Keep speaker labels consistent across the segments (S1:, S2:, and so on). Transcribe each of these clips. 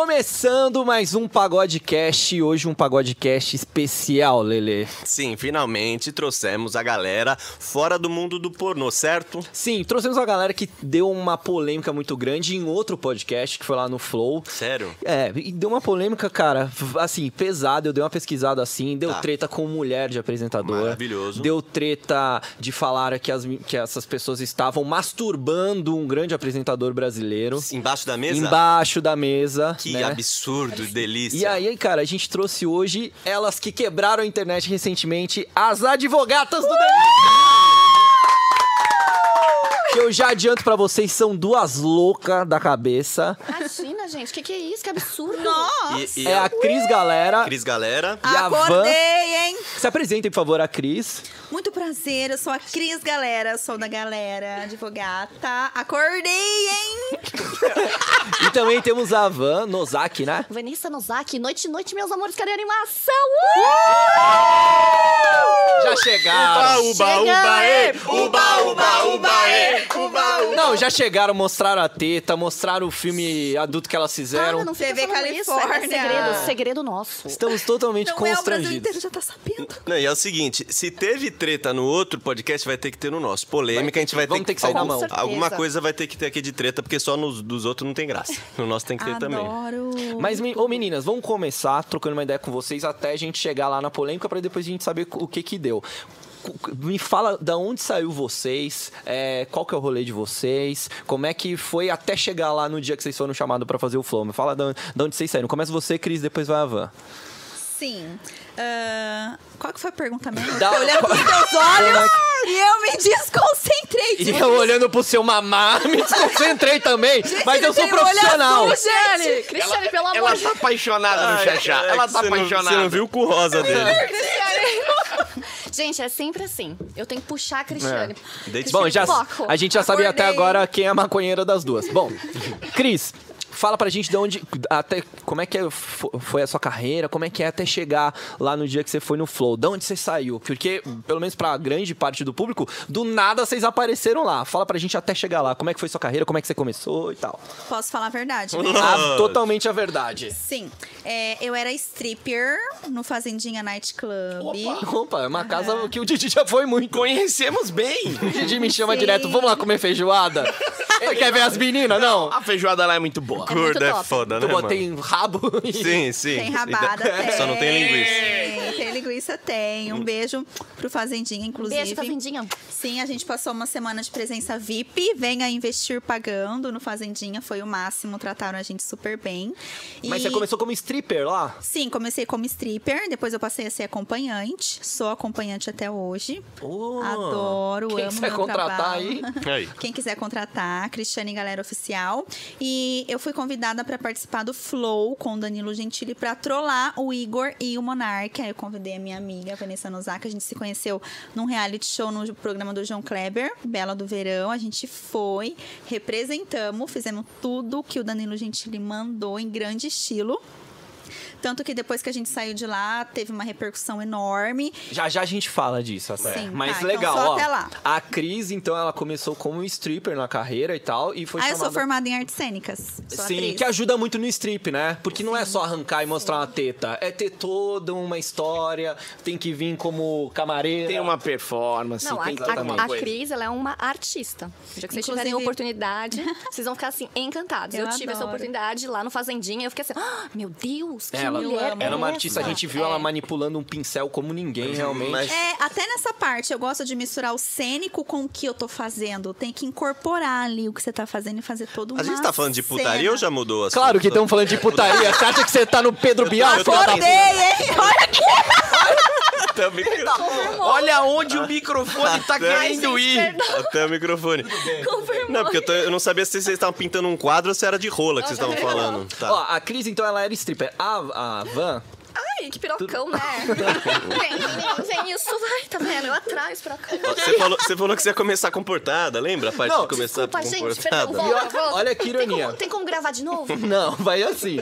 S1: Começando mais um Pagodecast e hoje um Pagodecast especial, Lele.
S2: Sim, finalmente trouxemos a galera fora do mundo do pornô, certo?
S1: Sim, trouxemos uma galera que deu uma polêmica muito grande em outro podcast, que foi lá no Flow.
S2: Sério?
S1: É, e deu uma polêmica, cara, assim, pesada. Eu dei uma pesquisada assim, deu
S2: Tá.
S1: treta com mulher de apresentadora.
S2: Maravilhoso.
S1: Deu treta de falar que, as, mi- que essas pessoas estavam masturbando um grande apresentador brasileiro.
S2: Embaixo da mesa?
S1: Embaixo da mesa.
S2: Que
S1: né?
S2: absurdo, delícia.
S1: E aí, cara, a gente trouxe hoje elas que quebraram a internet recentemente, as advogatas do Danilo. Que eu já adianto pra vocês, são duas loucas da cabeça.
S3: Imagina, gente, que que é isso? Que absurdo.
S2: E, e
S1: É a Cris Galera.
S2: Cris Galera?
S1: E a Van?
S4: Acordei, hein?
S1: Se apresentem, por favor, a Cris.
S4: Muito prazer, eu sou a Cris Galera, sou da galera, advogata. Acordei, hein?
S1: E também temos a Van Nozaki, né?
S3: Vanessa Nozaki, noite, noite, meus amores, cadê a animação?
S1: Já chegaram.
S2: uba, uba, ê! Uba, uba, uba, ê! Uba,
S4: é
S2: uba.
S1: Então, Não, já chegaram, mostraram a teta, mostraram o filme adulto que elas fizeram.
S3: Cara, Ah, não fica
S4: TV
S3: falando isso, é
S4: Califórnia.
S3: segredo, segredo nosso.
S1: Estamos totalmente
S4: Não é o Brasil
S1: constrangidos.
S4: inteiro já tá sabendo.
S2: Não, e é o seguinte, se teve treta no outro podcast, vai ter que ter no nosso. Polêmica, a gente vai ter
S1: Vamos ter que sair na
S2: algum-
S1: mão. Com
S3: certeza.
S2: Alguma coisa vai ter que ter aqui de treta, porque só nos dos outros não tem graça. No nosso tem que ter também.
S4: Adoro.
S1: Mas, men- ô meninas, vamos começar trocando uma ideia com vocês até a gente chegar lá na polêmica pra depois a gente saber o que que deu. Cu- cu- Me fala da onde saiu vocês, é, qual que é o rolê de vocês, como é que foi até chegar lá no dia que vocês foram chamados pra fazer o flow. Me fala da, da onde vocês saíram. Começa você, Cris, depois vai a Van.
S4: Sim. Ah, qual que foi a pergunta mesmo?
S1: Dá-
S4: Tô olhando pros teus olhos e eu me desconcentrei.
S1: E
S4: disso.
S1: eu olhando pro seu mamá, me desconcentrei também, mas eu sou
S4: Tem um olho
S1: profissional.
S4: azul, gente.
S3: Cristiane, pelo
S1: é,
S3: amor
S5: Ela
S3: de
S5: tá apaixonada no Xaxá.
S2: é
S5: Ela
S2: que
S5: tá
S2: você não-
S5: apaixonada.
S2: Você não viu o cu rosa dele.
S3: Gente, é sempre assim. Eu tenho que puxar a Cristiane.
S2: Desde-
S1: É, Bom, já,
S3: Foco.
S1: a gente já sabia até
S4: Acordei.
S1: agora quem é a maconheira das duas. Bom, Cris, fala pra gente de onde. Até, como é que é- fo- foi a sua carreira? Como é que é até chegar lá no dia que você foi no Flow? De onde você saiu? Porque, pelo menos pra grande parte do público, do nada vocês apareceram lá. Fala pra gente até chegar lá. Como é que foi sua carreira? Como é que você começou e tal?
S4: Posso falar a verdade? né?
S1: Ah, totalmente a verdade.
S4: Sim. É, eu era stripper no Fazendinha Night Club.
S1: Opa, opa, é uma casa que o Didi já foi muito.
S5: Conhecemos bem.
S1: O Didi me chama
S4: Sim.
S1: direto, vamos lá comer feijoada? Você quer ver as meninas? Não.
S5: A feijoada lá é muito boa.
S3: É muito
S2: Gorda é
S3: top.
S2: foda,
S1: Tu
S2: né, mano?
S1: botei rabo e...
S2: Sim, sim.
S4: Tem rabada, tem.
S1: É,
S2: Só não tem linguiça.
S4: Tem, tem linguiça, tem. Um beijo pro Fazendinha, inclusive.
S3: Um Beijo, Fazendinha.
S4: Sim, a gente passou uma semana de presença VIP. Venha investir pagando no Fazendinha, foi o máximo. Trataram a gente super bem.
S1: Mas
S4: E-
S1: você começou como stripper lá?
S4: Sim, comecei como stripper, depois eu passei a ser acompanhante. Sou acompanhante até hoje.
S1: Oh,
S4: Adoro,
S1: quem
S4: amo
S1: quiser
S4: meu
S1: contratar
S4: trabalho.
S1: aí.
S2: Aí.
S4: Quem quiser contratar, Cristiane Galera Oficial. E eu fui convidada para participar do Flow com o Danilo Gentili para trollar o Igor e o Monark. Aí eu convidei a minha amiga, a Vanessa Nozaka. A gente se conheceu num reality show no programa do João Kleber, Bela do Verão. A gente foi, representamos, fizemos tudo que o Danilo Gentili mandou em grande estilo. Tanto que depois que a gente saiu de lá, teve uma repercussão enorme.
S1: Já já a gente fala disso até.
S4: Sim,
S1: Mas
S4: tá, então
S1: legal,
S4: só
S1: ó.
S4: até lá.
S1: A Cris, então, ela começou como stripper na carreira e tal. E foi
S4: ah, eu
S1: chamada...
S4: sou formada em artes cênicas. Sou
S1: Sim,
S4: atriz.
S1: que ajuda muito no strip, né? Porque não é só arrancar e mostrar uma teta. É ter toda uma história, tem que vir como camareira.
S5: Tem uma performance,
S1: Assim,
S3: Não, a,
S5: tem
S3: a-
S5: tanta
S3: a
S5: coisa.
S3: Cris, ela é uma artista. Já que vocês
S4: Inclusive-
S3: tiverem a oportunidade, vocês vão ficar, assim, encantados. Eu,
S4: Eu
S3: tive essa
S4: adoro.
S3: oportunidade lá no Fazendinha. Eu fiquei assim, "Ah, meu Deus, que
S1: Ela,
S3: mulher
S1: ela é uma
S3: essa?"
S1: artista, a gente viu
S3: É.
S1: ela manipulando um pincel como ninguém, realmente.
S2: Mas-
S4: É, até nessa parte, eu gosto de misturar o cênico com o que eu tô fazendo. Tem que incorporar ali o que você tá fazendo e fazer todo uma
S2: A gente tá falando de putaria
S4: cena.
S2: ou já mudou assim?
S1: Claro
S5: um
S1: que estamos falando de putaria. Você acha que você tá no Pedro Bial?
S2: Eu tô-
S1: filha da
S2: eu tô-
S4: Ei, ei, olha aqui!
S2: Até o microfone.
S5: Olha onde o microfone tá querendo ir.
S2: Até o microfone.
S3: Confirmou.
S2: Não, porque eu, tô- eu não sabia se vocês estavam pintando um quadro ou se era de rola que vocês estavam falando.
S1: Ó,
S2: Tá.
S1: a Cris, então, ela era stripper. A, a Van,
S3: Ai, que pirocão, né? vem, menino, vem isso Isso, vai, tá vendo? Eu atrás pra cá.
S2: Ó, Você falou, você falou que você ia começar comportada, lembra? A parte
S1: Não,
S2: de começar
S3: Desculpa, gente, perdão,
S2: comportada.
S3: volta, volta.
S1: Olha que
S3: Tem
S1: ironia.
S3: como, tem como gravar de novo?
S1: Não, vai assim.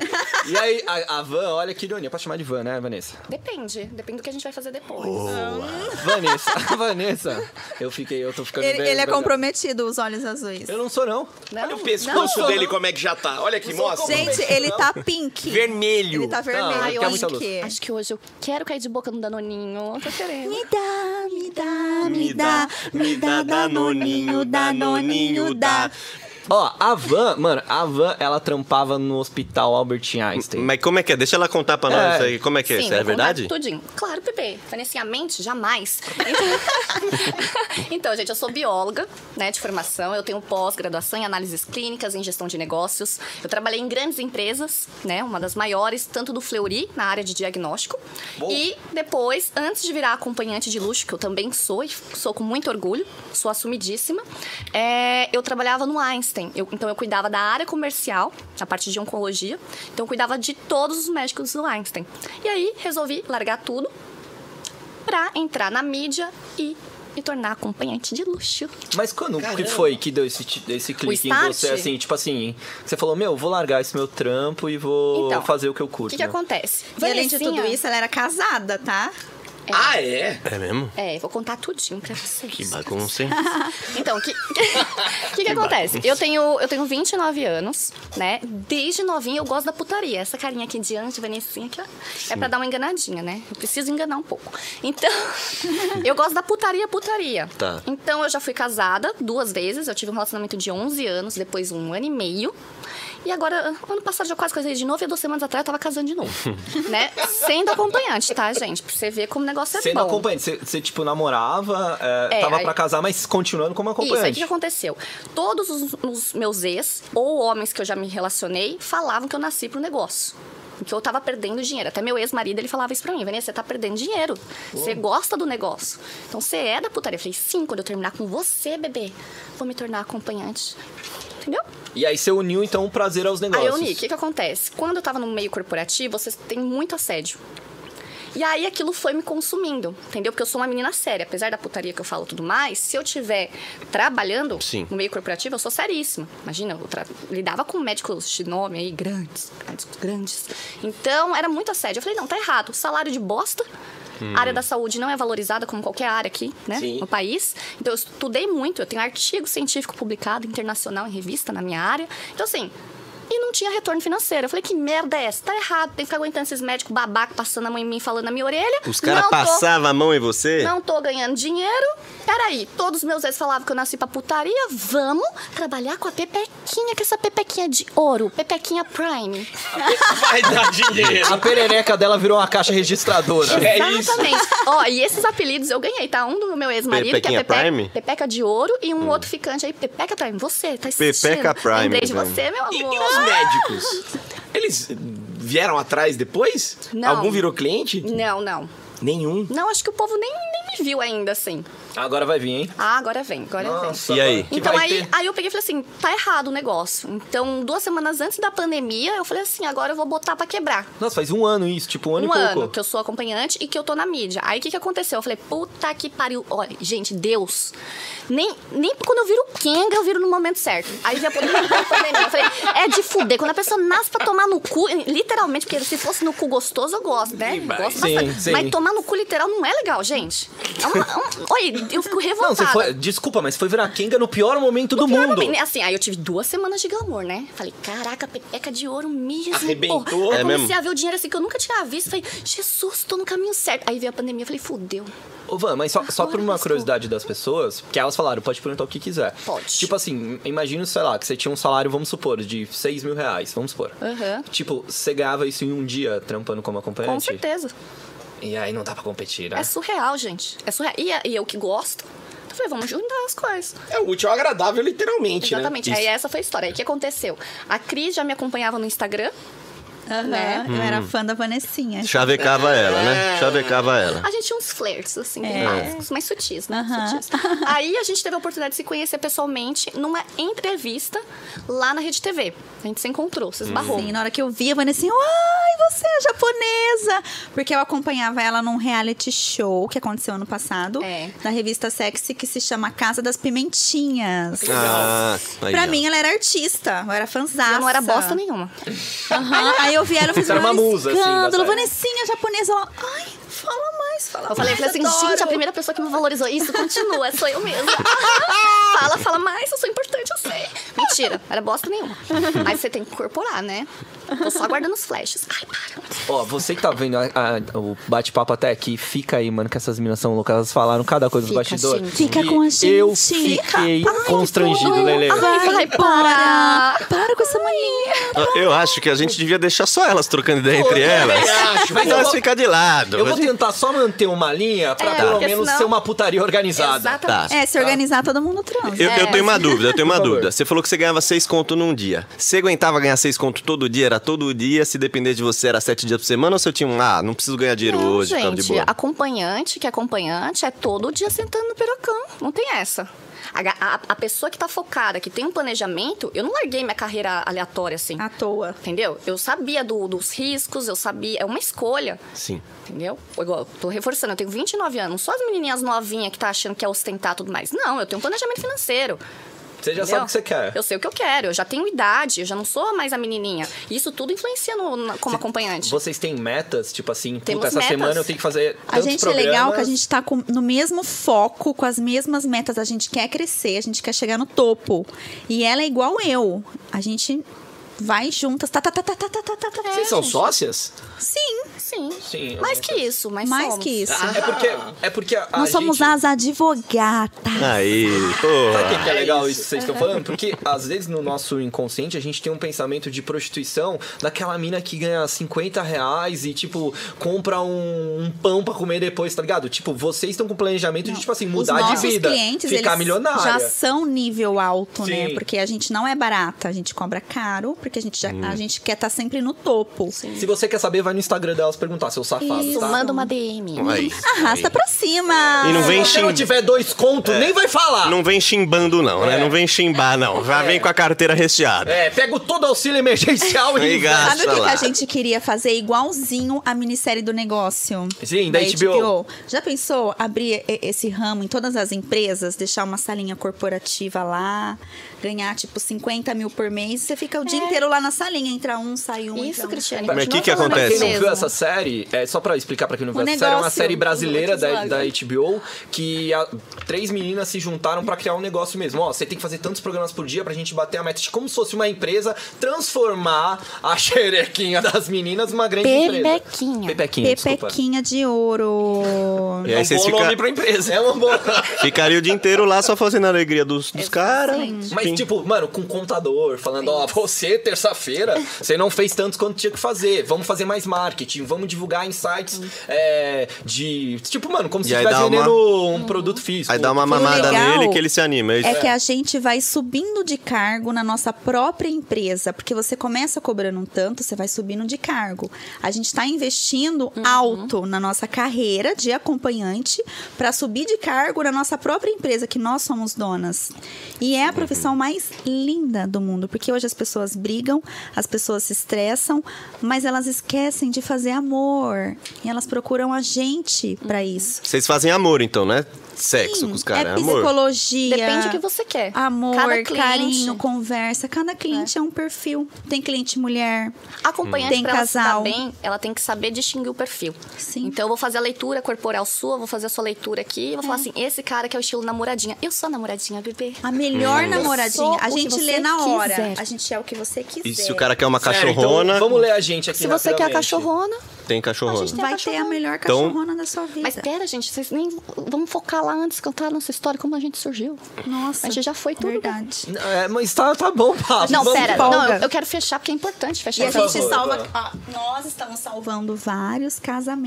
S1: E aí, a, a Van, olha que ironia. Pode chamar de Van, né, Vanessa?
S3: Depende, depende do que a gente vai fazer depois.
S1: Vanessa, a Vanessa. Eu fiquei, eu tô ficando
S4: Ele,
S1: bem-
S4: ele é comprometido, os olhos azuis.
S1: Eu não sou, não.
S3: Não,
S5: Olha o
S3: né? não.
S5: pescoço dele, como é que já tá. Olha aqui, mostra.
S4: Gente, ele tá pink.
S5: Vermelho.
S4: Ele tá
S1: Não, ele
S4: vermelho.
S1: quer
S4: pink.
S1: muita luz.
S3: Acho que hoje eu quero cair de boca no Danoninho. Tô querendo.
S4: Me dá, me dá,
S2: Me dá, me dá danoninho, danoninho, dá.
S1: Ó, a Van, mano, a Van, ela trampava no hospital Albert Einstein.
S2: Mas como é que é? Deixa ela contar pra nós
S1: É.
S2: isso aí. Como é que é?
S3: Sim,
S2: Isso
S3: vou
S2: é
S3: contar
S2: verdade?
S3: Tudinho. Claro, bebê. Financiamento, jamais. Então, então, gente, eu sou bióloga, né, de formação. Eu tenho pós-graduação em análises clínicas, em gestão de negócios. Eu trabalhei em grandes empresas, né, uma das maiores, tanto do Fleury, na área de diagnóstico. E depois, antes de virar acompanhante de luxo, que eu também sou, e sou com muito orgulho, sou assumidíssima, é, eu trabalhava no Einstein. Eu- então, eu cuidava da área comercial, a parte de oncologia. Então, eu cuidava de todos os médicos do Einstein. E aí, resolvi largar tudo pra entrar na mídia e me tornar acompanhante de luxo.
S1: Mas quando que foi que deu esse, ti- esse clique em
S3: start?
S1: você, assim, tipo assim, você falou, meu, vou largar esse meu trampo e vou
S3: Então,
S1: fazer o que eu curto.
S3: O que, que
S1: né?
S3: acontece?
S4: E além de
S3: Vanessinha-
S4: tudo isso, ela era casada, tá?
S5: Ah, é?
S2: É mesmo?
S3: É, vou contar tudinho pra vocês.
S2: Que bagunça, hein?
S3: Então, o que, que, que acontece? Eu tenho, eu tenho 29 anos, né? Desde novinha eu gosto da putaria. Essa carinha aqui de anjo, Vanessinha, aqui, ó, é pra dar uma enganadinha, né? Eu preciso enganar um pouco. Então, eu gosto da putaria, putaria.
S2: Tá.
S3: Então, eu já fui casada duas vezes. Eu tive um relacionamento de 11 anos, depois um ano e meio. E agora, ano passado já quase casei de novo e há duas semanas atrás eu tava casando de novo. né? Sendo acompanhante, tá, gente? Pra você ver como o negócio é
S1: Sendo
S3: bom.
S1: acompanhante, você, você, tipo, namorava, é,
S3: É,
S1: tava
S3: aí-
S1: pra casar, mas continuando como
S3: Isso, aí o
S1: acompanhante.
S3: que aconteceu? Todos os, os meus ex, ou homens que eu já me relacionei, falavam que eu nasci pro negócio. Que eu tava perdendo dinheiro. Até meu ex-marido, ele falava isso pra mim. Vanessa, você tá perdendo dinheiro. Você gosta do negócio. Então, você é da putaria. Eu falei, sim, quando eu terminar com você, bebê, vou me tornar acompanhante. Entendeu?
S1: E aí você uniu, então, o prazer aos negócios.
S3: Aí, Oni, o que, que acontece? Quando eu tava no meio corporativo, você tem muito assédio. E aí aquilo foi me consumindo, entendeu? Porque eu sou uma menina séria. Apesar da putaria que eu falo e tudo mais, se eu tiver trabalhando
S2: Sim.
S3: no meio corporativo, eu sou seríssima. Imagina, eu tra- lidava com médicos de nome aí, grandes, grandes, grandes. Então, era muito assédio. Eu falei, não, tá errado. Salário de bosta. A área da saúde não é valorizada como qualquer área aqui, né?
S5: Sim.
S3: No país. Então, eu estudei muito. Eu tenho artigo científico publicado internacional em revista na minha área. Então, assim... E não tinha retorno financeiro. Eu falei, que merda é essa? Tá errado. Tem que ficar aguentando esses médicos babacos passando a mão em mim, falando na minha orelha.
S2: Os caras
S3: Não tô-
S2: passavam a mão em você?
S3: Não tô ganhando dinheiro. Peraí, todos meus ex falavam que eu nasci pra putaria. Vamos trabalhar com a Pepequinha, com essa Pepequinha de ouro. Pepequinha Prime.
S5: Vai dar dinheiro.
S1: A perereca dela virou uma caixa registradora.
S5: É isso.
S3: Exatamente. Ó, e esses apelidos eu ganhei, tá? Um do meu ex-marido, que é
S2: Pepequinha
S3: Pepe,
S2: Prime? Hum.
S3: Pepeca de ouro, e um outro ficante aí, Pepeca Prime. Você, tá assistindo.
S2: Pepeca Prime,
S3: Lembrei de
S2: velho.
S3: você, meu amor.
S5: E, e os
S1: né?
S5: médicos? Eles vieram atrás depois?
S3: Não.
S5: Algum virou cliente?
S3: Não, não.
S5: Nenhum.
S3: Não, acho que o povo nem, nem me viu ainda, assim.
S1: Agora vai vir, hein?
S3: Ah, agora vem, agora vem.
S1: Nossa,
S2: E aí?
S1: que
S3: Então
S1: vai
S3: aí,
S1: ter?
S3: aí eu peguei e falei assim, tá errado o negócio. Então, duas semanas antes da pandemia, eu falei assim, agora eu vou botar pra quebrar.
S1: Nossa, faz um ano isso, tipo um ano
S3: um
S1: e pouco.
S3: ano que eu sou acompanhante e que eu tô na mídia. Aí o que, que aconteceu? Eu falei, puta que pariu. Olha, gente, Deus. Nem, nem quando eu viro Kenga, eu viro no momento certo. Aí já poderia pandemia. Eu falei, é de fuder. Quando a pessoa nasce pra tomar no cu, literalmente, porque se fosse no cu gostoso, eu gosto, né? Gosto
S1: Sim,
S3: bastante.
S1: sim.
S3: Mas tomar no cu literal não é legal, gente. É uma- é um- Oi, eu fico revoltada.
S1: Não, você foi. Desculpa, mas foi virar Kenga no pior momento do
S3: Pior
S1: mundo.
S3: momento, né? Assim, aí eu tive duas semanas de glamour, né? Falei, caraca, pepeca de ouro mesmo.
S5: Arrebentou.
S3: pô.
S2: É
S3: Aí eu comecei
S2: mesmo?
S3: a ver o dinheiro assim que eu nunca tinha visto. Falei, Jesus, tô no caminho certo. Aí veio a pandemia, eu falei, fudeu.
S1: Ô, Van, mas só, só por
S3: Agora,
S1: uma
S3: pessoal.
S1: curiosidade das pessoas, que elas falaram, pode perguntar o que quiser.
S3: Pode.
S1: Tipo assim, imagina, sei lá, que você tinha um salário, vamos supor, de 6 mil reais, vamos supor.
S3: Aham.
S1: Tipo, você ganhava isso em um dia trampando como acompanhante?
S3: Com certeza.
S1: E aí não dá pra competir, né?
S3: É surreal, gente. É surreal. E, e eu que gosto. Eu falei, vamos juntar as coisas.
S5: É o útil ao agradável, literalmente,
S3: Exatamente.
S5: né?
S3: Aí é- essa foi a história. Aí o que aconteceu? A Cris já me acompanhava no Instagram.
S4: Aham.
S3: Né?
S4: Eu
S2: Hum.
S4: era fã da Vanessinha.
S2: Chavecava ela, né?
S5: É.
S2: Chavecava ela.
S3: A gente tinha uns flirts, assim, bem
S4: É.
S3: básicos, mas sutis, né?
S4: Aham.
S3: Sutis. Aí a gente teve a oportunidade de se conhecer pessoalmente numa entrevista lá na Rede TV. A gente se encontrou, se esbarrou.
S4: Assim, Sim, na hora que eu vi a Vanessinha, ai, você é japonesa. Porque eu acompanhava ela num reality show que aconteceu ano passado,
S3: É.
S4: da revista Sexy, que se chama Casa das Pimentinhas.
S2: Ah, aí,
S4: pra
S2: ó.
S4: mim, ela era artista, eu era fãzada.
S3: Eu não era bosta nenhuma.
S4: Aí eu vi ela e fiz um
S5: Você era uma musa, assim, da
S4: escândalo,
S5: série.
S4: Vanessinha japonesa. Ela, ai, fala mais, fala
S3: Eu falei, eu
S4: mais,
S3: falei assim,
S4: adoro."
S3: gente, a primeira pessoa que me valorizou isso continua, sou eu mesma. fala, fala mais, eu sou importante, eu sei. Mentira, era bosta nenhuma. Mas você tem que incorporar, né? Tô só aguardando os flashes. Ai, para.
S1: Ó, você que tá vendo a- a- o bate-papo até aqui, fica aí, mano, que essas meninas são loucas. Elas falaram cada coisa do
S3: Fica,
S1: bastidor.
S3: gente.
S4: Fica
S1: E
S4: com a gente.
S1: Eu fiquei constrangido,
S3: tudo. Ah,
S1: Lele.
S3: Ai, vai, para.
S4: Para com essa mania.
S2: Eu acho que a gente devia deixar só elas trocando ideia entre elas.
S1: acho,
S2: Mas
S1: pô.
S2: elas ficam de lado.
S5: Uhum.
S1: Eu vou tentar só manter uma linha pra
S3: É,
S1: pelo
S3: porque
S1: menos
S3: senão-
S1: ser uma putaria organizada.
S2: Tá.
S4: É, se organizar, todo mundo transa. É,
S2: Eu, eu tenho uma dúvida, eu tenho uma
S1: Por favor.
S2: dúvida. Você falou que você ganhava seis conto num dia. Você aguentava ganhar seis conto todo dia? Era todo dia? Se depender de você, era sete dias por semana? Ou se eu tinha um, ah, não preciso ganhar dinheiro
S3: Não,
S2: hoje, tava tá de
S3: gente,
S2: boa?
S3: acompanhante, que é acompanhante, é todo dia sentando no pirocão. Não tem essa. A, ga- a- a pessoa que tá focada, que tem um planejamento, eu não larguei minha carreira aleatória assim.
S4: À toa.
S3: Entendeu? Eu sabia do- dos riscos, eu sabia. É uma escolha,
S2: Sim.
S3: entendeu? Igual, eu tô reforçando, eu tenho 29 anos. Só as menininhas novinhas que tá achando que é ostentar e tudo mais. Não, eu tenho um planejamento financeiro.
S1: Você já
S3: entendeu?
S1: sabe o que você quer.
S3: Eu sei o que eu quero, eu já tenho idade, eu já não sou mais a menininha. Isso tudo influencia no- na- como acompanhante.
S1: Vocês têm metas, tipo assim, puta,
S3: Temos
S1: essa
S3: metas.
S1: semana eu tenho que fazer
S4: A
S1: tantos
S4: gente é legal que a
S1: programas.
S4: gente tá com- no mesmo foco, com as mesmas metas. A gente quer crescer, a gente quer chegar no topo. E ela é igual eu. A gente vai juntas. Tá, tá, tá, tá, tá, tá, tá, tá, tá.
S5: Vocês são sócias?
S4: Sim,
S3: Sim.
S1: Sim,
S3: mais
S1: eu-
S3: que isso, mais,
S4: mais
S3: somos.
S4: que isso.
S1: É porque, é porque a, a
S4: Nós somos
S1: gente...
S4: as advogatas.
S2: Aí,
S1: Sabe o que
S2: pô.
S1: que é legal isso que vocês estão falando? Porque às vezes no nosso inconsciente a gente tem um pensamento de prostituição daquela mina que ganha 50 reais e, tipo, compra um, um pão pra comer depois, tá ligado? Tipo, vocês estão com planejamento de, tipo assim,
S4: Os
S1: mudar de
S4: nossos
S1: vida.
S4: clientes,
S1: ficar
S4: eles
S1: milionária.
S4: já são nível alto, né?
S1: Sim.
S4: Porque a gente não é barata, a gente cobra caro, porque a gente, já-
S1: Hum.
S4: a gente quer estar sempre no topo.
S1: Se você quer saber, vai no Instagram delas perguntar, seu safado,
S4: Isso,
S1: tá?
S3: Ah, Manda uma DM.
S2: Aí,
S4: Arrasta pra cima!
S2: E não vem
S1: Se você não
S2: xing-
S1: tiver dois contos, nem vai falar.
S2: Ah, Não vem chimbando, não, né?
S1: É.
S2: Não vem chimbar, não. Já vem com a carteira recheada.
S1: É, pego todo auxílio emergencial e...
S2: Legal.
S4: Sabe o que, que a
S2: lá.
S4: gente queria fazer igualzinho a minissérie do negócio?
S1: Sim, da HBO.
S4: Já pensou abrir e- esse ramo em todas as empresas, deixar uma salinha corporativa lá, ganhar tipo 50 mil por mês, você fica o dia inteiro lá na salinha, entra um, sai um. entra
S3: É. Isso,
S4: um,
S3: Cristiane.
S2: Mas o que
S3: continua
S2: que
S3: falando
S1: Pra
S2: acontece?
S1: quem não
S3: mesmo.
S1: viu essa série, é, só pra explicar pra quem não viu
S4: O
S1: essa série, é uma
S4: negócio,
S1: série brasileira
S4: o
S1: da,
S4: episódio.
S1: da HBO que a- três meninas se juntaram pra criar um negócio mesmo. Ó, você tem que fazer tantos programas por dia pra gente bater a meta de como se fosse uma empresa, transformar a xerequinha das meninas numa grande empresa.
S3: Pepequinha.
S1: Pepequinha. desculpa.
S4: Pepequinha de ouro.
S2: E
S1: É
S2: aí
S1: um
S2: vocês
S1: bom
S2: fica...
S1: nome pra empresa. É um bom
S2: ficariam o dia inteiro lá só fazendo a alegria dos, dos caras.
S1: Mas,
S2: Enfim.
S1: tipo, mano, com contador, falando, ó, você, terça-feira, você não fez tantos quanto tinha que fazer. Vamos fazer mais marketing, vamos divulgar insights é, de. Tipo, mano, como se
S2: E aí
S1: estivesse
S2: dá uma-
S1: vendendo
S3: Uhum.
S1: um produto físico.
S2: Aí dá uma mamada
S4: legal
S2: nele que ele se anima. isso.
S4: É que a gente vai subindo de cargo na nossa própria empresa, porque você começa cobrando um tanto, você vai subindo de cargo. A gente está investindo alto na nossa carreira de acompanhante para subir de cargo na nossa própria empresa, que nós somos donas. E é a profissão mais linda do mundo, porque hoje as pessoas brigam, as pessoas se estressam, mas elas esquecem de fazer amor. E elas procuram a gente para isso.
S2: Vocês fazem amor, então, né? Sexo
S4: Sim,
S2: com os caras.
S4: É
S2: amor.
S4: psicologia.
S3: Depende do que você quer.
S4: Amor,
S3: Cada cliente-
S4: carinho, conversa. Cada cliente é. um perfil. Tem cliente mulher.
S3: A acompanhante,
S4: Tem
S3: pra ela se dar
S4: casal.
S3: bem, ela tem que saber distinguir o perfil.
S4: Sim.
S3: Então, eu vou fazer a leitura corporal sua, vou fazer a sua leitura aqui. Eu vou falar assim, esse cara que é o estilo namoradinha. Eu sou a namoradinha, bebê.
S4: A melhor
S3: sou
S4: namoradinha. A
S3: o que
S4: gente
S3: você
S4: lê na hora.
S3: quiser.
S4: A gente é o que você quiser.
S2: E se o cara quer uma
S1: Sério, então,
S2: cachorrona,
S1: vamos ler a gente aqui.
S3: Se você quer a
S1: rapidamente.
S3: cachorrona...
S2: tem cachorrona.
S3: tem
S4: Vai
S3: a
S4: ter a
S3: cachorrona.
S4: melhor
S2: Então-
S4: cachorrona da sua vida.
S3: Mas pera, gente, vocês nem... Vamos focar lá antes, contar a nossa história, como a gente surgiu.
S4: Nossa.
S3: A gente já foi tudo, né?
S4: Verdade.
S1: Não, É, mas tá, tá bom, Pablo.
S3: Não,
S1: vamos-
S3: pera.
S4: folga.
S3: Não, eu- eu quero fechar, porque é importante fechar.
S4: E a
S3: essa-
S1: favor,
S4: gente salva.
S1: Dora.
S4: ó, nós estamos salvando vários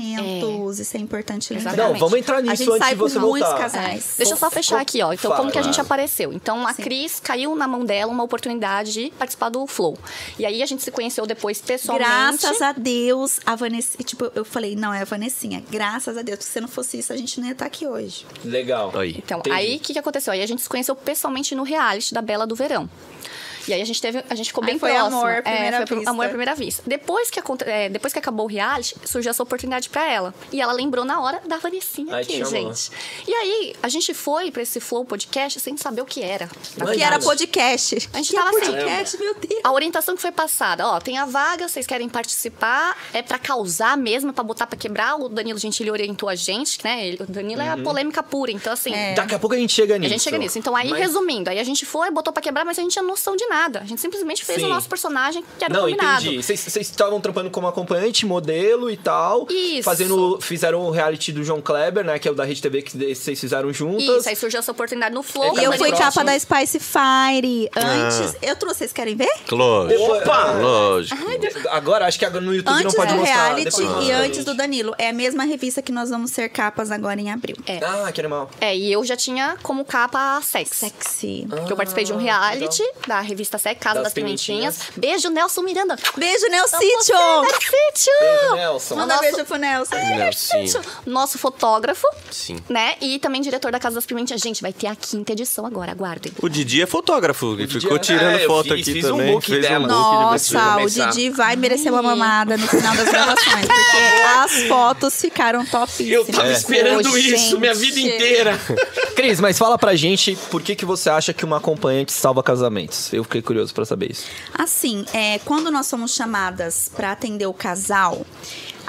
S4: casamentos. Isso é importante lembrar.
S1: Não, vamos entrar nisso
S4: A gente
S1: antes
S4: sai
S1: de
S4: com
S1: você
S4: muitos
S1: voltar.
S4: casais.
S3: É. Deixa eu só fechar aqui, ó. Então,
S1: Fala.
S3: como que a gente apareceu? Então, a Cris caiu na mão dela uma oportunidade de participar do Flow. E aí, a gente se conheceu depois pessoalmente.
S4: Graças a Deus, a Vanessa. e, Tipo, eu falei, não, é a Vanessinha. Graças a Deus. porque Se não fosse isso, a gente não ia estar aqui hoje.
S1: Legal.
S2: Aí.
S3: Então,
S1: Entendi.
S3: aí, o que, que aconteceu? Aí, a gente se conheceu pessoalmente no reality da Bela do Verão. E aí a gente teve, a gente ficou
S4: Aí
S3: bem
S4: foi
S3: próximo.
S4: amor à primeira
S3: foi pro-
S4: vista.
S3: amor à primeira vista. Depois que, aconte- é, depois que acabou o reality, surgiu essa oportunidade pra ela. E ela lembrou na hora da Vanessinha
S1: Aí te
S3: aqui,
S1: chamou.
S3: gente. E aí, a gente foi pra esse Flow Podcast sem saber o que era. na
S1: Mas
S4: Que
S3: verdade.
S4: era podcast.
S3: A gente
S4: Que
S3: tava assim,
S4: podcast, meu Deus.
S3: A orientação que foi passada, ó, tem a vaga, vocês querem participar, é pra causar mesmo, é pra botar pra quebrar. O Danilo Gentili orientou a gente, né? Ele- O Danilo
S4: Uhum.
S3: é a polêmica pura, então assim,
S4: É.
S1: Daqui a pouco a gente chega
S3: a
S1: nisso.
S3: gente chega nisso. Então aí,
S1: Mas-
S3: resumindo, aí a gente foi, botou pra quebrar, mas a gente tinha noção de nada. A gente simplesmente fez
S1: Sim.
S3: o nosso personagem, que era
S1: Não,
S3: combinado.
S1: entendi. Vocês vocês estavam trampando como acompanhante, modelo e tal.
S3: Isso.
S1: Fazendo, fizeram o reality do João Kleber, né? Que é o da Rede TV que de- vocês fizeram juntas.
S3: Isso, aí surgiu essa oportunidade no Flow.
S1: Ele
S4: E eu
S1: mais
S4: fui
S1: próximo.
S4: capa da Spice Fire.
S1: Ah.
S4: Antes. Eu trouxe, vocês querem ver?
S2: Lógico.
S1: Opa!
S2: Lógico.
S1: Agora, acho que agora no YouTube não
S4: Antes
S1: pode
S4: do
S1: mostrar.
S4: reality
S1: depois
S4: e
S1: mostra.
S4: antes do Danilo. É a mesma revista que nós vamos ser capas agora em abril.
S3: É.
S1: Ah, que animal.
S3: É, e eu já tinha como capa a Sex.
S4: Sexy.
S3: Que eu participei de um
S1: Ah,
S3: reality da revista Sex, Casa
S1: Das
S3: das, Pimentinhas. Beijo, Nelson Miranda.
S4: Beijo,
S3: Amo você, é
S4: Nelsítio!
S3: Nelsítio!
S1: Beijo, né? Nelson.
S4: Manda
S3: né? Nossa.
S4: beijo pro Nelson.
S2: Sim.
S3: Nosso fotógrafo,
S2: Sim.
S3: né? E também diretor da Casa das Pimentinhas. Gente, vai ter a quinta edição agora, aguardem.
S2: O Didi é fotógrafo, ele
S1: Didi
S2: ficou
S1: é-
S2: tirando
S5: é, eu
S2: foto
S5: fiz-
S2: aqui
S5: fiz um
S2: também.
S5: book
S2: fez
S5: dela.
S2: um book.
S4: Nossa, o
S5: começar.
S4: Didi vai merecer uma mamada no final das gravações, porque as fotos ficaram
S5: Eu
S4: topíssimas.
S3: É.
S5: tava esperando
S3: Ô,
S5: isso minha
S3: gente.
S5: vida inteira.
S1: Cris, mas fala pra gente por que, que você acha que uma acompanhante salva casamentos? Eu fiquei curioso pra saber isso.
S4: Assim, é, quando nós somos chamadas para atender o casal,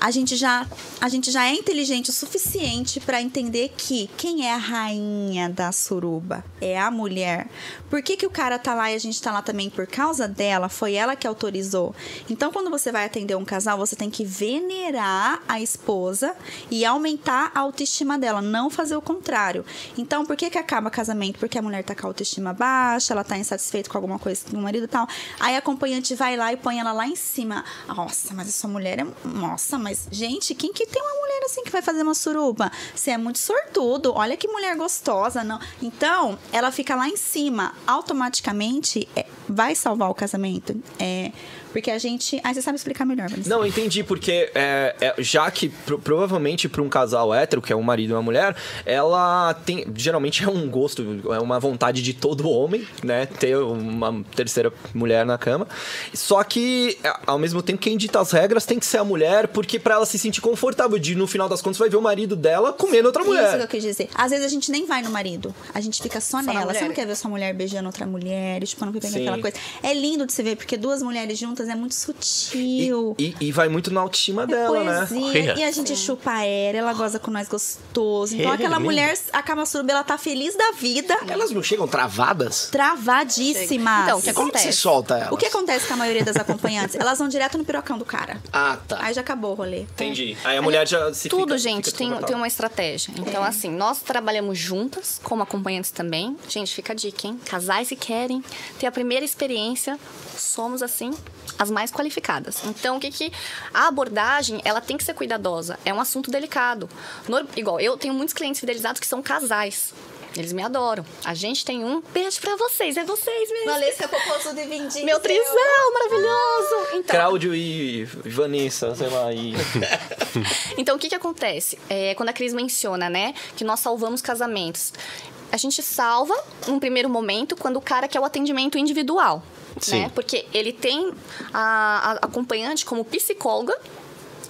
S4: a gente já a gente já é inteligente o suficiente para entender que quem é a rainha da suruba é a mulher. Por que, que o cara tá lá e a gente tá lá também por causa dela? Foi ela que autorizou. Então, quando você vai atender um casal, você tem que venerar a esposa e aumentar a autoestima dela, não fazer o contrário. Então, por que que acaba casamento? Porque a mulher tá com a autoestima baixa, ela tá insatisfeita com alguma coisa do marido e tal. Aí a acompanhante vai lá e põe ela lá em cima. Nossa, mas essa mulher é. Nossa, mas, gente, quem que tem uma mulher assim que vai fazer uma suruba? Você é muito sortudo, olha que mulher gostosa, não. Então, ela fica lá em cima. Automaticamente é, vai salvar o casamento. É. Porque a gente. Ah, você sabe explicar melhor, Vanessa.
S1: Não, eu entendi, porque é, é, já que pro- provavelmente pra um casal hétero, que é um marido e uma mulher, ela tem. Geralmente é um gosto, é uma vontade de todo homem, né? Ter uma terceira mulher na cama. Só que, é, ao mesmo tempo, quem dita as regras tem que ser a mulher, porque pra ela se sentir confortável, de no final das contas vai ver o marido dela comendo outra
S4: Isso que eu
S1: mulher.
S4: quis dizer. Às vezes a gente nem vai no marido. A gente fica só,
S3: na
S4: nela.
S3: mulher.
S4: Você não quer ver sua mulher beijando outra mulher, tipo, não quer pegar
S1: Sim.
S4: aquela coisa. É lindo de se ver, porque duas mulheres juntas é muito
S1: E,
S4: sutil.
S1: e- e vai muito na autoestima
S4: é
S1: dela, né?
S4: poesia. E a gente chupa aérea, ela goza com nós gostoso. Então aquela mulher, a Kama Suruba, ela tá feliz da vida,
S5: Elas não chegam travadas?
S4: travadíssima.
S3: Então, o que
S5: Como que você
S3: acontece?
S5: solta
S1: Tá,
S5: elas?
S4: O que acontece com a maioria das acompanhantes? Elas vão direto no pirocão do cara.
S5: Ah, tá.
S4: Aí já acabou o rolê.
S1: Entendi. Aí a mulher já se
S3: Tudo,
S1: fica-
S3: gente,
S1: fica
S3: tem,
S1: desconfortável.
S3: tem uma estratégia. Então, assim, nós trabalhamos juntas, como acompanhantes também. Gente, fica a dica, hein? Casais que querem ter a primeira experiência, somos, assim, as mais qualificadas. Então, o que que... A abordagem, ela tem que ser cuidadosa. É um assunto delicado. Nor- Igual, eu tenho muitos clientes fidelizados que são casais. Eles me adoram. A gente tem um beijo pra vocês. É vocês mesmo.
S4: Valesca Popozudo e Vindinho.
S3: Meu trisal maravilhoso. Então,
S1: Cláudio e Vanessa, sei lá, e.
S3: Então, o que que acontece? É, quando a Cris menciona, né, que nós salvamos casamentos. A gente salva, num primeiro momento, quando o cara quer o atendimento individual.
S2: Sim.
S3: Né? Porque ele tem a, a acompanhante como psicóloga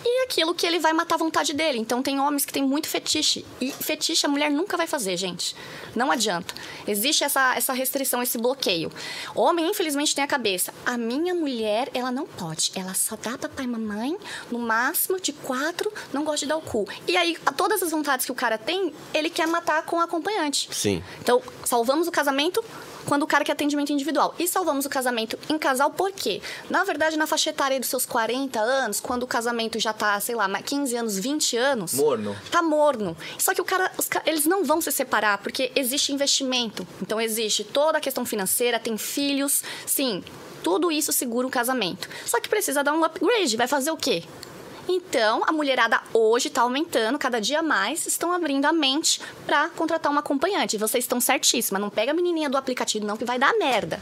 S3: e aquilo que ele vai matar a vontade dele. Então, tem homens que têm muito fetiche. E fetiche a mulher nunca vai fazer, gente. Não adianta. Existe essa, essa restrição, esse bloqueio. Homem, infelizmente, tem a cabeça. A minha mulher, ela não pode. Ela só dá papai e mamãe, no máximo de quatro, não gosta de dar o cu. E aí, a todas as vontades que o cara tem, ele quer matar com o acompanhante.
S2: Sim.
S3: Então, salvamos o casamento quando o cara quer atendimento individual. E salvamos o casamento em casal por quê? Na verdade, na faixa etária dos seus 40 anos, quando o casamento já tá, sei lá, mais 15 anos, 20 anos.
S1: Morno.
S3: Tá morno. Só que o cara, os ca- eles não vão se separar, porque existe investimento. Então, existe toda a questão financeira, tem filhos, sim. Tudo isso segura o casamento. Só que precisa dar um upgrade. Vai fazer o quê? Então, a mulherada hoje está aumentando, cada dia mais estão abrindo a mente para contratar uma acompanhante. Vocês estão certíssima, não pega a menininha do aplicativo não que vai dar merda.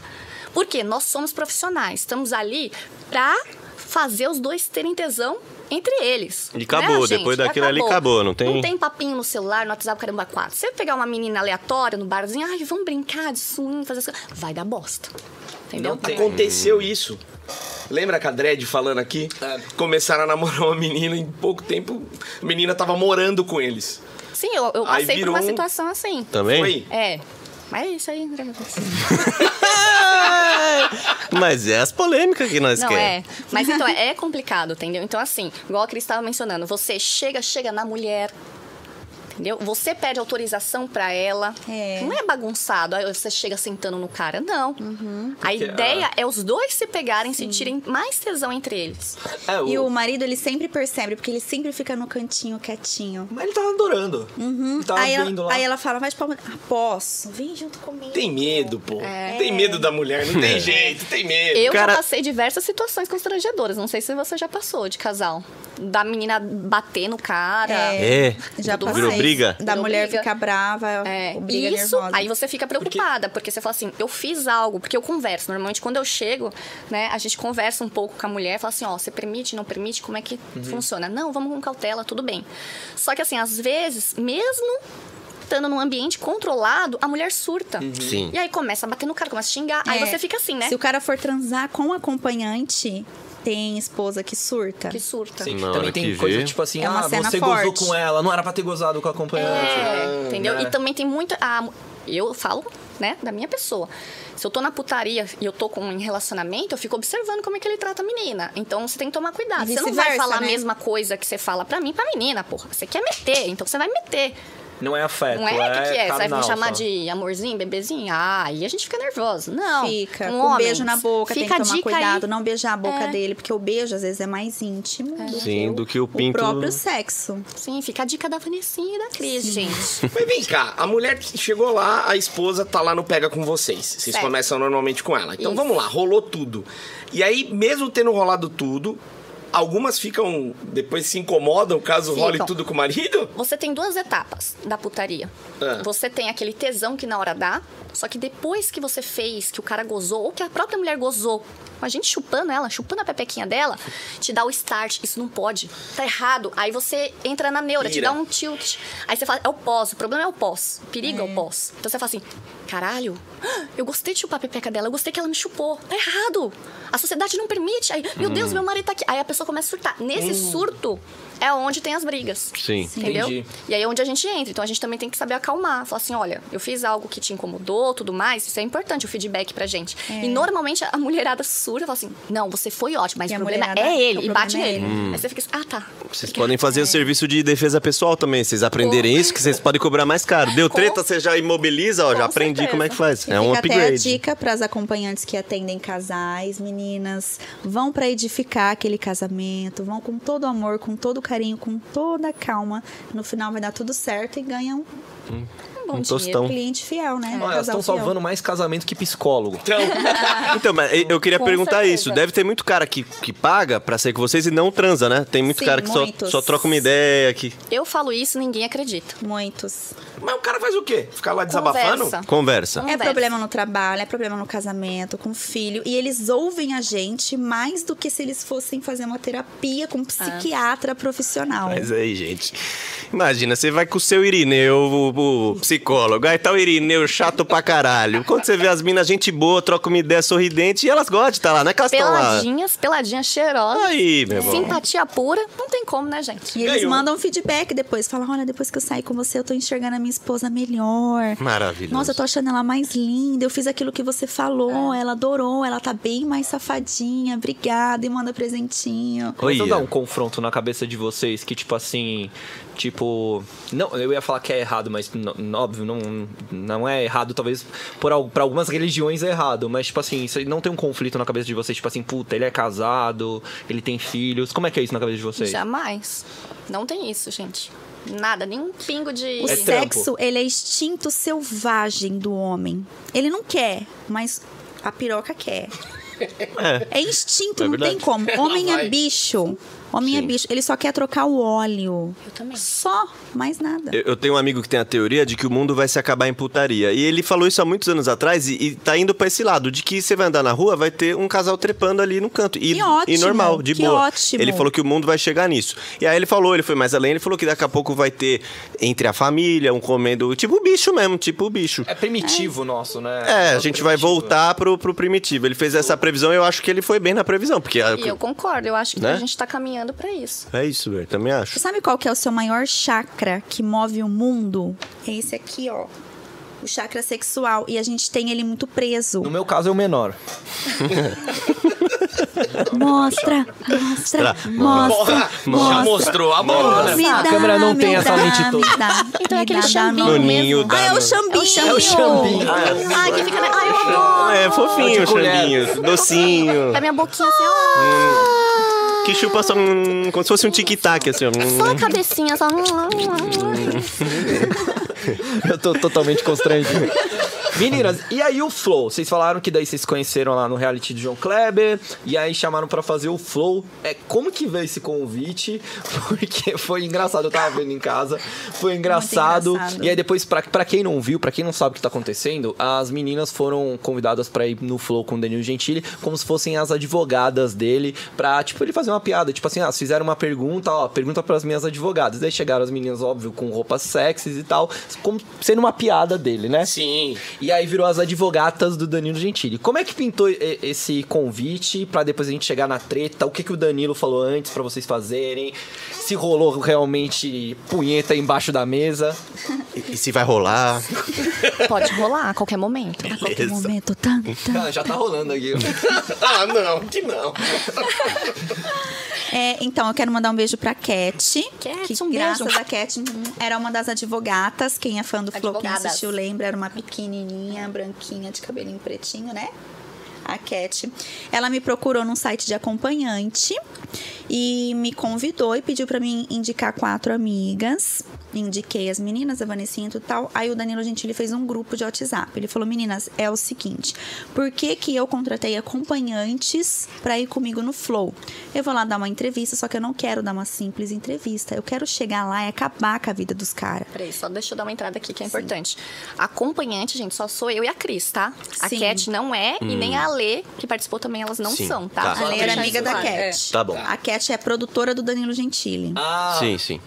S3: Por quê? Nós somos profissionais, estamos ali para fazer os dois terem tesão entre eles.
S2: E acabou,
S3: Né, gente?
S2: depois daquilo ali acabou, não tem-
S3: Não tem papinho no celular, no WhatsApp, caramba, quatro. Você pegar uma menina aleatória no barzinho, ai, vamos brincar de swing, fazer isso. Vai dar bosta. Entendeu?
S5: Aconteceu isso. Lembra com a Dredd falando aqui?
S1: É.
S5: Começaram a namorar uma menina em pouco tempo a menina tava morando com eles.
S3: Sim, eu, eu
S5: Aí
S3: passei por
S5: virou
S3: uma
S5: um-
S3: situação assim.
S2: Também?
S5: Foi.
S3: É. Mas é isso aí, André.
S2: Mas é as polêmicas que nós
S3: Não, é.
S2: queremos.
S3: Mas então, é complicado, entendeu? Então, assim, igual a Cris estava mencionando, você chega, chega na mulher. Entendeu? Você pede autorização pra ela.
S4: É.
S3: Não é bagunçado. Aí você chega sentando no cara. Não. A
S5: Porque,
S3: ideia é os dois se pegarem, se tirem mais tesão entre eles.
S1: É,
S4: E
S1: o...
S4: o marido, ele sempre percebe, porque ele sempre fica no cantinho quietinho.
S1: Mas ele tava adorando.
S3: Uhum.
S1: Ele
S2: Tá
S1: tava
S4: aí,
S1: vendo
S4: ela,
S1: lá.
S4: aí ela fala, mas palma. Ah, posso? Vem junto comigo.
S5: Tem medo, pô. Tem medo da mulher, não tem jeito, tem medo.
S3: É. Eu
S2: cara-
S3: já passei diversas situações constrangedoras. Não sei se você já passou de casal. Da menina bater no cara.
S2: É.
S4: Já
S2: Virou
S4: passei.
S2: briga?
S4: Da
S3: Virou
S4: mulher
S3: briga.
S4: ficar brava,
S3: É,
S4: briga
S3: isso,
S4: nervosa.
S3: aí você fica preocupada, porque... você fala assim, eu fiz algo, porque eu converso. Normalmente, quando eu chego, né, a gente conversa um pouco com a mulher, fala assim, ó, você permite, não permite, como é que funciona? Não, vamos com cautela, tudo bem. Só que assim, às vezes, mesmo estando num ambiente controlado, a mulher surta.
S2: Sim.
S3: E aí começa a bater no cara, começa a xingar,
S4: É.
S3: aí você fica assim, né?
S4: Se o cara for transar com o acompanhante, tem esposa que surta.
S3: Que surta.
S1: Sim,
S2: Na hora
S1: também tem
S2: que
S1: coisa
S2: vê.
S1: tipo assim,
S4: É uma
S1: ah,
S4: cena
S1: você gozou
S4: forte.
S1: com ela, não era pra ter gozado com a acompanhante.
S3: É, entendeu?
S1: né?
S3: E também tem muita. a- eu falo, né, da minha pessoa. Se eu tô na putaria e eu tô com um relacionamento, eu fico observando como é que ele trata a menina. Então você tem que tomar cuidado.
S4: E
S3: Você não vai
S4: vice-versa,
S3: falar
S4: né?
S3: a mesma coisa que você fala pra mim, pra menina, porra. Você quer meter, então você vai meter.
S1: Não é afeto,
S3: Não é? O que, que é? Você vai me
S1: carnal
S3: chamar
S1: só.
S3: de amorzinho, bebezinho? Ah, aí a gente fica nervosa. Não.
S4: Fica,
S3: com
S4: com um
S3: homens,
S4: beijo na boca,
S3: fica
S4: tem
S3: a
S4: que tomar
S3: dica
S4: cuidado,
S3: aí.
S4: não beijar a boca
S3: É.
S4: dele, porque o beijo às vezes é mais íntimo do,
S2: Sim,
S4: que
S2: do que o
S4: o
S2: pinto-
S4: próprio sexo.
S3: Sim, fica a dica da Vanessinha e da Cris, gente.
S5: Mas vem cá, a mulher que chegou lá, a esposa tá lá no pega com vocês. Vocês
S3: Certo.
S5: começam normalmente com ela. Então
S3: Isso.
S5: vamos lá, rolou tudo. E aí, mesmo tendo rolado tudo, algumas ficam. Depois se incomodam caso
S3: Ficam.
S5: role tudo com o marido?
S3: Você tem duas etapas da putaria.
S5: Ah.
S3: Você tem aquele tesão que na hora dá, só que depois que você fez, que o cara gozou, ou que a própria mulher gozou, a gente chupando ela, chupando a pepequinha dela, te dá o start. Isso não pode. Tá errado. Aí você entra na neura, te
S5: Ira.
S3: dá um tilt. Aí você fala, é o pós. O problema é o pós. O perigo é, o pós. Então você fala assim, caralho, eu gostei de chupar a pepeca dela, eu gostei que ela me chupou. Tá errado. A sociedade não permite. Aí, meu Deus, meu marido tá aqui. Aí a pessoa começa a surtar. Nesse surto é onde tem as brigas.
S2: Sim.
S3: Entendeu?
S1: Entendi.
S3: E aí é onde a gente entra. Então a gente também tem que saber acalmar. Falar assim: olha, eu fiz algo que te incomodou, tudo mais. Isso é importante, o feedback pra gente.
S4: É.
S3: E normalmente a mulherada surda fala assim: não, você foi ótimo, mas
S4: E
S3: o
S4: a
S3: problema
S4: mulherada-
S3: é
S4: o
S3: ele. E
S4: problema
S3: bate
S4: é
S3: nele.
S4: ele.
S3: Aí você fica assim: ah, tá.
S2: Vocês podem fazer o serviço de defesa pessoal também. Vocês aprenderem isso, que vocês podem cobrar mais caro. Deu
S3: Com-
S2: treta, você já imobiliza, ó. Já
S3: Com
S2: aprendi
S3: certeza.
S2: como é que faz.
S4: E
S2: é um
S4: fica até a
S2: upgrade.
S4: dica para as acompanhantes que atendem casais, meninas, vão para edificar aquele casamento, vão com todo amor, com todo carinho, com toda calma. No final vai dar tudo certo e ganham
S3: Um bom
S2: Um
S3: dinheiro.
S2: tostão. É,
S4: um cliente fiel,
S3: É,
S4: né?
S1: Olha, elas
S4: Casal
S1: estão
S4: fiel.
S1: salvando mais casamento que psicólogo.
S5: Então,
S2: Então, mas eu- eu queria
S3: Com
S2: perguntar
S3: certeza.
S2: isso. Deve ter muito cara que, que paga pra sair com vocês e não transa, né? Tem muito
S4: Sim,
S2: cara que só,
S4: muitos.
S2: só troca uma ideia aqui.
S3: Eu falo isso, ninguém acredita.
S4: muitos.
S5: mas o cara faz o quê? Ficar lá desabafando?
S3: Conversa.
S2: Conversa.
S3: Não
S4: É
S3: deve.
S4: problema no trabalho, é problema no casamento, com filho. E eles ouvem a gente mais do que se eles fossem fazer uma terapia com um psiquiatra profissional.
S2: Mas aí, gente. Imagina, você vai com o seu Irineu, o, o psicólogo. Aí tá o Irineu chato pra caralho. Quando você vê as minas, gente boa, troca uma ideia sorridente e elas gostam de tá lá, né? Que elas estão lá.
S3: Peladinhas, peladinhas cheirosas.
S2: Aí, meu irmão.
S3: Simpatia pura, não tem como, né, gente?
S4: E eles
S5: Ganhou.
S4: mandam feedback depois. Falam, olha, depois que eu saí com você, eu tô enxergando a minha esposa melhor.
S2: Maravilhoso.
S4: Nossa, eu tô achando ela mais linda. Eu fiz aquilo que você falou. Ela adorou. Ela tá bem mais safadinha. Obrigada. E manda presentinho.
S2: Oi,
S1: Então dá um
S2: Ian.
S1: confronto na cabeça de vocês que, tipo assim, tipo. Não, eu ia falar que é errado, mas n- n- óbvio, não, não é errado, talvez por, al- pra algumas religiões é errado, mas, tipo assim, você não tem um conflito na cabeça de vocês, tipo assim, puta, ele é casado, ele tem filhos. Como é que é isso na cabeça de vocês?
S3: Jamais. Não tem isso, gente. Nada, nenhum pingo de.
S4: O
S1: É
S4: sexo,
S1: trampo.
S4: ele é instinto selvagem do homem. Ele não quer, mas a piroca quer. É instinto,
S2: É
S4: não
S2: verdade.
S4: tem como. Homem é
S5: Ela vai.
S4: bicho. Homem é
S2: Sim.
S4: bicho. Ele só quer trocar o óleo.
S3: Eu também.
S4: Só, mais nada.
S2: Eu, eu tenho um amigo que tem a teoria de que o mundo vai se acabar em putaria. E ele falou isso há muitos anos atrás e, e tá indo pra esse lado, de que você vai andar na rua, vai ter um casal trepando ali no canto. E,
S4: Que ótimo,
S2: e normal, de
S4: que
S2: boa.
S4: ótimo.
S2: Ele falou que o mundo vai chegar nisso. E aí ele falou, ele foi mais além, ele falou que daqui a pouco vai ter entre a família, um comendo, tipo o bicho mesmo, tipo o bicho.
S1: É primitivo nosso, né?
S2: É, a gente vai
S1: primitivo.
S2: voltar pro, pro primitivo. Ele fez essa previsão e eu acho que ele foi bem na previsão, porque... é a-
S3: E eu concordo, eu acho que
S2: Né?
S3: a gente tá caminhando pra isso.
S2: É isso, velho, também acho.
S4: Sabe qual que é o seu maior chakra que move o mundo? É esse aqui, ó. O chakra sexual. E a gente tem ele muito preso.
S1: No meu caso é o menor.
S4: Mostra, mostra, mostra,
S5: Já
S4: mostra.
S5: mostrou a bola. né?
S4: Me
S1: A
S4: dá,
S1: câmera não
S4: me
S1: tem essa
S4: dá,
S1: lentitude.
S4: me dá,
S3: Então é
S4: me
S3: aquele
S4: dá, dá,
S3: chambinho
S4: me dá.
S2: Noninho
S3: mesmo.
S2: da-
S4: Ah, é o Ah, chambinho.
S1: É o chambinho.
S3: Ai, que fica... na- Ai, eu adoro.
S2: É, fofinho,
S1: De colher.
S2: Xandinho, docinho.
S3: A minha boquinha assim, ó.
S2: Que chupa só hum, como se fosse um tic-tac, assim, ó. Hum.
S3: Só a cabecinha, só... hum.
S1: Eu tô totalmente constrangido. Meninas, e aí o Flow? Vocês falaram que daí vocês se conheceram lá no reality de João Kleber, e aí chamaram pra fazer o Flow. É, como que veio esse convite? Porque foi engraçado, eu tava vendo em casa, foi engraçado.
S4: engraçado.
S1: E aí É, depois, pra, pra quem não viu, pra quem não sabe o que tá acontecendo, as meninas foram convidadas pra ir no Flow com o Danilo Gentili, como se fossem as advogadas dele, pra, tipo, ele fazer uma piada. Tipo assim, ah, fizeram uma pergunta, ó, pergunta pras minhas advogadas. Daí chegaram as meninas, óbvio, com roupas sexys e tal, como sendo uma piada dele, né?
S5: Sim.
S1: E aí virou as advogatas do Danilo Gentili. Como é que pintou e- esse convite pra depois a gente chegar na treta? O que, que o Danilo falou antes pra vocês fazerem? Se rolou realmente punheta embaixo da mesa?
S2: E se vai rolar?
S3: Pode rolar a qualquer momento.
S4: A qualquer momento, tan, tan.
S1: já tá rolando aqui.
S5: Ah, não, que não.
S4: É, então, eu quero mandar um beijo pra Cat.
S3: Cat,
S4: que,
S3: um
S4: graças
S3: beijo.
S4: a Cat, uhum, era uma das advogatas. Quem é fã do Flow, quem
S3: Advogadas.
S4: assistiu, lembra. Era uma pequenininha, branquinha, de cabelinho pretinho, né? A Cat. Ela me procurou num site de acompanhante e me convidou e pediu pra mim indicar quatro amigas. Indiquei as meninas, a Vanessinha e tudo tal. Aí o Danilo Gentili fez um grupo de WhatsApp. Ele falou: Meninas, é o seguinte, por que, que eu contratei acompanhantes pra ir comigo no Flow? Eu vou lá dar uma entrevista, só que eu não quero dar uma simples entrevista. Eu quero chegar lá e acabar com a vida dos caras.
S3: Peraí, só deixa eu dar uma entrada aqui que é importante. Acompanhante, gente, só sou eu e a Cris, tá? A
S4: Sim.
S3: Cat não é e nem a Lê, que participou também, elas não
S2: Hum. Sim,
S3: são,
S2: tá.
S3: tá? Só
S4: A Lê era
S3: deixar
S4: amiga
S3: isso
S4: da
S3: claro. É.
S4: Cat.
S2: Tá bom.
S4: A Cat é produtora do Danilo Gentili.
S1: Ah,
S2: Sim, sim.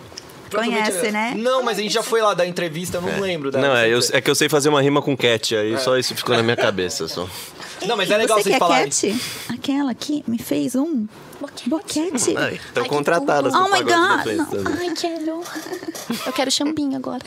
S1: provavelmente- é
S4: Conhece, né?
S1: Não, mas a gente já foi lá da entrevista, eu não lembro. dela. assim,
S2: Não, é, eu- é que eu sei fazer uma rima com cat, aí só isso ficou na minha cabeça, só.
S1: Não, mas é legal
S4: Você
S1: vocês
S4: quer
S1: falarem.
S4: Cat? Aquela que me fez um
S3: Boquete.
S4: boquete.
S2: Ai, Estão
S3: Ai, que
S2: contratadas
S4: tudo.
S2: pro
S4: Oh my
S2: pagode
S4: God,
S2: da festa, né?
S3: Ai, quero. Eu quero chambinho agora.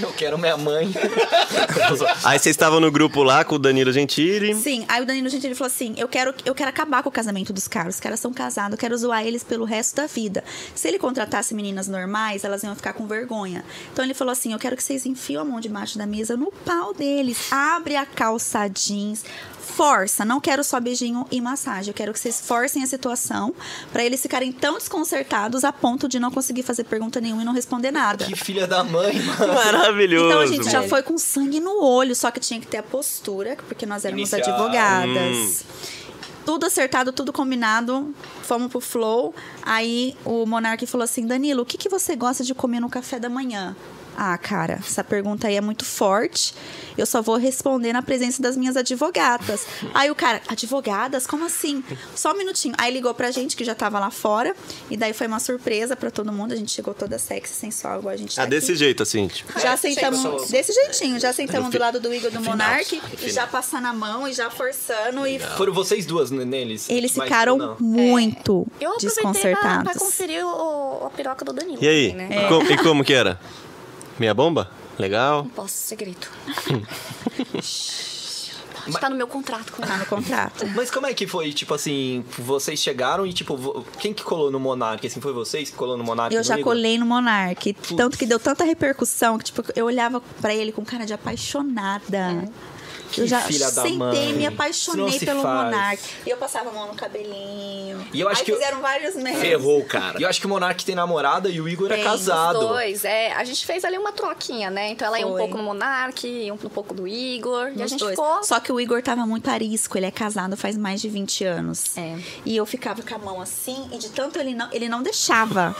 S1: Eu quero minha mãe.
S2: Aí vocês estavam no grupo lá com o Danilo Gentili.
S4: Sim, aí o Danilo Gentili falou assim: eu quero, eu quero acabar com o casamento dos caras. Os caras são casados, eu quero zoar eles pelo resto da vida. Se ele contratasse meninas normais, elas iam ficar com vergonha. Então ele falou assim: eu quero que vocês enfiam a mão debaixo da mesa no pau deles. Abre a calça jeans, força. Não quero só beijinho e massagem. Eu quero que vocês forcem a situação pra eles ficarem tão desconcertados a ponto de não conseguir fazer pergunta nenhuma e não responder nada.
S1: que filha da mãe, mano.
S2: Maravilhoso.
S4: Então a gente já
S2: mano.
S4: foi com sangue no olho, só que tinha que ter a postura, porque nós éramos
S1: Inicial.
S4: advogadas.
S2: Hum.
S4: Tudo acertado, tudo combinado. Fomos pro Flow. Aí o Monark falou assim: Danilo, o que, que você gosta de comer no café da manhã? Ah, cara, essa pergunta aí é muito forte. Eu só vou responder na presença das minhas advogadas. Aí o cara, advogadas? Como assim? Só um minutinho. Aí ligou pra gente que já tava lá fora. E daí foi uma surpresa pra todo mundo. A gente chegou toda sexy, sensual, igual a gente tá
S2: Ah,
S4: aqui.
S2: desse jeito, assim, tipo.
S1: É,
S4: Já sentamos desse jeitinho, já sentamos do lado do Igor do Monark e
S2: final.
S4: já passar na mão e já forçando e
S1: Foram vocês duas n- neles?
S4: eles
S1: Mas
S4: ficaram É.
S1: não.
S4: muito
S3: Eu aproveitei pra, pra
S4: desconcertados.
S3: conferir o, a piroca do Danilo.
S2: E aí?
S3: também,
S2: E
S4: É.
S3: Né?
S2: como- e como que era? Meia bomba?
S4: É.
S2: Legal.
S3: Posso ser grito. Pode tá no meu contrato com
S4: Tá no
S3: ela.
S4: contrato.
S1: Mas como é que foi, tipo assim, vocês chegaram e, tipo, vo- quem que colou no Monark? Assim, foi vocês que colou no Monark?
S4: Eu
S1: no
S4: já
S1: Igor?
S4: colei no Monark,
S3: É.
S4: tanto que deu tanta repercussão que tipo eu olhava pra ele com cara de apaixonada.
S1: Que
S4: eu já
S1: filha da
S4: sentei,
S1: mãe.
S4: me
S1: Isso não
S4: apaixonei
S1: se
S4: pelo
S1: faz.
S4: Monark. E eu passava a mão no cabelinho.
S1: E eu acho
S4: Aí
S1: que eu-
S4: fizeram vários memes.
S5: Ferrou, cara.
S1: E eu acho que o Monark tem namorada e o Igor é
S4: Tem, os
S1: casado.
S3: Os dois, é. A gente fez ali uma troquinha, né? Então ela ia um
S4: Foi.
S3: pouco no Monark, ia um pouco do Igor. e a
S4: Nos
S3: gente
S4: dois.
S3: ficou.
S4: Só que o Igor tava muito arisco, ele é casado faz mais de 20 anos.
S3: É.
S4: E eu ficava com a mão assim, e de tanto ele não, ele não deixava.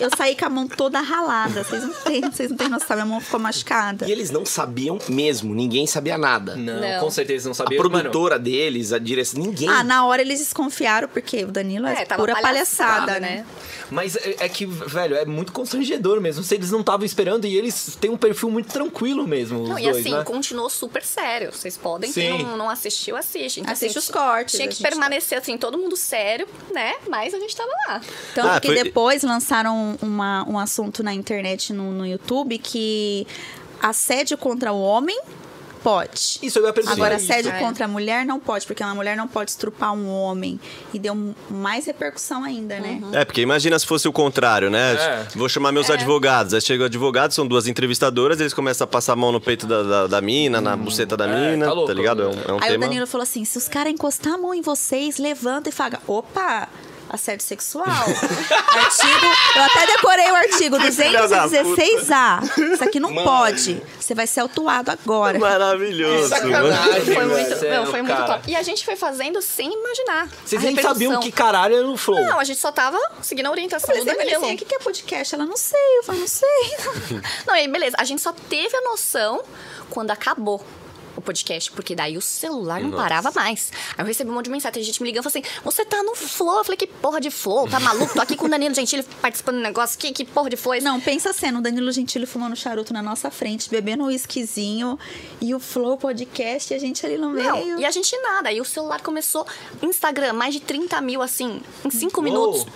S4: eu, eu saí com a mão toda ralada. Vocês não têm, vocês não têm noção, minha mão ficou machucada.
S5: E eles não sabiam mesmo, ninguém sabia nada.
S1: Não,
S3: Não.
S1: com certeza não
S5: A
S1: sabia. Mano,
S5: produtora deles, a direção, ninguém.
S4: Ah, na hora eles desconfiaram, porque o Danilo é,
S3: É, tava
S4: pura palhaçada,
S3: palhaçada,
S4: né?
S3: né?
S1: Mas é, é que, velho, é muito constrangedor mesmo. Se eles não estavam esperando e eles têm um perfil muito tranquilo mesmo, os
S3: Não,
S1: dois,
S3: e assim,
S1: né?
S3: continuou super sério. Vocês podem,
S1: Sim.
S3: quem não, não assistiu, assiste. Então, assim,
S4: Assiste os
S3: ti-
S4: cortes,
S3: Tinha
S4: a
S3: que
S4: gente tá-
S3: permanecer, assim, todo mundo sério, né? Mas a gente tava lá.
S4: Tanto
S2: Ah,
S4: que
S2: foi-
S4: depois lançaram uma- um assunto na internet, no, no YouTube, que assédio contra o homem pode.
S1: Isso eu ia perguntar.
S4: Agora,
S1: isso.
S4: assédio
S3: É.
S4: contra a mulher não pode, porque uma mulher não pode estrupar um homem. E deu mais repercussão ainda, né?
S2: É, porque imagina se fosse o contrário, né?
S1: É.
S2: Vou chamar meus advogados. Aí chega o advogado, são duas entrevistadoras, eles começam a passar a mão no peito da, da, da mina, na buceta da
S1: é,
S2: mina,
S1: tá
S2: tá,
S1: louco.
S2: ligado? É um, é um
S4: Aí
S2: tema.
S4: o Danilo falou assim: se os caras encostar a mão em vocês, levanta e fala, opa! Assédio sexual. artigo. Eu até decorei o artigo
S2: filha da
S4: 216A. Isso aqui não pode. Você vai ser autuado agora.
S2: Maravilhoso. mano.
S3: Foi
S1: velho,
S3: muito,
S1: é sério,
S3: não, foi muito
S1: cara.
S3: top. E a gente foi fazendo sem imaginar.
S1: Vocês
S3: a
S1: nem sabiam
S3: repercussão.
S1: que caralho era o Flow.
S3: Não, a gente só tava seguindo a orientação do
S4: Falei,
S3: Danilo.
S4: assim, o que que é podcast? Ela não sei. Eu falei, não sei.
S3: Não, e aí, beleza. A gente só teve a noção quando acabou o podcast, porque daí o celular não parava mais. Aí eu recebi um monte de mensagem, tem gente me ligando, falou assim, você tá no Flow. Eu falei, que porra de Flow? Tá maluco? Tô aqui com o Danilo Gentili participando do negócio. Que, que porra de Flow? é esse?"
S4: Não, pensa a cena, o Danilo Gentili fumando charuto na nossa frente, bebendo um whiskyzinho e o Flow Podcast e a gente ali no meio.
S3: Não, e a gente nada. Aí o celular começou. Instagram, mais de 30 mil, assim, em 5
S1: Uou.
S3: minutos.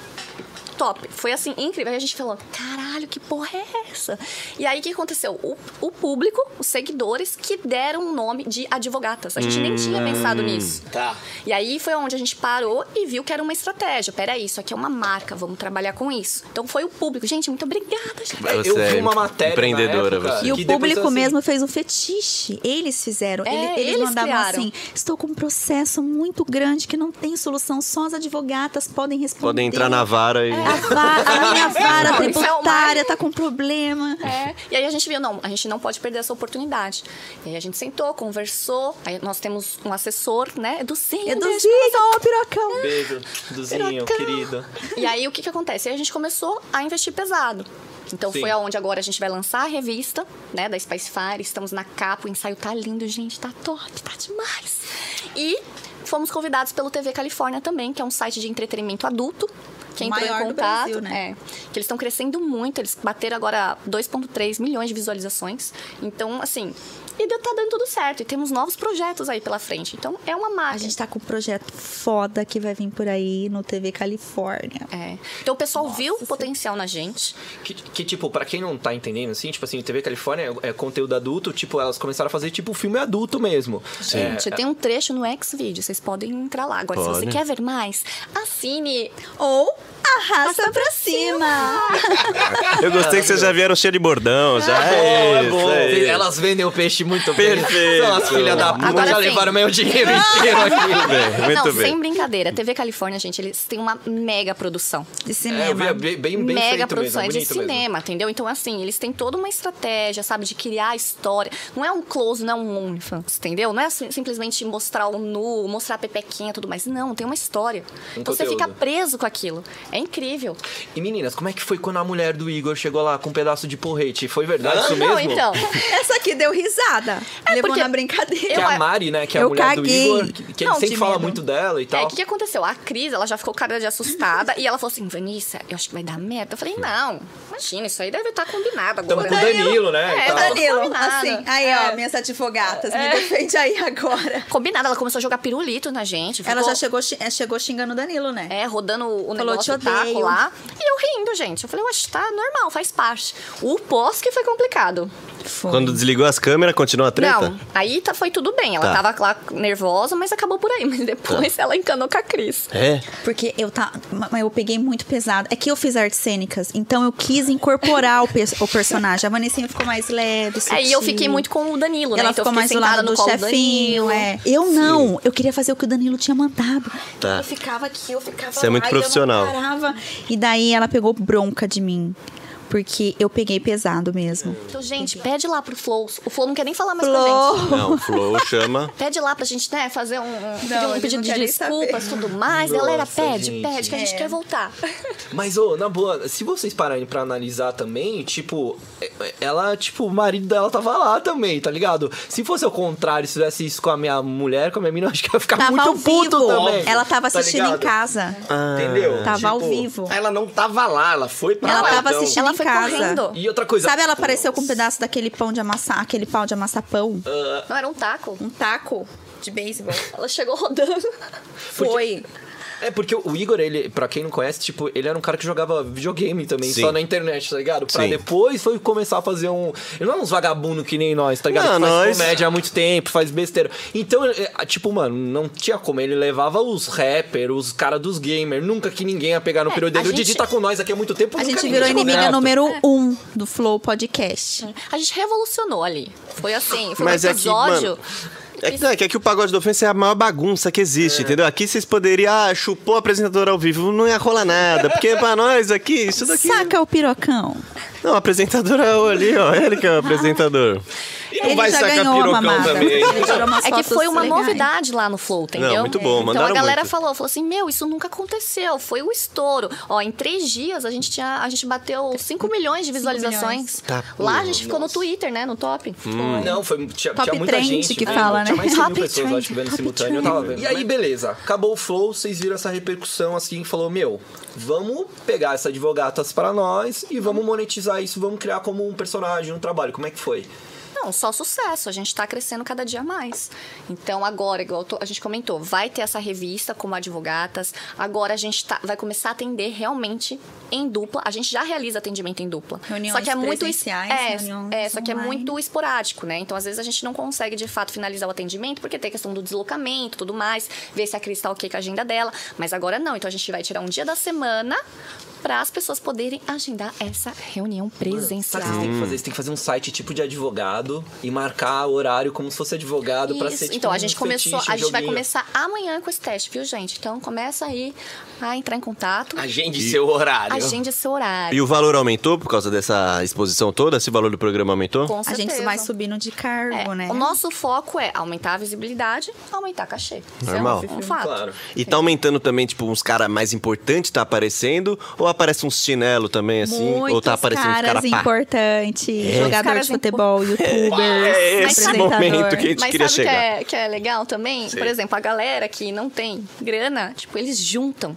S3: Top. Foi assim, incrível. Aí a gente falou: caralho, que porra é essa? E aí o que aconteceu? O, o público, os seguidores, que deram o nome de advogatas. A gente nem tinha pensado nisso.
S5: Tá.
S3: E aí foi onde a gente parou e viu que era uma estratégia. Peraí, isso aqui é uma marca, vamos trabalhar com isso. Então foi o público. Gente, muito obrigada, gente.
S1: Eu
S2: Você é
S1: vi uma matéria.
S2: empreendedora,
S1: na época,
S2: você.
S1: que
S4: E o
S1: depois,
S4: público
S1: assim,
S4: mesmo fez um fetiche. Eles fizeram.
S3: É,
S4: Ele- eles,
S3: eles
S4: mandavam
S3: criaram.
S4: assim: estou com um processo muito grande que não tem solução, só as advogatas podem responder.
S2: Podem entrar na vara e.
S4: A, vara, a minha vara
S3: Não, isso é o
S4: tributária
S3: mais-
S4: tá com problema.
S3: É. E aí a gente viu, não, a gente não pode perder essa oportunidade. E aí a gente sentou, conversou, aí nós temos um assessor, né?
S4: É
S3: Eduzinho. beijo.
S4: Eduzinho,
S3: um
S4: ó, pirocão.
S1: Beijo, Duzinho,
S3: Pirocão.
S1: querido.
S3: E aí o que que acontece? Aí a gente começou a investir pesado. Então
S1: Sim.
S3: foi aonde agora a gente vai lançar a revista, né, da Spice Fire, estamos na capa, o ensaio tá lindo, gente, tá top, tá demais. E fomos convidados pelo TV Califórnia também, que é um site de entretenimento adulto. Que
S4: O
S3: entrou
S4: maior
S3: em
S4: do
S3: contato,
S4: Brasil, né?
S3: é, que eles estão crescendo muito, eles bateram agora 2.3 milhões de visualizações. Então, assim, e deu- tá dando tudo certo e temos novos projetos aí pela frente. Então, é uma marca.
S4: A gente tá com um projeto foda que vai vir por aí no TV Califórnia.
S3: É. Então o pessoal viu o potencial na gente.
S1: Que, que, tipo, pra quem não tá entendendo, assim, tipo assim, TV Califórnia é, é conteúdo adulto, tipo, elas começaram a fazer, tipo, filme adulto mesmo. É,
S3: Gente, tem um trecho no X-Video, vocês podem entrar lá. Agora, se você
S2: Pode.
S3: quer ver mais, assine.
S4: Ou arrasta pra cima.
S2: Eu gostei que vocês já vieram cheio de bordão. Já
S1: É
S2: é,
S1: bom,
S2: isso, é isso.
S1: Elas vendem o peixe muito bem.
S2: Perfeito.
S1: São as filhas da puta.
S3: Agora
S1: Já
S3: sim. Ah!
S1: levaram meu dinheiro inteiro aqui.
S2: Bem, muito
S3: Não,
S2: bem.
S3: sem brincadeira. TV Califórnia, gente, eles têm uma mega produção.
S4: De
S1: É, eu
S4: cinema.
S1: vi, é bem, bem, bem
S3: mega
S1: feito mesmo,
S3: produção, é de
S1: bonito mesmo.
S3: cinema, entendeu? Então, assim, eles têm toda uma estratégia, sabe, de criar a história. Não é um close, não é um OnlyFans, entendeu? Não é assim, simplesmente mostrar o nu, mostrar a pepequinha e tudo mais. Não, tem uma história.
S1: Um
S3: então você
S1: conteúdo.
S3: fica preso com aquilo. É incrível.
S1: E meninas, como é que foi quando a mulher do Igor chegou lá com um pedaço de porrete? Foi verdade isso mesmo?
S3: Não, então.
S4: Essa aqui deu risada.
S3: É,
S4: Levou
S3: porque
S4: na brincadeira.
S1: Que é a Mari, né? Que é a
S4: Eu
S1: mulher
S4: caguei.
S1: do Igor. Que, que ele
S4: Não,
S1: sempre
S4: de
S1: fala
S4: medo.
S1: muito dela e
S3: É,
S1: tal.
S3: o que, que aconteceu? A Cris, ela já ficou com cara de assustada e ela falou assim: Vanessa, eu acho que vai dar merda. Eu falei: não, imagina, isso aí deve estar combinado
S1: Hum. Tamo
S3: agora.
S1: com o Danilo, né? e
S3: É,
S1: tal.
S4: Danilo,
S3: Não sabe
S4: assim.
S3: nada. É.
S4: Aí, ó, minhas advogatas, me defende aí agora.
S3: Combinado, ela começou a jogar pirulito na gente.
S4: Ela
S3: ficou,
S4: já chegou, xi- eh, chegou xingando o Danilo, né?
S3: É, rodando o
S4: Falou,
S3: negócio
S4: "Te
S3: do taco
S4: odeio."
S3: lá. E eu rindo, gente. Eu falei, ué, tá normal, faz parte. O pós que foi complicado.
S4: Foi.
S2: Quando desligou as câmeras, continuou a treta?
S3: Não, aí tá- foi tudo bem. Ela
S2: Tá.
S3: tava lá nervosa, mas acabou por aí. Mas depois
S1: Tá.
S3: ela encanou com a Cris.
S2: É?
S4: Porque eu tá, ma- mas eu peguei muito pesado. É que eu fiz artes cênicas, então eu quis incorporar o, pe- o personagem. A Vanessinha ficou mais leve, sutil.
S3: Aí É, eu fiquei muito com o Danilo, né?
S4: Ela
S3: então
S4: ficou
S3: eu fiquei
S4: mais
S3: sentada
S4: do lado
S3: no
S4: do
S3: colo
S4: chefinho,
S3: do Danilo.
S4: é. Eu não, eu queria fazer o que o Danilo tinha mandado.
S2: Tá.
S4: Eu ficava aqui, eu ficava
S2: Você é muito
S4: lá, e eu não
S2: profissional.
S4: parava. E daí ela pegou bronca de mim, porque eu peguei pesado mesmo.
S3: Então, gente, pede lá pro Flow. O Flow não quer nem falar mais com a gente.
S4: Flor.
S2: Não, Flow chama.
S3: Pede lá pra gente, né, fazer um, um- pedir
S4: eles
S3: um
S4: não
S3: pedido de
S4: querem
S3: desculpas e tudo mais. Galera,
S1: Nossa,
S3: pede,
S1: gente.
S3: pede, que a gente
S4: É.
S3: quer voltar.
S1: Mas, ô, na boa, se vocês pararem pra analisar também, tipo, ela, tipo, o marido dela tava lá também, tá ligado? Se fosse ao contrário, se fizesse isso com a minha mulher, com a minha menina, eu acho que eu ia ficar
S4: Tava
S1: muito
S4: ao
S1: puto
S4: vivo.
S1: também.
S4: Ela tava
S1: tá
S4: assistindo em
S1: ligado? Ah,
S4: casa.
S5: Entendeu?
S4: Ah.
S5: Tipo,
S4: Tava ao vivo.
S5: Ela não tava lá, ela foi pra
S4: Ela
S5: lá.
S4: tava
S5: então.
S4: assistindo
S3: Ela
S4: em
S3: foi
S4: casa.
S3: correndo.
S1: E outra coisa.
S4: Sabe, ela apareceu com um pedaço daquele pão de amassar, aquele pau de amassar pão.
S1: Ah.
S3: Não, era um taco.
S4: Um taco de beisebol.
S3: Ela chegou rodando.
S4: Foi.
S1: É porque o Igor, ele, pra quem não conhece, tipo, ele era um cara que jogava videogame também,
S2: Sim.
S1: só na internet, tá ligado? Pra
S2: Sim.
S1: depois foi começar a fazer um. Ele não é uns vagabundo que nem nós, tá ligado?
S2: Não,
S1: que faz
S2: nós-
S1: comédia há muito tempo, faz besteira. Então, é, é, tipo, mano, não tinha como. Ele levava os rappers, os caras dos gamers, nunca que ninguém ia pegar no
S3: É,
S1: período dele.
S3: a
S1: O Didi
S3: gente-
S1: tá com nós aqui há muito tempo.
S4: A
S1: nunca
S4: gente
S1: ninguém tá
S4: virou
S1: chegou
S4: inimiga
S1: perto.
S4: número
S3: É.
S4: um do Flow Podcast.
S3: A gente revolucionou ali. Foi assim, foi
S2: Mas
S3: um
S2: é que,
S3: episódio.
S2: mano, É que, não, é que aqui o pagode da ofensa é a maior bagunça que existe, entendeu? Aqui vocês poderiam, ah, chupou a apresentadora ao vivo, não ia rolar nada, porque pra nós aqui, isso daqui.
S4: Saca o pirocão.
S2: Não, a apresentadora ali, ó, ele que é o apresentador.
S5: E não
S4: Ele
S5: vai
S4: já
S5: sacar
S4: ganhou a
S5: pirocão
S4: mamada.
S5: também.
S4: Ele tirou umas
S3: É que
S4: fotos
S3: foi uma
S4: legais.
S3: novidade lá no Flow, entendeu?
S2: Não, muito bom,
S3: Então a
S2: mandaram
S3: galera
S2: muito.
S3: falou, falou assim, meu, isso nunca aconteceu, foi o estouro. Ó, em três dias a gente tinha, a gente bateu 5 milhões de visualizações.
S2: Tá, Hum,
S3: lá
S2: porra,
S3: a gente ficou no Twitter, né, no top.
S1: Não, foi, tinha,
S4: Top
S1: tinha muita
S4: trend
S1: gente.
S4: que
S1: né?
S4: fala,
S1: Tinha
S4: né?
S1: mais de 100 mil
S4: Top
S1: pessoas, eu acho,
S4: trend,
S1: vendo
S4: top
S1: simultâneo. Eu
S4: trend.
S1: tava vendo. E aí, beleza. Acabou o flow, vocês viram essa repercussão assim, falou, meu, vamos pegar essa advogatas pra nós e vamos monetizar isso, vamos criar como um personagem, um trabalho. Como é que foi?
S3: Não, só sucesso. A gente tá crescendo cada dia mais. Então, agora, igual to- a gente comentou, vai ter essa revista como advogatas. Agora a gente tá- vai começar a atender realmente em dupla. A gente já realiza atendimento em dupla.
S4: Reuniões
S3: só que é muito es-
S4: presenciais,
S3: é,
S4: reuniões
S3: é, só que é
S4: online.
S3: muito esporádico, né? Então, às vezes a gente não consegue de fato finalizar o atendimento porque tem a questão do deslocamento, tudo mais, ver se a Cris tá ok com a agenda dela, mas agora não. Então, a gente vai tirar um dia da semana para as pessoas poderem agendar essa reunião presencial.
S1: Sabe o que vocês têm que fazer? Vocês têm que fazer um site tipo de advogado e marcar o horário como se fosse advogado pra
S3: Isso.
S1: ser tipo
S3: então, a gente
S1: um
S3: começou,
S1: fetiche,
S3: a
S1: um
S3: gente vai
S1: joguinho.
S3: começar amanhã com esse teste, viu, gente? Então começa aí a entrar em contato,
S5: Agende seu horário.
S3: agende seu horário.
S2: E o valor aumentou por causa dessa exposição toda? Se o valor do programa aumentou?
S3: Com
S4: A gente
S3: certeza.
S4: vai subindo de cargo,
S3: É,
S4: né?
S3: O nosso foco é aumentar a visibilidade, aumentar cachê. Isso
S2: Normal.
S3: É um, um fato.
S1: Claro.
S2: E tá aumentando também, tipo, uns caras mais importantes tá aparecendo? Ou aparece uns chinelo também, assim? ou tá
S4: Muitos
S2: aparecendo uns
S4: caras
S2: caras pá?
S4: importantes, jogador
S3: Caras
S4: de futebol, youtuber,
S2: É
S3: Mas
S2: esse
S3: sabe-
S2: momento que a gente
S3: Mas
S2: queria
S3: sabe
S2: chegar.
S3: Que, é, que é legal também? Por exemplo, a galera que não tem grana, tipo, eles juntam.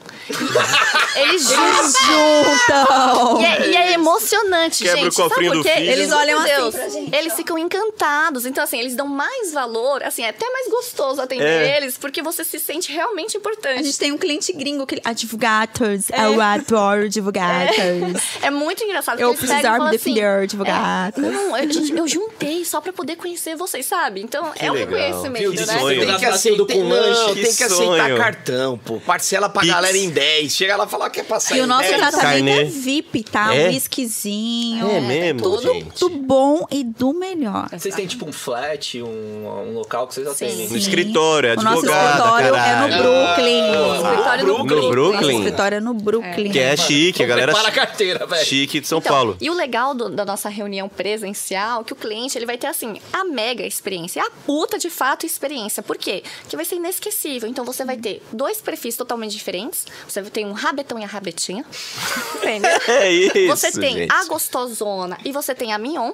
S3: eles juntam.
S4: juntam.
S3: E é, e é emocionante,
S2: Quebra
S3: gente.
S2: o cofrinho
S3: Sabe
S2: do
S3: por quê?
S2: filho.
S4: Eles olham
S3: Meu
S4: assim
S3: Deus,
S4: pra gente,
S3: Eles ficam encantados. Então, assim, eles dão mais valor. Assim, é até mais gostoso atender
S2: É.
S3: eles, porque você se sente realmente
S4: A
S3: importante.
S4: gente tem um cliente gringo que ele... Advogados, eu adoro advogados.
S3: É muito engraçado.
S4: Eu
S3: porque eles pegam e
S4: precisar
S3: falam
S4: me defender,
S3: assim,
S4: advogados.
S3: Não, eu, gente, eu juntei só pra poder conhecer vocês, sabe? Então, é um
S2: legal.
S3: reconhecimento,
S2: Que
S3: né?
S2: sonho.
S5: Tipo, Tem que
S1: Abraçar tudo
S5: aceitar,
S1: com lanche.
S5: não,
S2: Que
S5: tem que
S2: sonho.
S5: aceitar cartão, pô. Parcela pra
S2: Pix.
S5: galera em 10. Chega lá e fala que é passar
S4: E
S5: em
S4: o nosso
S5: 10.
S4: tratamento é
S2: Carnê.
S4: VIP, tá?
S2: É?
S4: Um whiskyzinho.
S2: É mesmo,
S4: Tudo
S2: gente?
S4: do bom e do melhor.
S1: Vocês têm tipo um flat, um, um local que vocês atendem.
S2: No escritório, é
S4: O nosso
S2: advogada,
S4: escritório
S2: caralho. Ah.
S4: é no Brooklyn.
S3: Escritório no
S2: Brooklyn. No
S4: Nosso
S2: Brooklyn?
S4: escritório é no Brooklyn.
S2: Que é chique, a galera
S1: Para a carteira, velho.
S2: chique de São
S3: Então,
S2: Paulo.
S3: E o legal do- da nossa reunião presencial é que o cliente ele vai ter assim a mega experiência, a puta de fato experiência. Por quê? Porque vai ser inesquecível. Então você vai ter dois perfis totalmente diferentes. Você tem um rabetão e a rabetinha. Entendeu?
S2: É isso,
S3: Você tem
S2: gente. Ah.
S3: a gostosona e você tem a mignon.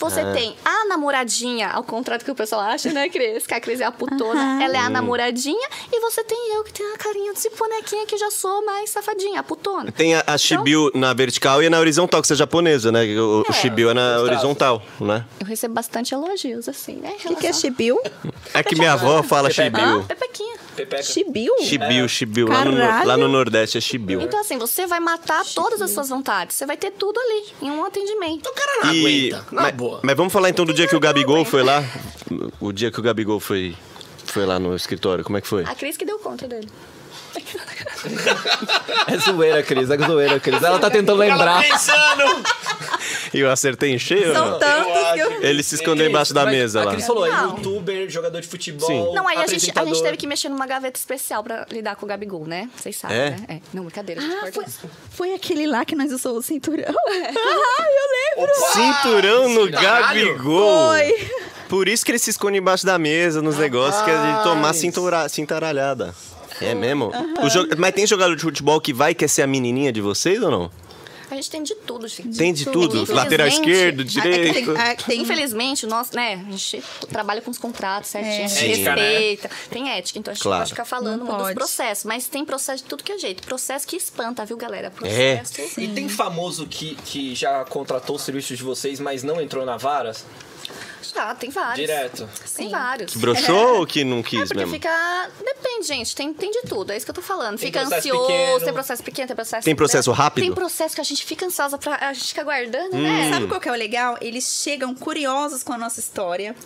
S3: Você tem a namoradinha, ao contrário do que o pessoal acha, né, Cris? Que a Cris é a putona, ela é a namoradinha. E você tem eu, que tenho a carinha desse bonequinha que já sou mais safadinha, a putona.
S2: Tem a, a Shibiu na vertical e na horizontal, que você é japonesa, né? O, o Shibiu é na
S1: Gustavo.
S2: horizontal, né?
S3: Eu recebo bastante elogios, assim, né?
S4: O que, que é Chibiu?
S2: É que minha avó fala Shibiu.
S3: Tá, Pepequinha.
S1: Pepeca.
S4: Chibiu?
S2: Shibiu, Shibiu. Lá no,
S4: Caralho.
S2: lá no Nordeste é Shibiu.
S3: Então, assim, você vai matar todas as suas vontades. Você vai ter tudo ali, em um atendimento.
S5: O cara não
S2: E-
S5: aguenta. Na
S2: mas-
S5: boa.
S2: Mas vamos falar então do dia que o Gabigol foi lá? O dia que o Gabigol foi, foi lá no escritório, como é que foi?
S3: A Cris que deu conta dele.
S1: É zoeira, Cris. É zoeira, Cris. Ela tá tentando lembrar.
S5: pensando!
S2: E eu acertei em cheio? ou
S4: São
S2: não? tá.
S4: tantos que eu...
S2: Ele se escondeu embaixo da
S1: Mas
S2: mesa
S1: a
S2: lá.
S1: Cris falou, é
S3: Não.
S1: youtuber, jogador de futebol,
S2: Sim.
S3: Não, aí a gente, a gente
S1: apresentador.
S3: teve que mexer numa gaveta especial pra lidar com o Gabigol, né? Vocês sabem,
S2: É?
S3: né? É. Não, brincadeira, a gente
S4: Ah,
S3: corta
S4: foi,
S3: isso.
S4: foi aquele lá que nós usou o cinturão? ah, eu lembro!
S2: Cinturão no
S5: Caralho.
S2: Gabigol.
S4: Foi.
S2: Por isso que ele se esconde embaixo da mesa nos negócios que é de tomar cintura, cintaralhada. É mesmo? O jo- Mas tem jogador de futebol que vai e quer ser a menininha de vocês ou não?
S3: A gente tem de tudo, gente.
S2: Tem de tudo.
S3: Infelizmente-
S2: Lateral esquerdo,
S4: Ah, é que
S2: direito.
S4: tem- ah, tem-
S3: Infelizmente, nós, né, a gente trabalha com os contratos certinho, a gente
S5: Ética, né?
S3: respeita. Tem ética, então a gente
S2: Claro.
S3: não pode ficar falando
S4: É. Não
S3: muito dos
S4: pode.
S3: processos. Mas tem processo de tudo que é jeito. Processo que espanta, viu, galera?
S2: É.
S3: Processo.
S1: E tem famoso que, que já contratou o serviço de vocês, mas não entrou na vara?
S3: Já, tem vários.
S1: Direto.
S3: Tem vários.
S2: Que broxou ou que não
S3: É,
S2: quis
S3: porque
S2: mesmo?
S3: fica. Depende, gente. Tem, tem de tudo. É isso que eu tô falando.
S1: Tem
S3: Fica
S1: processo
S3: ansioso.
S1: pequeno.
S3: Tem processo pequeno, tem processo.
S2: Tem processo rápido?
S3: Tem processo que a gente fica ansiosa pra. A gente fica aguardando,
S2: Hum.
S3: né?
S4: Sabe qual que é o legal? Eles chegam curiosos com a nossa história,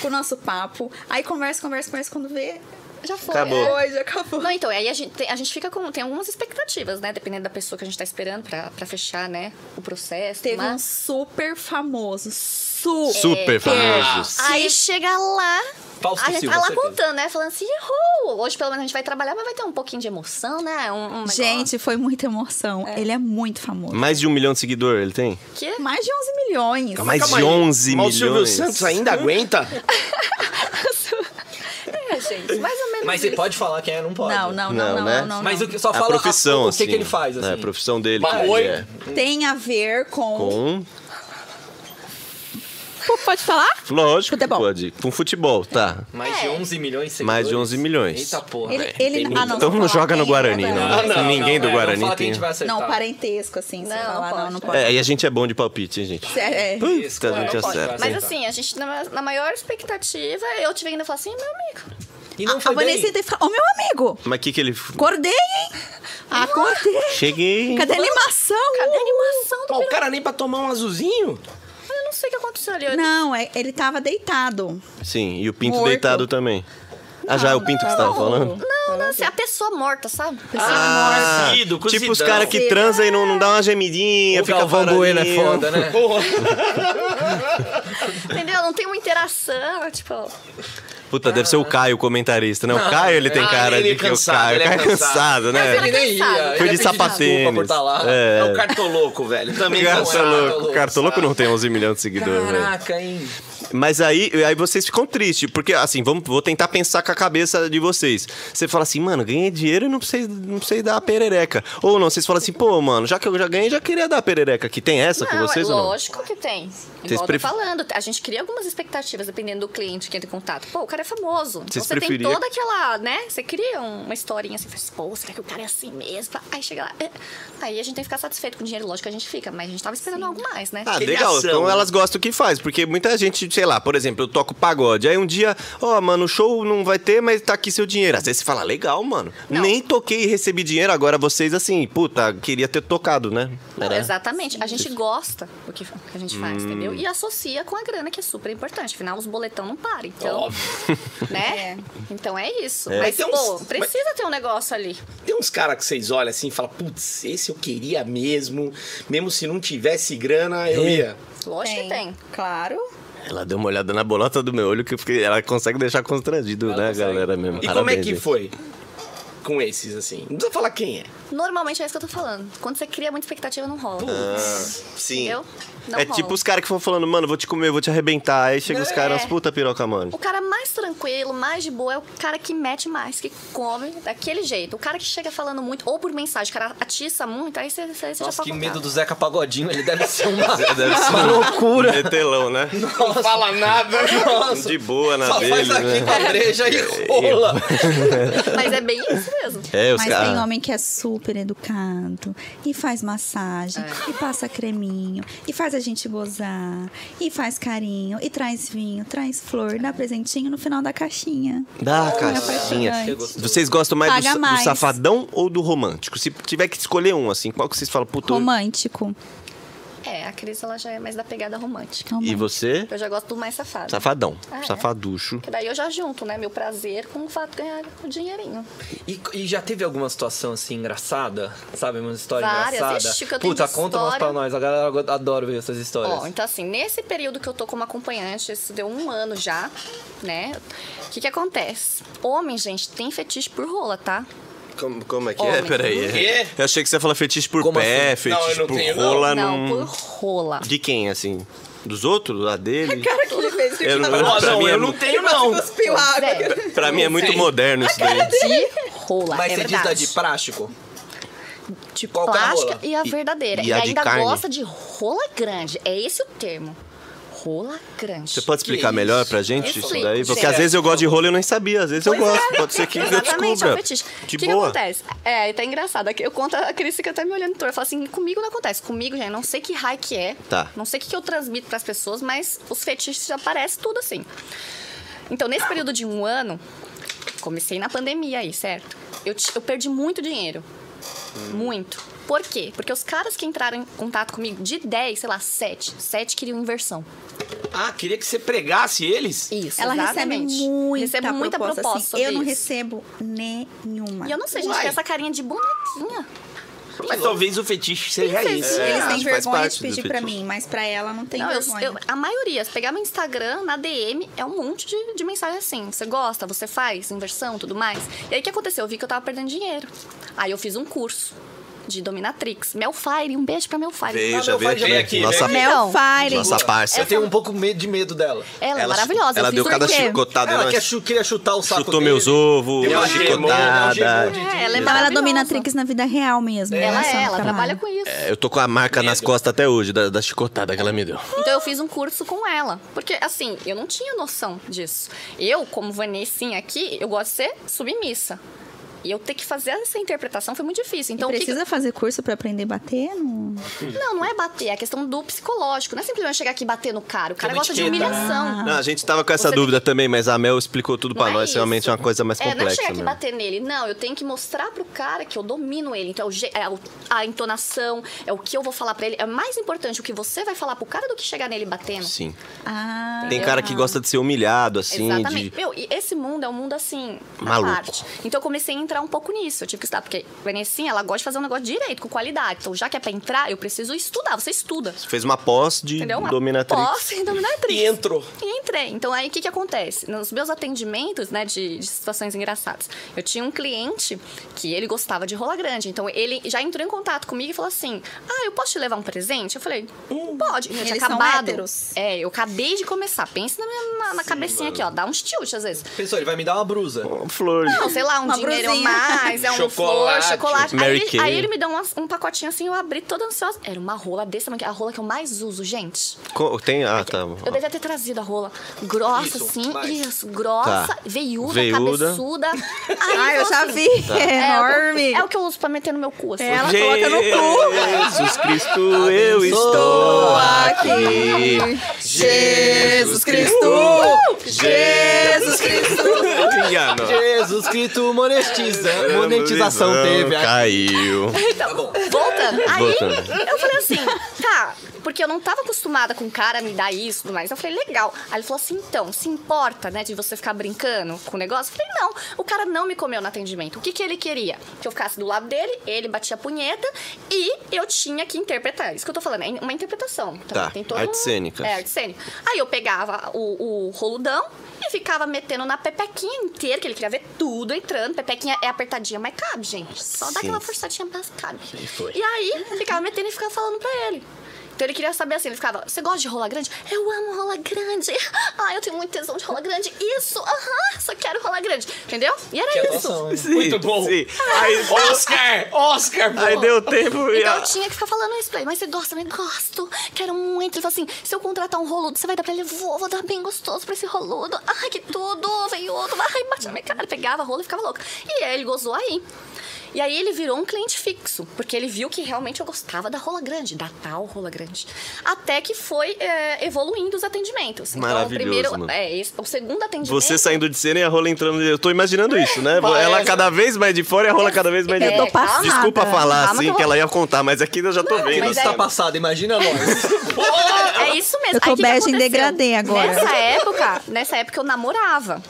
S4: com o nosso papo. Aí conversa, conversa, conversa. Quando vê,
S3: Já foi.
S2: Acabou.
S3: é.
S4: hoje acabou.
S3: Não, então, aí a gente, tem, a gente fica com. Tem algumas expectativas, né? Dependendo da pessoa que a gente tá esperando pra, pra fechar, né? O processo.
S4: Teve um
S3: mas...
S4: super famoso. Super.
S2: Super famoso.
S3: Aí chega lá.
S1: Fausto
S3: a gente
S1: Silva,
S3: tá lá
S1: certeza.
S3: contando, né? Falando assim, errou! Hoje pelo menos a gente vai trabalhar, mas vai ter um pouquinho de emoção, né? Um, um
S4: Gente, foi muita emoção. Ele é muito famoso.
S2: Mais de um milhão de seguidor ele tem?
S3: negócio que-
S4: Mais de 11 milhões.
S2: Mais
S5: Calma
S2: de
S5: aí.
S2: 11 milhões.
S5: Mas o Silvio Santos ainda aguenta?
S3: É, gente, mais ou menos.
S1: Mas você pode falar quem é, não pode.
S4: Não, não, não,
S2: Não,
S4: não, não,
S2: né?
S4: não, não.
S1: Mas o que só
S2: a
S1: fala a-
S2: profissão,
S1: o que,
S2: assim.
S1: que ele faz,
S2: né,
S1: assim.
S2: a profissão dele.
S5: Mas
S2: que ele
S5: oi?
S2: é.
S4: Tem a ver com.
S2: Com...
S4: Pô, pode falar?
S2: Lógico que
S4: Futebol.
S2: pode. Com futebol, tá.
S1: Mais
S3: É.
S1: de 11 milhões de seguidores.
S2: Mais de 11 milhões.
S1: Eita porra,
S4: Ele,
S1: velho.
S4: ele,
S1: Tem
S4: ah,
S1: muito.
S4: não,
S2: então
S4: se
S2: não
S4: falar
S2: joga no
S4: quem,
S2: Guarani,
S4: não.
S2: não.
S5: Ah, não,
S2: Ninguém
S5: não,
S2: do
S5: é, não
S2: Guarani
S1: fala que a
S2: tem.
S1: gente vai acertar.
S4: Não, parentesco, assim. se
S3: Não,
S4: falar,
S3: pode.
S4: não, não pode.
S2: É, e a gente é bom de palpite, hein, gente?
S4: É, é.
S1: Isso,
S2: Puta, a
S1: claro,
S2: gente
S1: pode,
S2: acerta.
S1: vai.
S3: Mas assim, a gente, na, na maior expectativa, eu tive ainda falar assim, meu amigo.
S1: E
S3: Ah,
S4: A,
S1: não
S4: Ah, a
S1: foi
S4: Vanessa
S1: bem.
S4: tem que falar, ô meu amigo,
S2: Mas o que que ele...
S4: acordei, hein? Acordei.
S2: Cheguei...
S4: Cadê a animação?
S3: Cadê a animação do
S5: Pô, o cara nem pra tomar um azulzinho?
S3: piru? Eu não sei o que aconteceu ali. Eu-
S4: Não, é- ele tava deitado.
S2: Sim, e o pinto
S4: Morto.
S2: deitado também. Ah, já é o pinto que você tava falando?
S3: Não, não, assim, a pessoa morta, sabe?
S2: Ah,
S5: Cozido,
S2: tipo os
S5: cozidão.
S2: caras que transam e não, não dá uma gemidinha,
S1: O
S2: fica
S1: Galvão Bueno é
S2: paradinho.
S1: foda, né?
S3: Entendeu? Não tem uma interação, tipo.
S2: Puta, deve ser o Caio o comentarista, né? O Caio, ele tem
S5: Ah,
S2: cara
S5: ele é
S2: de que é o
S5: cansado,
S2: Caio. O
S5: ele é
S2: Caio é cansado, né?
S3: Mas ele nem ia, ele
S2: Foi
S3: ia
S2: de
S3: pedir desculpa
S2: sapatênis.
S1: por tá lá.
S2: É.
S5: É o cartoloco, velho. Também
S2: Carta
S5: não é.
S2: tá louco. Cartoloco não tem 11 milhões de seguidores, velho.
S1: Caraca, hein?
S2: Mas aí, aí vocês ficam tristes, porque assim, vamos, vou tentar pensar com a cabeça de vocês. Você fala assim, mano, ganhei dinheiro e não precisei, não precisei dar a perereca. Ou não, vocês falam assim, pô, mano, já que eu já ganhei, já queria dar a perereca aqui. Tem essa com
S3: Não,
S2: vocês
S3: é
S2: ou não?
S3: lógico que tem. Igual eu tô
S2: pref-
S3: falando, a gente cria algumas expectativas dependendo do cliente que entra em contato. Pô, o cara é famoso. Então
S2: Vocês
S3: você
S2: preferiam-
S3: tem toda aquela, né? Você cria um- uma historinha assim, faz, pô, será que o cara é assim mesmo? Aí chega lá. é. Aí a gente tem que ficar satisfeito com o dinheiro, lógico que a gente fica, mas a gente tava esperando algo mais, né?
S2: Ah,
S5: Aquele
S2: legal.
S5: ação.
S2: Então elas gostam do que faz, porque muita gente, sei lá, por exemplo, eu toco pagode. Aí um dia, ó, mano, o show não vai ter, mas tá aqui seu dinheiro. Às vezes você fala, legal, mano.
S3: Não.
S2: Nem toquei e recebi dinheiro, agora vocês assim, puta, queria ter tocado, né?
S3: Não, Exatamente. A gente gosta do que que a gente faz, entendeu? E associa com a grana, que é super importante. Afinal, os boletão não param. Então, né? Então é isso. Mas,
S5: Mas tem
S3: pô,
S5: uns-
S3: precisa ter um negócio ali.
S5: Tem uns caras que vocês olham assim e falam, putz, esse eu queria mesmo. Mesmo se não tivesse grana, eu ia.
S3: Lógico que tem.
S4: Claro.
S2: Ela deu uma olhada na bolota do meu olho, que eu fiquei- ela consegue deixar constrangido, né,
S1: consegue.
S2: galera mesmo.
S5: E como é
S2: Parabéns,
S5: que
S2: gente.
S5: foi? Com esses, assim. Não precisa falar quem é.
S3: Normalmente é isso que eu tô falando. Quando você cria muita expectativa, não rola.
S5: Ah,
S2: Ah, Sim.
S3: Entendeu? Não
S2: é
S3: rola.
S2: tipo os caras que vão falando, mano, vou te comer, vou te arrebentar. Aí chega os
S3: É.
S2: caras, puta piroca, mano.
S3: O cara mais tranquilo, mais de boa, é o cara que mete mais, que come daquele jeito. O cara que chega falando muito, ou por mensagem, o cara atiça muito, aí você, você já tá
S1: Nossa,
S3: pode
S1: que
S3: contar.
S1: medo do Zeca Pagodinho. Ele deve ser um uma,
S2: Deve ser
S1: uma loucura.
S2: Metelão, né?
S5: Não fala nada.
S1: Nossa.
S2: De boa na
S1: Só
S2: dele,
S1: faz aqui
S2: né?
S1: com a breja e rola.
S3: Mas é bem isso mesmo.
S2: É, os
S4: Mas
S2: caras.
S4: tem homem que é super educado e faz massagem
S2: É.
S4: e passa creminho e faz a gente gozar e faz carinho e traz vinho, traz flor, dá presentinho no final da caixinha.
S2: Da
S4: apaixonante.
S2: caixinha.
S4: Eu
S1: gosto.
S2: Vocês gostam mais
S4: Paga
S2: do, do
S4: mais.
S2: safadão ou do romântico? Se tiver que escolher um, assim, qual que vocês falam? Puta, eu-
S4: Romântico.
S3: É, a Cris ela já é mais da pegada romântica.
S2: E você?
S3: Eu já gosto do mais safado.
S2: Safadão.
S3: Ah, é?
S2: Safaducho.
S3: Que daí eu já junto, né? Meu prazer com o fato de ganhar o dinheirinho.
S1: E, e já teve alguma situação assim engraçada? Sabe, uma história
S3: Várias.
S1: engraçada?
S3: Ixi, que eu tenho
S1: Puta,
S3: de
S1: conta umas
S3: história.
S1: pra nós. A galera adora ver essas histórias.
S3: Ó, então assim, nesse período que eu tô como acompanhante, isso deu um ano já, né? O que que acontece? Homem, gente, tem fetiche por rola, tá?
S2: Como, como é que é?
S3: Homem.
S2: Peraí.
S5: O quê?
S2: Eu achei que você ia falar fetiche por
S1: Como
S2: pé,
S1: assim?
S5: Não,
S2: fetiche
S5: eu não
S2: por
S5: tenho, não.
S2: rola.
S3: Não,
S2: num-
S3: por rola.
S2: De quem, assim? Dos outros? A dele?
S4: Cara, que ele fez
S2: Eu não-
S5: Ó,
S2: pra
S5: não,
S2: mim é
S5: eu não
S2: muito-
S5: tenho, não.
S4: Cuspiu água.
S3: Sério,
S2: pra mim é muito moderno isso daí.
S3: de rola,
S1: Mas
S3: é
S1: você diz
S3: verdade.
S1: da de plástico?
S3: de
S1: qual que é a
S3: plástica
S1: rola?
S3: e a verdadeira.
S2: e
S3: E,
S2: a de
S3: ainda
S2: carne?
S3: gosta de rola grande. É esse o termo. Rola grande.
S2: Você pode explicar
S1: Que
S2: melhor
S1: isso?
S2: pra gente isso
S3: Explico,
S2: daí? Porque
S3: gente.
S2: às vezes eu gosto de rola e eu nem sabia. Às vezes eu gosto. Pode ser que eu
S3: Exatamente, é um
S2: descubra.
S3: fetiche. O
S2: De
S3: que, que
S2: boa.
S3: acontece? É, e tá engraçado. é que Eu conto, a Cris fica até me olhando em torno. Eu falo assim, comigo não acontece. Comigo, gente, não sei que raio que é.
S2: Tá.
S3: Não sei o que, que eu transmito pras pessoas, mas os fetiches já aparecem tudo assim. Então, nesse período de um ano, comecei na pandemia aí, certo? Eu, ti- eu perdi muito dinheiro. Muito. Por quê? Porque os caras que entraram em contato comigo, de 10, sei lá, 7. 7 queriam inversão.
S5: Ah, queria que você pregasse eles?
S3: Isso,
S4: Ela
S3: exatamente.
S4: recebe muita,
S3: Recebo muita proposta.
S4: assim,
S3: sobre
S4: eu não
S3: isso.
S4: recebo nenhuma.
S3: E eu não sei, gente,
S5: Uai.
S3: que essa carinha de bonequinha.
S5: Mas talvez o fetiche seja
S3: Tem
S5: isso.
S3: fetiche.
S4: Eles
S2: É,
S4: têm
S2: acho que faz
S4: vergonha
S2: parte
S4: de
S2: do
S4: pedir pra
S2: fetiche.
S4: mim, mas pra ela não é tem
S3: Não, eu,
S4: vergonha.
S3: eu- a maioria, se pegar meu Instagram, na DM, é um monte de, de mensagem assim. Você gosta, você faz, inversão, tudo mais. E aí o que aconteceu? Eu vi que eu tava perdendo dinheiro. Aí eu fiz um curso de Dominatrix. Melfire, um beijo pra Melfire.
S2: Veio,
S5: Ah,
S2: já
S5: meu
S2: veio
S5: pai já
S2: aqui.
S5: veio aqui,
S2: nossa,
S5: veio
S4: Mel
S3: Então,
S4: Fire.
S2: nossa parça.
S1: Eu tenho um pouco medo de medo dela.
S3: Ela, é maravilhosa.
S2: Ela
S3: eu
S2: deu
S3: fiz
S2: cada
S3: por quê?
S2: chicotada.
S1: Ela
S2: né?
S1: quer chu- queria chutar o saco
S2: Chutou
S1: dele.
S2: meus ovos,
S1: Deu
S2: uma
S1: uma gemona, uma
S2: chicotada.
S1: gemona.
S3: É, ela é
S4: Então ela
S3: maravilhosa.
S4: domina tricks na vida real mesmo. né?
S3: Ela
S4: Só
S3: é,
S4: no
S3: ela
S4: trabalho.
S3: trabalha com isso.
S2: É, Eu tô com a marca nas costas até hoje, da, da chicotada que ela me deu.
S3: Então eu fiz um curso com ela. Porque, assim, eu não tinha noção disso. Eu, como Vanessinha aqui, eu gosto de ser submissa. E eu ter que fazer essa interpretação foi muito difícil. Então, o que que-
S4: Precisa fazer curso pra aprender a bater? Não...
S3: Não, não é bater, é a questão do psicológico. Não é simplesmente chegar aqui e bater no cara. O cara
S1: uma
S3: gosta de
S1: etiqueta. né?
S3: humilhação.
S2: Não, a gente tava com essa
S3: Ah. Você
S2: dúvida também, mas a Mel explicou tudo pra
S3: Não
S2: nós.
S3: isso.
S2: Realmente é uma coisa mais
S3: É, não é
S2: complexa. né?
S3: chegar aqui e
S2: mesmo.
S3: bater nele. Não, eu tenho que mostrar pro cara que eu domino ele. Então, é o je- é o- a entonação, é o que eu vou falar pra ele. É mais importante o que você vai falar pro cara do que chegar nele batendo.
S2: Sim.
S4: Ah,
S2: Tem cara que gosta de ser humilhado, assim,
S3: Exatamente.
S2: de.
S3: Meu, e esse mundo é um mundo assim, à
S2: Maluco.
S3: parte. Então eu comecei a entrar um pouco nisso. Eu tive que estudar, porque Vanessinha, ela gosta de fazer um negócio direito, com qualidade. Então, já que é pra entrar, eu preciso estudar. Você estuda.
S2: Fez uma pós de
S3: Entendeu? Uma
S2: dominatrix.
S3: Posse em dominatrix.
S5: E entrou.
S3: E entrei. Então aí o que, que acontece? Nos meus atendimentos, né, de, de situações engraçadas, eu tinha um cliente que ele gostava de rola grande. Então ele já entrou em contato comigo e falou assim: Ah, eu posso te levar um presente? Eu falei, pode. Eu tinha
S4: Eles são
S3: acabado.
S4: héteros.
S3: É, eu acabei de começar. Pensa na, minha- na- na cabecinha aqui, ó. Dá uns tilt às vezes.
S1: Pensou, ele vai me dar uma brusa.
S2: Flores.
S3: Não, sei lá, um
S4: Uma
S3: dinheiro a
S4: brusinha.
S3: mais, é um
S5: Chocolate.
S3: flor, chocolate.
S2: Mary
S3: Aí ele,
S2: Kay.
S3: aí ele me deu um, um pacotinho assim, eu abri toda ansiosa. Era uma rola desse tamanho, que é a rola que eu mais uso, gente.
S2: Co- Tem. Ah, tá.
S3: Eu devia ter trazido a rola. Grossa,
S1: Isso,
S3: assim.
S1: vai.
S3: Isso, grossa,
S2: Tá.
S3: veiúda,
S2: Veiúda.
S3: cabeçuda. Aí
S4: Ah, eu
S3: falou
S4: já
S3: assim,
S4: vi. É enorme.
S3: É, o que eu uso pra meter no meu cu, assim.
S4: Ela coloca no cu.
S2: Jesus Cristo, eu estou aqui. Jesus Cristo. Jesus Cristo. Engano.
S1: Jesus Cristo monetiza. Monetização teve. aqui.
S2: É, Caiu.
S1: Tá bom.
S3: Voltando. Aí
S2: Voltando.
S3: eu falei assim, tá, porque eu não tava acostumada com o cara me dar isso e tudo mais. Eu falei, legal. Aí ele falou assim, então, se importa, né, de você ficar brincando com o negócio? Eu falei, não, o cara não me comeu no atendimento. O que que ele queria? Que eu ficasse do lado dele, ele batia a punheta e eu tinha que interpretar. Isso que eu tô falando, é uma interpretação. Então,
S2: Tá,
S3: tem todo um-
S2: artes cênicas.
S3: É, arte cênica. Aí eu pegava o, o roludão e ficava metendo na pepequinha inteira, que ele queria ver tudo entrando. Pepequinha é apertadinha, mas cabe, gente. Só dá
S2: Sim.
S3: aquela forçadinha, mas cabe.
S2: E foi.
S3: E aí, ficava metendo e ficava falando pra ele. Então ele queria saber assim, ele ficava, você gosta de rola grande? Eu amo rola grande. Ah, eu tenho muito tesão de rola grande. Isso, aham, só quero rola grande. Entendeu? E era isso.
S1: Nossa,
S2: Sim,
S5: Muito bom.
S2: sim. Aí,
S5: Oscar! Oscar, pô!
S2: aí deu tempo e
S3: Então
S2: a-
S3: eu tinha que ficar falando isso pra ele, mas você gosta, né? Gosto, quero muito. Ele falou assim: se eu contratar um roludo, você vai dar pra ele, vou, vou dar bem gostoso pra esse roludo. Ai, que tudo, veio outro, ai, bate na minha cara. Pegava a rola e ficava louca. E aí ele gozou aí. E aí ele virou um cliente fixo, porque ele viu que realmente eu gostava da rola grande, da tal rola grande. Até que foi é, evoluindo os atendimentos.
S2: Maravilhoso,
S3: Então, o primeiro,
S2: mano.
S3: é, esse- o segundo atendimento.
S2: Você saindo de cena e a rola entrando. Eu tô imaginando isso, né?
S5: Vai,
S2: ela
S5: é.
S2: cada vez mais de fora e a rola cada vez mais de
S3: É,
S2: dentro.
S3: calma,
S2: Desculpa
S3: calma,
S2: falar
S3: calma
S2: assim,
S3: que
S2: que,
S3: eu-
S2: ela ia contar, mas aqui eu já tô vendo. assim.
S3: mas
S2: sabe?
S1: Está
S3: é-
S1: tá passado, imagina nós.
S3: É isso mesmo.
S4: Eu tô
S3: Aí, o que que
S4: bege em
S3: aconteceu?
S4: degradê agora.
S3: Nessa época, nessa época eu namorava.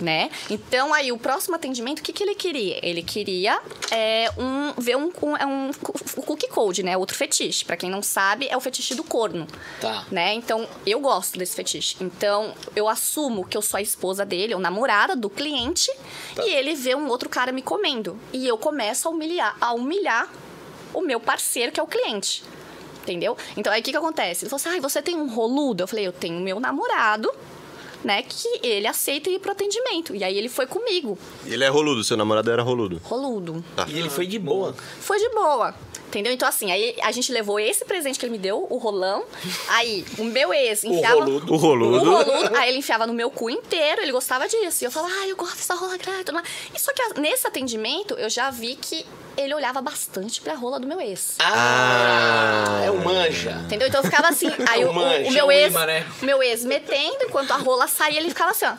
S3: Né? Então, aí, o próximo atendimento, o que, que ele queria? Ele queria é, um, ver um, cu- é um, cu- o cookie code, né? Outro fetiche. Pra quem não sabe, é o fetiche do corno.
S5: Tá.
S3: Né? Então, eu gosto desse fetiche. Então, eu assumo que eu sou a esposa dele, ou namorada do cliente, e ele vê um outro cara me comendo. E eu começo a humilhar, a humilhar o meu parceiro, que é o cliente. Entendeu? Então, aí o que, que acontece? Ele falou assim: ah, você tem um roludo? Eu falei: eu tenho meu namorado, né? Que ele aceita ir pro atendimento. E aí ele foi comigo,
S2: Ele é roludo, seu namorado era roludo.
S3: roludo.
S5: E ele foi de boa.
S3: Foi de boa. Entendeu? Então, assim, aí a gente levou esse presente que ele me deu, o rolão. Aí, o meu ex
S5: O
S3: enfiava.
S5: roludo.
S2: O roludo.
S3: O roludo, aí ele enfiava no meu cu inteiro, ele gostava disso. E eu falava, ah, eu gosto dessa rola grande. e tudo mais. E só que a- nesse atendimento, eu já vi que ele olhava bastante pra rola do meu ex.
S5: Ah, é o manja.
S3: Entendeu? Então eu ficava assim, aí o, o-
S5: Mancha,
S3: o meu
S5: o
S3: ex,
S5: imã, né?
S3: o meu ex metendo, enquanto a rola saía, ele ficava assim, ó.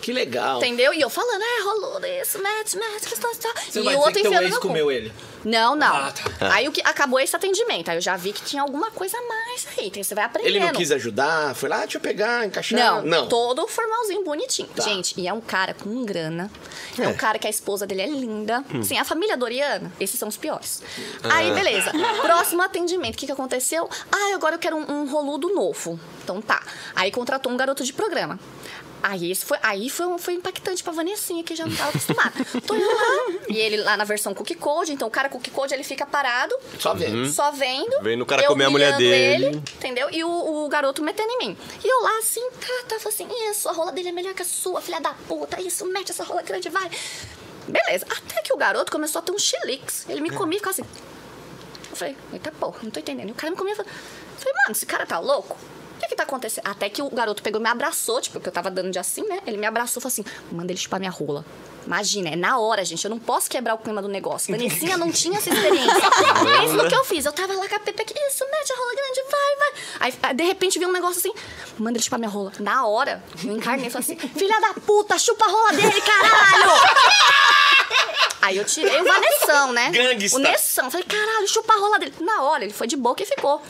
S5: Que legal.
S3: Entendeu? E eu falando, é, roludo, isso, match, match, que está, está.
S1: Você
S3: e
S1: vai dizer
S3: o outro
S1: que teu
S3: enfiando
S1: ex
S3: no cu.
S1: comeu ele.
S3: Não, não.
S5: Ah, tá.
S3: Aí o que acabou é esse atendimento. Aí eu já vi que tinha alguma coisa a mais aí. Então você vai aprendendo.
S5: Ele não quis ajudar, foi lá, "Ah, deixa eu pegar, encaixar.
S3: Não,
S5: não.
S3: todo formalzinho, bonitinho.
S5: Tá.
S3: Gente, e é um cara com grana. É,
S5: É. Hum.
S3: um cara que a esposa dele é linda. Assim, a família Doriana, esses são os piores.
S5: Ah.
S3: Aí, beleza. Próximo atendimento. O que, que aconteceu? Ah, agora eu quero um, um roludo novo. Então tá. Aí contratou um garoto de programa. Aí, esse foi, aí foi, um- foi impactante pra Vanessinha, que já não tava acostumada. Tô indo lá. E ele lá na versão cookie code. Então, o cara cookie code, ele fica parado.
S5: Só vendo.
S3: Só vendo.
S2: Vendo o Uhum. cara
S3: eu
S2: comer a mulher
S3: humilhando
S2: dele.
S3: ele, entendeu? E o, o garoto metendo em mim. E eu lá assim, tá, tá, falei assim, isso, a rola dele é melhor que a sua, filha da puta, é isso, mete essa rola grande, vai. Beleza. Até que o garoto começou a ter um xilix. Ele
S2: É.
S3: me comia e ficava assim. Eu falei, eita porra, não tô entendendo. E o cara me comia e falou- eu falei, mano, esse cara tá louco? O que que tá acontecendo? Até que o garoto pegou e me abraçou, tipo, porque eu tava dando de assim, né? Ele me abraçou e falou assim, manda ele chupar minha rola. Imagina, é na hora, gente. Eu não posso quebrar o clima do negócio. Vanessinha não tinha essa experiência. Pensa no que eu fiz. Eu tava lá com a Pepe aqui, isso, mete a rola grande, vai, vai. Aí, de repente, vi um negócio assim, manda ele chupar minha rola. Na hora, eu encarnei e falei assim, filha da puta, chupa a rola dele, caralho! Aí eu tirei o Vanessão, né?
S5: Gangsta.
S3: O Nessão. Falei, caralho, chupa a rola dele. Na hora, ele foi de boca e ficou.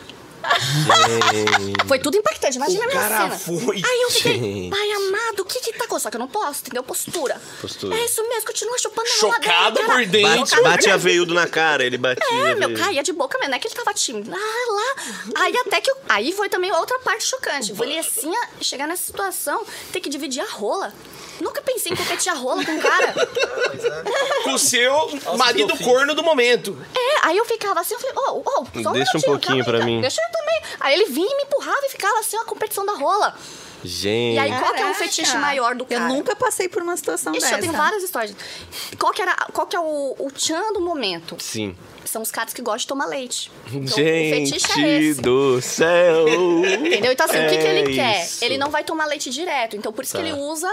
S3: foi tudo impactante. Imagina
S5: O
S3: a minha
S5: cara
S3: cena.
S5: foi.
S3: Aí eu fiquei,
S2: Gente.
S3: pai amado, o que que tá acontecendo? Só que eu não posso, entendeu? Postura.
S2: Postura.
S3: É isso mesmo, continua chupando a rola dele,
S5: Chocado
S3: cara.
S5: por dentro.
S2: Bate, bate a veiudo na cara, ele batia.
S3: É, meu,
S2: veio.
S3: caía de boca mesmo. Não é que ele tava tímido. Ah, lá. Aí até que... eu- Aí foi também outra parte chocante. Vanessinha chegar nessa situação, ter que dividir a rola. Nunca pensei em competir a rola com um cara.
S5: Com o seu marido corno do momento.
S3: É, aí eu ficava assim, eu falei, ô, ô, só
S2: Deixa um
S3: um minutinho,
S2: pouquinho
S3: calma aí,
S2: pra
S3: cara,
S2: mim.
S3: Deixa eu também. Aí ele vinha e me empurrava e ficava assim, a competição da rola.
S2: Gente.
S3: E aí, qual que é o
S4: Caraca.
S3: fetiche maior do cara?
S4: Eu nunca passei por uma situação
S3: Ixi,
S4: dessa.
S3: eu tenho várias histórias. Qual que, era, qual que é o, o tchan do momento?
S2: Sim.
S3: São os caras que gostam de tomar leite. Então, o fetiche é
S2: Gente
S3: esse.
S2: do céu.
S3: Entendeu? Então, assim, o que, que ele
S2: É
S3: quer?
S2: isso. Tá.
S3: Ele não vai tomar leite direto. Então, por isso que ele usa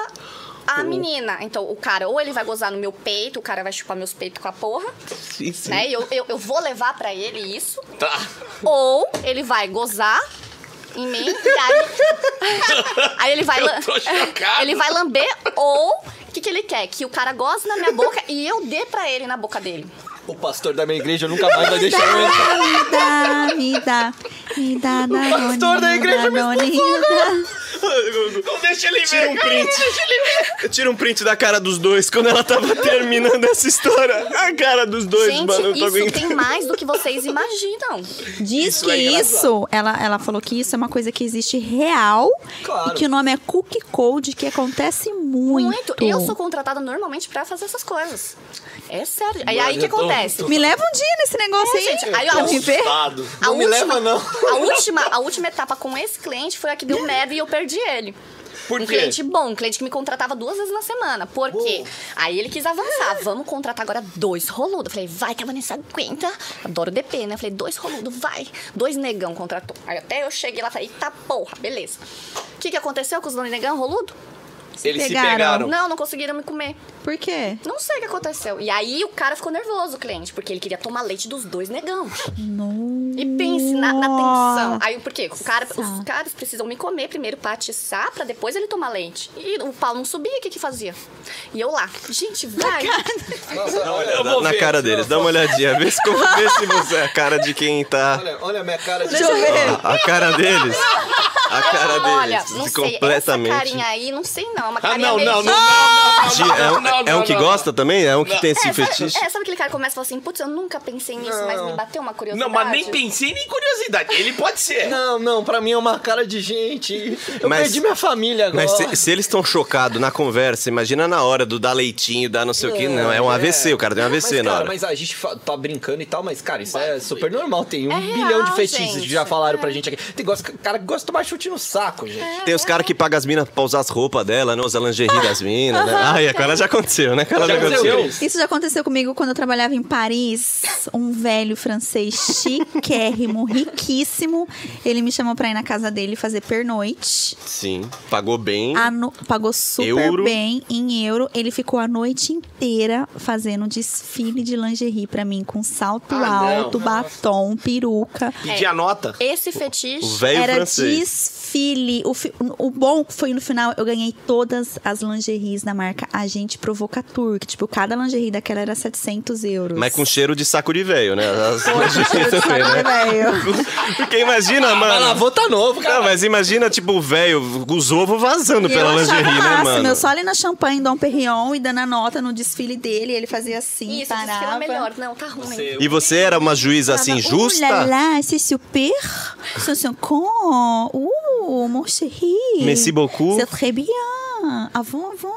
S3: a menina. Então, o cara, ou ele vai gozar no meu peito, o cara vai chupar meus peitos com a porra,
S2: Sim, sim.
S3: né? E eu, eu, eu vou levar pra ele isso.
S5: Tá.
S3: Ou ele vai gozar em mim e aí, aí ele vai
S5: Eu tô
S3: lam-
S5: chocado.
S3: ele vai lamber ou o que, que ele quer? Que o cara goze na minha boca e eu dê pra ele na boca dele.
S1: O pastor da minha igreja nunca mais vai deixar eu entrar.
S4: Me dá, me dá, me dá, Danone,
S5: pastor da igreja me
S4: Danone.
S5: Então deixa ele
S2: Tira um print. Tira um print da cara dos dois quando ela tava terminando essa história. A cara dos dois,
S3: Gente,
S2: mano. Eu tô
S3: isso
S2: aguentando.
S3: tem mais do que vocês imaginam.
S4: Diz que isso, ela, ela falou que isso é uma coisa que existe real
S1: Claro.
S4: e que o nome é cookie code, que acontece muito.
S3: Eu sou contratada normalmente pra fazer essas coisas. É sério. Aí aí o que
S5: eu tô-
S3: acontece?
S4: Me leva um dia nesse negócio aí,
S3: É, gente, aí, ó, um
S4: pra me ver.
S5: Assustado.
S3: A
S1: Não me leva, não.
S3: A última, a última etapa com esse cliente foi a que deu merda e eu perdi ele.
S5: Por
S3: um
S5: quê?
S3: cliente bom, um cliente que me contratava duas vezes na semana. Por quê? Aí ele quis avançar. Vamos contratar agora dois roludos. Eu Falei, vai que a Vanessa aguenta. Adoro DP, né? Eu Falei, dois roludos, vai. Dois negão contratou. Aí até eu cheguei lá e falei, eita porra, beleza. O que, que aconteceu com os dois negão roludo?
S5: Eles se
S4: pegaram.
S5: pegaram.
S3: Não, não conseguiram me comer.
S4: Por quê?
S3: Não sei o que aconteceu. E aí o cara ficou nervoso, o cliente, porque ele queria tomar leite dos dois negão. E pense na, na tensão. Aí por quê? O cara, os caras precisam me comer primeiro pra atiçar, pra depois ele tomar leite. E o pau não subia, o que que fazia? E eu lá, gente, vai.
S5: É, Eu vou
S2: na
S5: ver.
S2: cara deles, dá uma olhadinha, vê se, como, vê se você, a cara de quem tá.
S1: Olha, olha a minha cara de.
S4: Deixa eu ver.
S2: A cara deles. A cara deles.
S3: Olha, não sei, essa
S2: completamente.
S3: carinha aí, não sei não, é uma
S5: Ah,
S3: carinha
S5: não,
S3: meio
S5: não, não,
S3: de-
S2: De-
S5: não, não,
S2: é
S5: não,
S2: um,
S5: não,
S2: é um
S5: não,
S2: que
S5: não.
S2: gosta também? É um que tem esse
S3: É,
S2: fetiche?
S3: Sabe, é, sabe aquele cara que começa e fala assim, putz, eu nunca pensei nisso, mas me bateu uma
S5: Não,
S3: curiosidade.
S5: mas nem pensei nem curiosidade. Ele pode ser.
S1: Não, não, pra mim é uma cara de gente. Eu
S2: Mas-
S1: perdi minha família agora.
S2: Mas se, se eles estão chocados na conversa, imagina na hora do dar leitinho, dar não sei o que. Não, é um AVC, o cara tem um AVC
S1: mas,
S2: na
S1: cara,
S2: hora.
S1: Mas a gente fa- tá brincando e tal, mas, cara, isso é super normal. Tem um
S3: É real,
S1: bilhão de fetiches
S3: gente.
S1: que já falaram pra gente aqui. Tem gosta, cara que gosta de tomar chute no saco, gente.
S2: Tem os caras que pagam as minas pra usar as roupas dela, né? Usa a lingerie das minas, né? Ai, aquela já aconteceu, né? Aquela
S1: Já
S2: já
S1: aconteceu,
S2: aconteceu.
S1: Cris?
S4: Isso já aconteceu comigo quando eu trabalhava em Paris. Um velho francês chiquérrimo, riquíssimo. Ele me chamou pra ir na casa dele fazer pernoite.
S2: Sim, pagou bem.
S4: A no- Pagou super
S2: Euro.
S4: bem em euro. Ele ficou a noite inteira fazendo desfile de lingerie pra mim, com salto
S5: Ah, não.
S4: alto, batom, peruca.
S2: é.
S5: Pedir a nota.
S3: Esse fetiche...
S2: O velho
S4: Era
S2: francês.
S4: desfile. O, fi- o bom foi no final, eu ganhei todas as lingeries da marca Agente Provocatur. Que, tipo, cada lingerie daquela era 700 euros.
S2: Mas com cheiro de saco de velho, né? As-
S4: cheiro de saco, né, velho?
S2: Porque
S5: Ah,
S2: imagina,
S1: Mas
S2: mano.
S1: lavou tá novo, cara.
S2: Não, mas imagina, tipo, o velho, os ovos vazando
S4: E
S2: pela
S4: eu achava
S2: lingerie, né,
S4: máximo,
S2: mano?
S4: Eu só ali na champanhe, Dom Perignon e dando a nota no desfile dele. Ele fazia assim,
S3: Isso, esse esquema
S4: parava.
S3: é melhor. Não, tá ruim.
S2: E você era uma juíza assim,
S4: Falava,
S2: justa?
S4: Oh là là, c'est super. C'est son con. Uh, mon chéri.
S2: Merci beaucoup.
S4: C'est très bien. Avant, avant.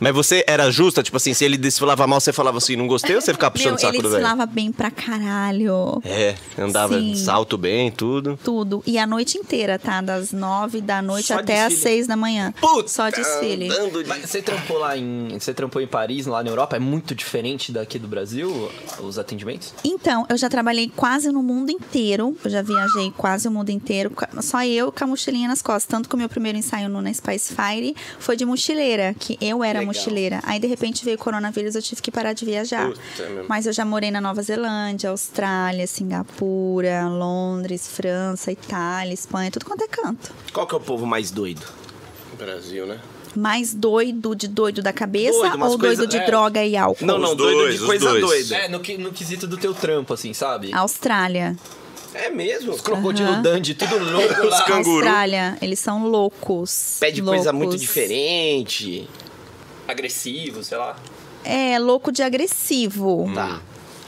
S2: Mas você era justa? Tipo assim, se ele desfilava mal, você falava assim, não gostei ou você ficava puxando
S4: Meu,
S2: o saco
S4: ele
S2: do velho?
S4: desfilava bem pra caralho.
S2: É, andava
S4: Sim.
S2: de salto bem, tudo.
S4: Tudo. E a noite inteira, tá? Das nove da noite
S1: Só
S4: até às
S1: desfile.
S4: seis da manhã. Só desfile.
S2: Andando de-
S1: Mas você trampou lá em. Você trampou em Paris, lá na Europa? É muito diferente daqui do Brasil, os atendimentos?
S4: Então, eu já trabalhei quase no mundo inteiro. Eu já viajei quase o mundo inteiro. ca- Só eu com a mochilinha nas costas. Tanto que o meu primeiro ensaio no Na Spice Fire foi de mochileira, que eu era mochileira. Aí, de repente, veio o coronavírus, eu tive que parar de viajar. Mas eu já morei na Nova Zelândia, Austrália, Singapura, Londres, França, Itália, Espanha, tudo quanto é canto.
S5: Qual que é o povo mais doido?
S2: Brasil, né?
S4: Mais doido de doido da cabeça
S5: Doido, umas
S4: ou doido
S5: coisas-
S4: de
S5: é.
S4: droga e álcool?
S5: Não,
S2: Os
S5: não, doido
S2: dois,
S5: de
S2: os
S5: coisa
S2: dois.
S5: doida.
S1: É, no, que- no quesito do teu trampo, assim, sabe?
S4: Austrália.
S5: É mesmo.
S1: Crocodilo
S4: Aham.
S1: Dandy, tudo louco lá.
S2: can- Canguru.
S4: Austrália, eles são loucos.
S5: Pede coisa muito
S4: loucos.
S5: diferente.
S1: Agressivo, sei lá.
S4: É, louco de agressivo.
S5: Tá.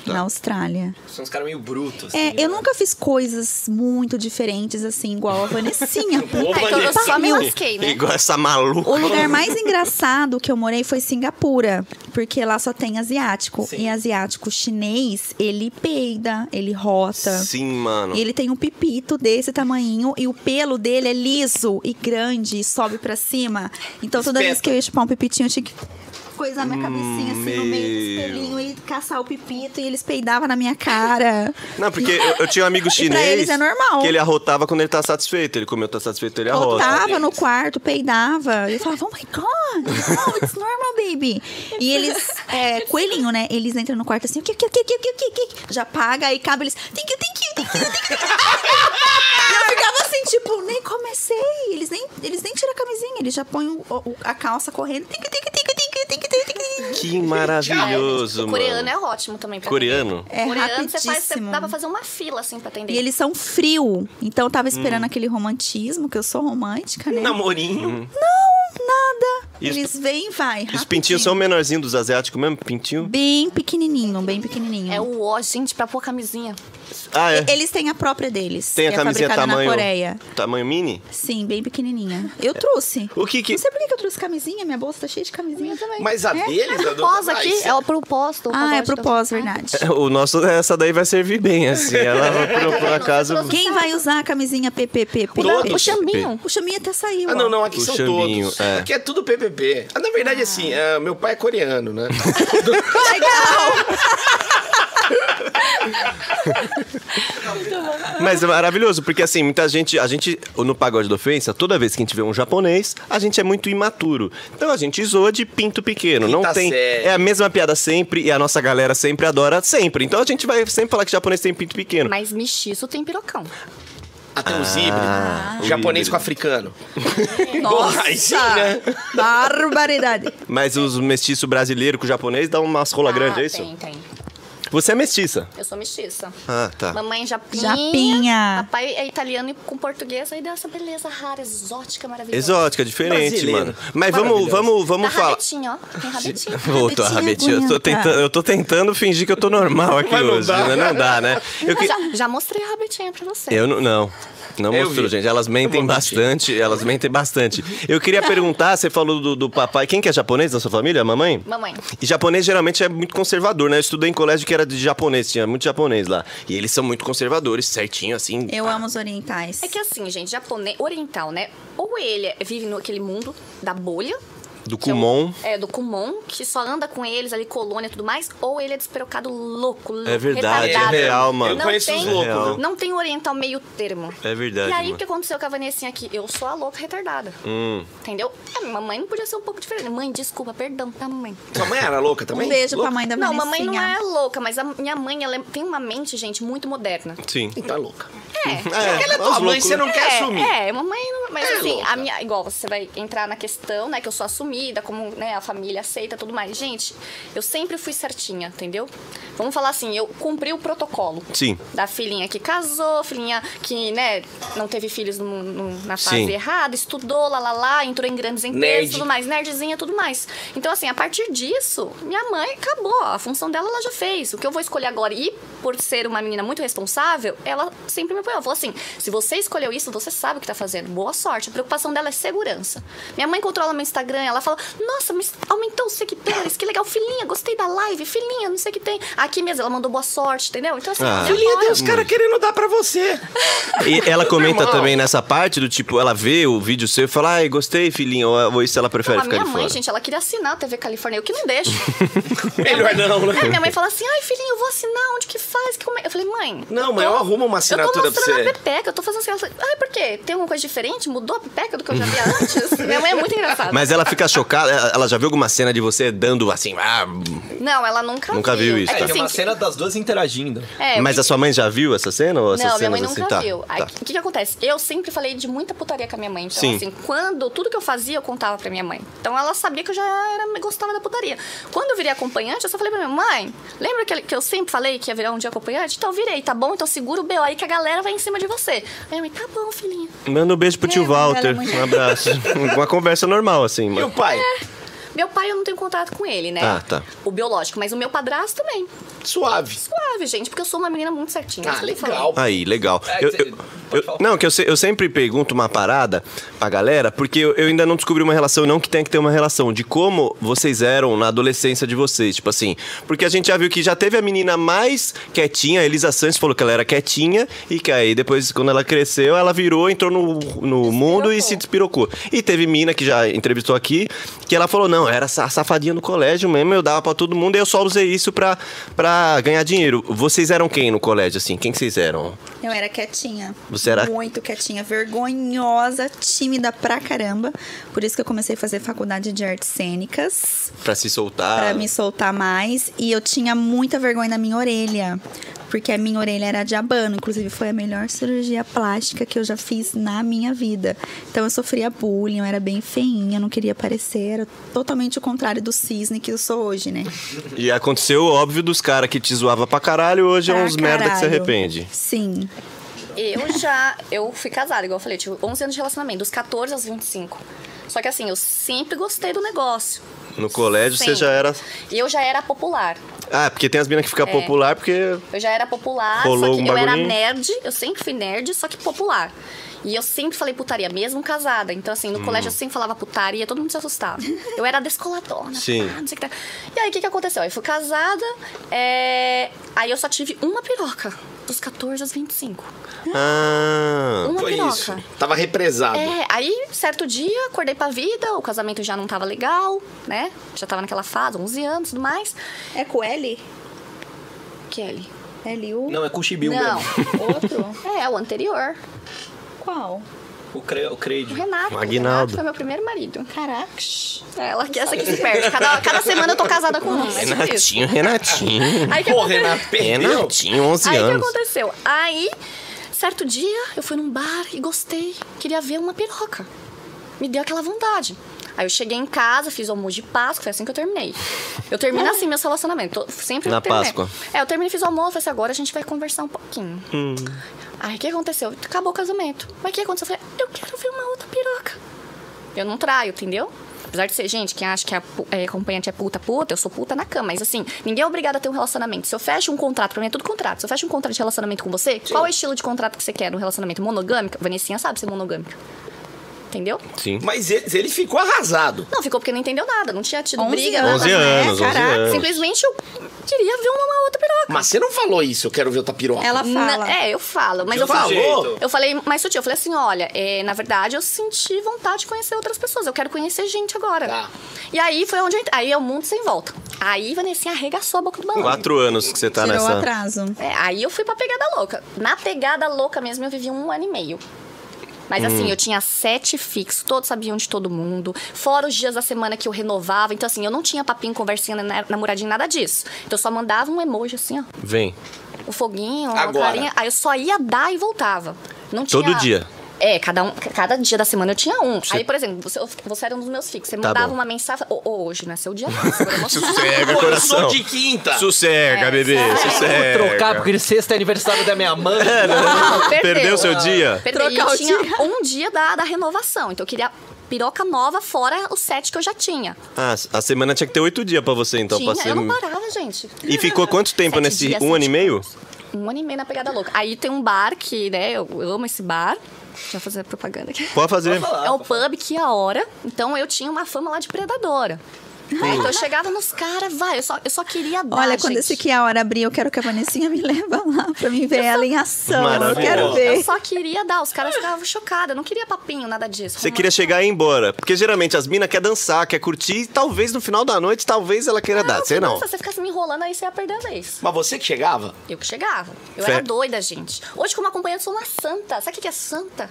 S4: Na Austrália.
S1: São uns caras meio brutos.
S4: É,
S1: assim,
S4: eu
S1: né?
S4: nunca fiz coisas muito diferentes assim, igual a Vanessinha. É
S5: Ô,
S3: Ah, então eu
S5: Vanessa.
S3: só me lasquei, né?
S2: Igual essa maluca.
S4: O lugar mais engraçado que eu morei foi Singapura, porque lá só tem asiático. E asiático chinês, ele peida, ele rota.
S2: Sim, mano.
S4: E ele tem um pipito desse tamanhinho e o pelo dele é liso e grande e sobe pra cima. Então toda vez que eu ia chupar um pipitinho, eu tinha que coisar minha cabecinha assim no meio do
S2: Hum, meu.
S4: espelhinho e caçar o pipito e eles peidavam na minha cara.
S2: Não, porque eu, eu tinha um amigo
S4: E
S2: chinês.
S4: pra eles é normal.
S2: Que ele arrotava quando ele tá satisfeito. Ele comeu, tá satisfeito, ele arrota.
S4: Voltava no quarto, peidava. E eu falava, oh my god, no, it's normal, baby. E eles, é, coelhinho, né? Eles entram no quarto assim, o que, o que, o que, o que, o que, o que? Já paga, aí cabe eles, thank you, thank you, thank you, thank you. E eu ficava assim, tipo, nem comecei. Eles nem, eles nem tiram a camisinha, eles já põem o- o- a calça correndo, thank you, thank you, thank you, thank you, thank you, thank you, thank you.
S2: Que
S3: Ah, é,
S2: maravilhoso,
S3: o
S2: mano.
S3: coreano é ótimo também pra
S2: Coreano?
S4: É
S3: coreano, você faz, você
S4: rapidíssimo.
S3: dá pra fazer uma fila assim pra atender.
S4: E eles são frio. Então eu tava esperando aquele romantismo, que eu sou romântica, né?
S5: Namorinho.
S4: Nada.
S2: E os-
S4: Eles vêm e vai.
S2: Os pintinhos são
S4: rapidinho.
S2: o menorzinho dos asiáticos mesmo? Pintinho?
S4: Bem pequenininho, bem pequenininho.
S3: É o ó, gente, pra pôr camisinha.
S2: Ah, é.
S4: E- Eles têm a própria deles.
S2: Tem a
S4: que
S2: camisinha
S4: é fabricada
S2: tamanho.
S4: na Coreia.
S2: Tamanho mini?
S4: Sim, bem pequenininha. Eu trouxe.
S2: É. O que que-
S4: Não sei por que que eu trouxe camisinha. Minha bolsa tá cheia de camisinha também.
S5: Mas a deles... a do-
S3: Pós
S5: Ah,
S3: é aqui,
S5: isso
S3: é o propósito. É.
S4: Ah, é pro pós, verdade.
S2: É, O nosso, essa daí vai servir bem, assim. Ela vai pro, por acaso.
S4: Quem vai usar a camisinha PPP?
S5: Todos.
S3: O chaminho.
S4: O chaminho até saiu.
S5: Ah,
S4: ó.
S5: não, não, aqui
S2: O
S5: são
S2: chaminho,
S5: todos.
S2: é.
S5: Aqui é tudo PPP. Ah, na verdade, assim, ah, meu pai é coreano, né?
S4: Legal!
S2: Mas é maravilhoso, porque assim, muita gente, a gente, no pagode da ofensa, toda vez que a gente vê um japonês, a gente é muito imaturo. Então a gente zoa de pinto pequeno. não
S5: Quinta
S2: tem.
S5: série.
S2: É a mesma piada sempre e a nossa galera sempre adora sempre. Então a gente vai sempre falar que japonês tem pinto pequeno.
S3: Mas mexi-isso tem pirocão.
S5: Até os Ah, híbridos.
S2: Ah, o
S5: Japonês
S2: híbrido.
S5: com africano.
S4: Nossa!
S5: Aí sim, né?
S4: Barbaridade.
S2: Mas os mestiço brasileiro com o japonês dá uma rola
S4: Ah,
S2: grande, é isso?
S3: Ah, Tem, tem.
S2: Você é mestiça.
S3: Eu sou mestiça.
S2: Ah, tá.
S3: Mamãe japinha.
S4: Japinha.
S3: Papai é italiano e com português. Aí deu essa beleza rara, exótica, maravilhosa.
S2: Exótica, diferente,
S5: Brasileiro.
S2: mano. Mas vamos,
S5: Maravilhoso.
S2: vamos, vamos
S3: tá
S2: falar.
S3: rabetinho, ó. Tem rabetinho.
S2: Voltou a
S4: Rabetinha
S2: rabetinha. Eu tô,
S4: bonita.
S2: tentando, eu tô tentando fingir que eu tô normal aqui
S5: Mas não
S2: hoje,
S5: dá.
S2: né? Não dá, né? Eu, que-
S3: Já, já mostrei a rabetinha pra você.
S2: eu não. Não, não
S5: Eu
S2: mostrou,
S5: vi.
S2: gente. Elas mentem
S5: vou mentir.
S2: bastante. Elas mentem bastante. Eu queria perguntar: você falou do, do papai. Quem que é japonês na sua família? A mamãe?
S3: Mamãe.
S2: E japonês geralmente é muito conservador, né? Eu estudei em colégio que era de japonês, tinha muito japonês lá. E eles são muito conservadores, certinho, assim.
S4: Eu amo os orientais.
S3: É que assim, gente, japonês, oriental, né? Ou ele é- vive no aquele mundo da bolha.
S2: Do
S3: que é um-
S2: Kumon.
S3: É, do Kumon, que só anda com eles ali, colônia e tudo mais. Ou ele é despirocado louco, louco,
S2: É verdade,
S3: retardado.
S2: é real, mano.
S5: Eu
S3: Não
S5: conheço
S3: tem-
S5: os
S2: É
S5: loucos,
S2: real.
S5: viu?
S3: Não tem um oriental meio termo.
S2: É verdade,
S3: E aí,
S2: mano. Hum.
S3: o que aconteceu com a Vanessinha aqui? Eu sou a louca retardada. Entendeu? A mamãe não podia ser um pouco diferente. Mãe, desculpa, perdão, tá, mamãe?
S5: Sua mãe era louca também?
S4: Um beijo
S5: louca?
S4: pra mãe da
S3: Não, mamãe não
S4: Vanessinha.
S3: é louca, mas a minha mãe, ela é- tem uma mente, gente, muito moderna.
S2: Sim.
S5: Então é louca.
S3: É.
S5: Ela é tua mãe, você não quer
S3: é,
S5: assumir.
S3: É, mamãe, não- mas
S5: É
S3: assim,
S5: louca.
S3: a minha, igual você vai entrar na questão, né, que eu sou assumida, como né, a família aceita tudo mais. Gente, eu sempre fui certinha, entendeu? Vamos falar assim, eu cumpri o protocolo.
S2: Sim.
S3: Da filhinha que casou, filhinha que, né, não teve filhos no- no- na fase
S2: Sim.
S3: errada, estudou, lá, lá, lá, entrou em grandes empresas,
S5: Nerd.
S3: tudo mais, nerdzinha, tudo mais. Então, assim, a partir disso, minha mãe acabou, a função dela ela já fez. O que eu vou escolher agora, e por ser uma menina muito responsável, ela sempre me apoiou. Ela falou assim, se você escolheu isso, você sabe o que tá fazendo, boa sorte. A preocupação dela é segurança. Minha mãe controla meu Instagram, ela fala, nossa, mas aumentou os seguidores, que legal, filhinha, gostei da live, filhinha, não sei o que tem. Aqui mesmo, ela mandou boa sorte, entendeu? Então, assim,
S2: Ah.
S3: ela
S5: Filhinha,
S3: apoia.
S5: tem os caras querendo dar pra você.
S2: E ela comenta
S5: Normal.
S2: também nessa parte do tipo, ela vê o vídeo seu e fala, ai, gostei, filhinho, ou, ou isso ela prefere
S3: Não, Então, a
S2: ficar
S3: minha
S2: de
S3: mãe,
S2: fora.
S3: gente, ela queria assinar a TV Califórnia, eu que não deixo.
S5: Melhor não,
S3: Aí
S5: né?
S3: minha mãe fala assim, ai filhinho, eu vou assinar, onde que faz? Que como é?" Eu falei, mãe...
S5: Não, mãe, eu arrumo uma
S3: Eu tô
S5: assinatura pra
S3: mostrando
S5: você.
S3: a pepeca, eu tô fazendo assim. Ela falou, ai, por quê? Tem alguma coisa diferente? Mudou a pepeca do que eu já vi antes? minha mãe é muito engraçada.
S2: Mas ela fica chocada, ela ela já viu alguma cena de você dando assim, ah,
S3: Não, ela nunca
S2: Nunca viu isso,
S3: É,
S2: tá.
S3: que,
S2: Tem
S1: Tem
S3: assim,
S1: uma cena das duas interagindo.
S3: é,
S2: mas a sua mãe já viu essa cena ou essas
S3: Não, minha
S2: cenas
S3: mãe
S2: assim?
S3: nunca
S2: Tá,
S3: viu. Aí,
S2: tá.
S3: O que, que acontece? Eu sempre falei de muita putaria com a minha mãe. Então,
S2: Sim.
S3: assim, quando tudo que eu fazia, eu contava pra minha mãe. Então ela sabia que eu já era, gostava da putaria. Quando eu virei acompanhante, eu só falei pra minha mãe, mãe, lembra que, que eu sempre falei que ia virar um dia acompanhante? Então eu virei, tá bom? Então segura o B.O. aí que a galera vai em cima de você. Aí minha mãe, tá bom, filhinha.
S2: Manda um beijo pro tio
S4: É, mas ela é
S2: Walter,
S4: muito-
S2: um abraço. Uma conversa normal, assim,
S5: E
S2: mano.
S5: o pai?
S3: É. Meu pai, eu não tenho contato com ele, né?
S2: Ah, tá.
S3: O biológico, mas o meu padrasto também.
S5: Suave.
S3: Suave, gente, porque eu sou uma menina muito certinha.
S5: Ah,
S3: isso que eu tô
S5: legal.
S3: falando.
S2: Aí, legal.
S1: É,
S2: Eu-
S1: cê-
S2: eu-
S1: pode
S2: eu-
S1: falar.
S2: não, que eu, se- eu sempre pergunto uma parada pra galera, porque eu, eu ainda não descobri uma relação, não que tenha que ter uma relação, de como vocês eram na adolescência de vocês. Tipo assim, porque a gente já viu que já teve a menina mais quietinha, a Elisa Santos falou que ela era quietinha, e que aí depois, quando ela cresceu, ela virou, entrou no, no mundo e se despirocou. E teve mina que já entrevistou aqui, que ela falou: não, era sa- safadinha no colégio mesmo, eu dava pra todo mundo, e eu só usei isso pra, pra ganhar dinheiro. Vocês eram quem no colégio, assim? Quem que vocês eram?
S4: Eu era quietinha.
S2: Você era-
S4: Muito quietinha, vergonhosa, tímida pra caramba. Por isso que eu comecei a fazer faculdade de artes cênicas.
S2: Pra se soltar.
S4: Pra me soltar mais. E eu tinha muita vergonha na minha orelha. Porque a minha orelha era de abano. Inclusive, foi a melhor cirurgia plástica que eu já fiz na minha vida. Então, eu sofria bullying, eu era bem feinha, eu não queria aparecer. Era totalmente o contrário do cisne que eu sou hoje, né?
S2: E aconteceu, óbvio, dos caras que te zoava pra caralho, hoje é
S4: Pra
S2: uns merda que se
S4: caralho.
S2: arrepende.
S4: Sim.
S3: Eu já. Eu fui casada, igual eu falei, tive 11 anos de relacionamento, dos 14 aos 25. Só que assim, eu sempre gostei do negócio.
S2: No colégio você
S3: Sempre.
S2: já era.
S3: E eu já era popular.
S2: Ah, porque tem as minas que
S3: É.
S2: ficam popular porque.
S3: Eu já era popular,
S2: Rolou
S3: só que
S2: um
S3: eu era
S2: bagulhinho?
S3: nerd, eu sempre fui nerd, só que popular. E eu sempre falei putaria, mesmo casada. Então, assim, no colégio eu
S2: Hum.
S3: sempre falava putaria, todo mundo se assustava. Eu era descoladona,
S2: Sim.
S3: pá, não sei o que tá. E aí, o que, que aconteceu? Eu fui casada, é, aí eu só tive uma piroca, dos 14 aos 25.
S2: Ah.
S3: Uma
S5: Foi
S3: piroca.
S5: isso. Tava represado.
S3: É, aí, certo dia, acordei pra vida, o casamento já não tava legal, né? Já tava naquela fase, 11 anos e tudo mais.
S4: É com É L?
S3: Kelly.
S4: É Liu?
S1: Não, é com o Chibiu
S3: Não.
S1: mesmo.
S4: Outro?
S3: É, o anterior.
S4: Qual?
S1: O, cre... o
S3: O
S1: Creed.
S3: Renato.
S2: O Aguinaldo.
S3: O Renato foi meu primeiro marido.
S4: Caraca.
S3: É, Ela que essa aqui se perde. Cada, cada semana eu tô casada com um. É difícil.
S2: Renatinho, Renatinho.
S3: Aí que
S5: Pô,
S3: aconteceu-
S5: Renato perdeu.
S2: Renatinho, 11
S3: Aí o que
S2: anos.
S3: aconteceu? Aí, certo dia, eu fui num bar e gostei. Queria ver uma piroca. Me deu aquela vontade. Aí eu cheguei em casa, fiz almoço de Páscoa, foi assim que eu terminei. Eu termino assim meus relacionamentos. tô- Sempre
S2: Na
S3: eu terminei.
S2: Páscoa.
S3: É, eu terminei, fiz o almoço, falei assim, agora a gente vai conversar um pouquinho.
S2: Hum.
S3: Aí o que aconteceu? Acabou o casamento. Mas o que aconteceu? Eu falei, eu quero ver uma outra piroca. Eu não traio, entendeu? Apesar de ser gente que acha que a pu- é, acompanhante é puta, puta, eu sou puta na cama. Mas assim, ninguém é obrigado a ter um relacionamento. Se eu fecho um contrato, pra mim é tudo contrato. Se eu fecho um contrato de relacionamento com você, qual é o estilo de contrato que você quer? Um relacionamento monogâmico? Vanessinha sabe ser monogâmica. Entendeu?
S2: Sim.
S5: Mas ele, ele ficou arrasado.
S3: Não, ficou porque não entendeu nada, não tinha tido
S4: 11
S3: briga.
S4: anos,
S2: 11
S4: né?
S2: anos, 11
S4: Caraca.
S2: anos.
S3: Simplesmente eu queria ver uma, uma outra piroca.
S5: Mas você não falou isso, eu quero ver outra piroca.
S4: Ela fala.
S3: Na- é, eu falo, mas
S5: Você
S3: eu falo.
S5: falou?
S3: Eu falei mais sutil, eu falei assim, olha, é, na verdade eu senti vontade de conhecer outras pessoas, eu quero conhecer gente agora.
S5: Tá.
S3: E aí foi onde eu, ent- aí é o mundo sem volta. Aí Vanessa arregaçou a boca do balão.
S2: Quatro anos que você tá
S4: Tirou o
S2: nessa.
S4: atraso.
S3: É, aí eu fui pra pegada louca. Na pegada louca mesmo eu vivi um ano e meio. Mas
S2: Hum.
S3: assim, eu tinha sete fixos, todos sabiam de todo mundo, fora os dias da semana que eu renovava. Então, assim, eu não tinha papinho, conversinha, na- namoradinho, nada disso. Então, eu só mandava um emoji assim, ó
S2: Vem.
S3: o foguinho, a
S5: Agora.
S3: clarinha. Aí eu só ia dar e voltava. Não tinha...
S2: Todo dia?
S3: É, cada, um, cada dia da semana eu tinha um.
S2: Você-
S3: Aí, por exemplo, você, você era um dos meus fixos. Você
S2: Tá
S3: mandava
S2: bom.
S3: uma mensagem. "Ô, ô, hoje, não é seu dia, não. Agora eu vou-
S2: Sossega,
S5: Pô, eu
S2: coração.
S5: sou de quinta.
S3: É,
S2: Sossega, bebê.
S1: Vou trocar,
S2: Sossega.
S1: porque sexta é aniversário da minha mãe.
S3: Não,
S2: Perdeu seu dia?
S3: Perdeu. E
S4: Trocar o
S3: tinha
S4: dia.
S3: um dia da, da renovação. Então eu queria piroca nova, fora os sete que eu já tinha.
S2: Ah, a semana tinha que ter oito dias pra você, então.
S3: tinha,
S2: pra ser...
S3: eu não parava, gente.
S2: E ficou quanto tempo
S3: Sete
S2: nesse
S3: dias,
S2: um ano e
S3: sete
S2: meio?
S3: dias. Um ano e meio na pegada louca. Aí tem um bar que, né, eu amo esse bar. Já fazer propaganda aqui.
S2: Pode fazer.
S3: É o pub que a hora. Então eu tinha uma fama lá de predadora. Então eu chegava nos caras, vai, eu só, eu só queria dar.
S4: Olha, quando
S3: gente.
S4: esse que a hora abrir, eu quero que a Vanessinha me leva lá pra mim ver ela em ação. Eu
S2: Maravilhoso.
S4: quero
S3: Eu
S4: ver.
S3: só queria dar, os caras ficavam chocados. Eu não queria papinho, nada disso.
S2: Você
S3: romance.
S2: queria chegar e ir embora. Porque geralmente as minas quer dançar, quer curtir, e talvez no final da noite, talvez ela queira dar. Você não.
S3: Se você ficasse me enrolando, aí você ia perder a vez.
S5: Mas você que chegava?
S3: Eu que chegava. Eu
S2: Fe-
S3: era doida, gente. Hoje, como acompanhante, eu sou uma santa. Sabe o que que é santa?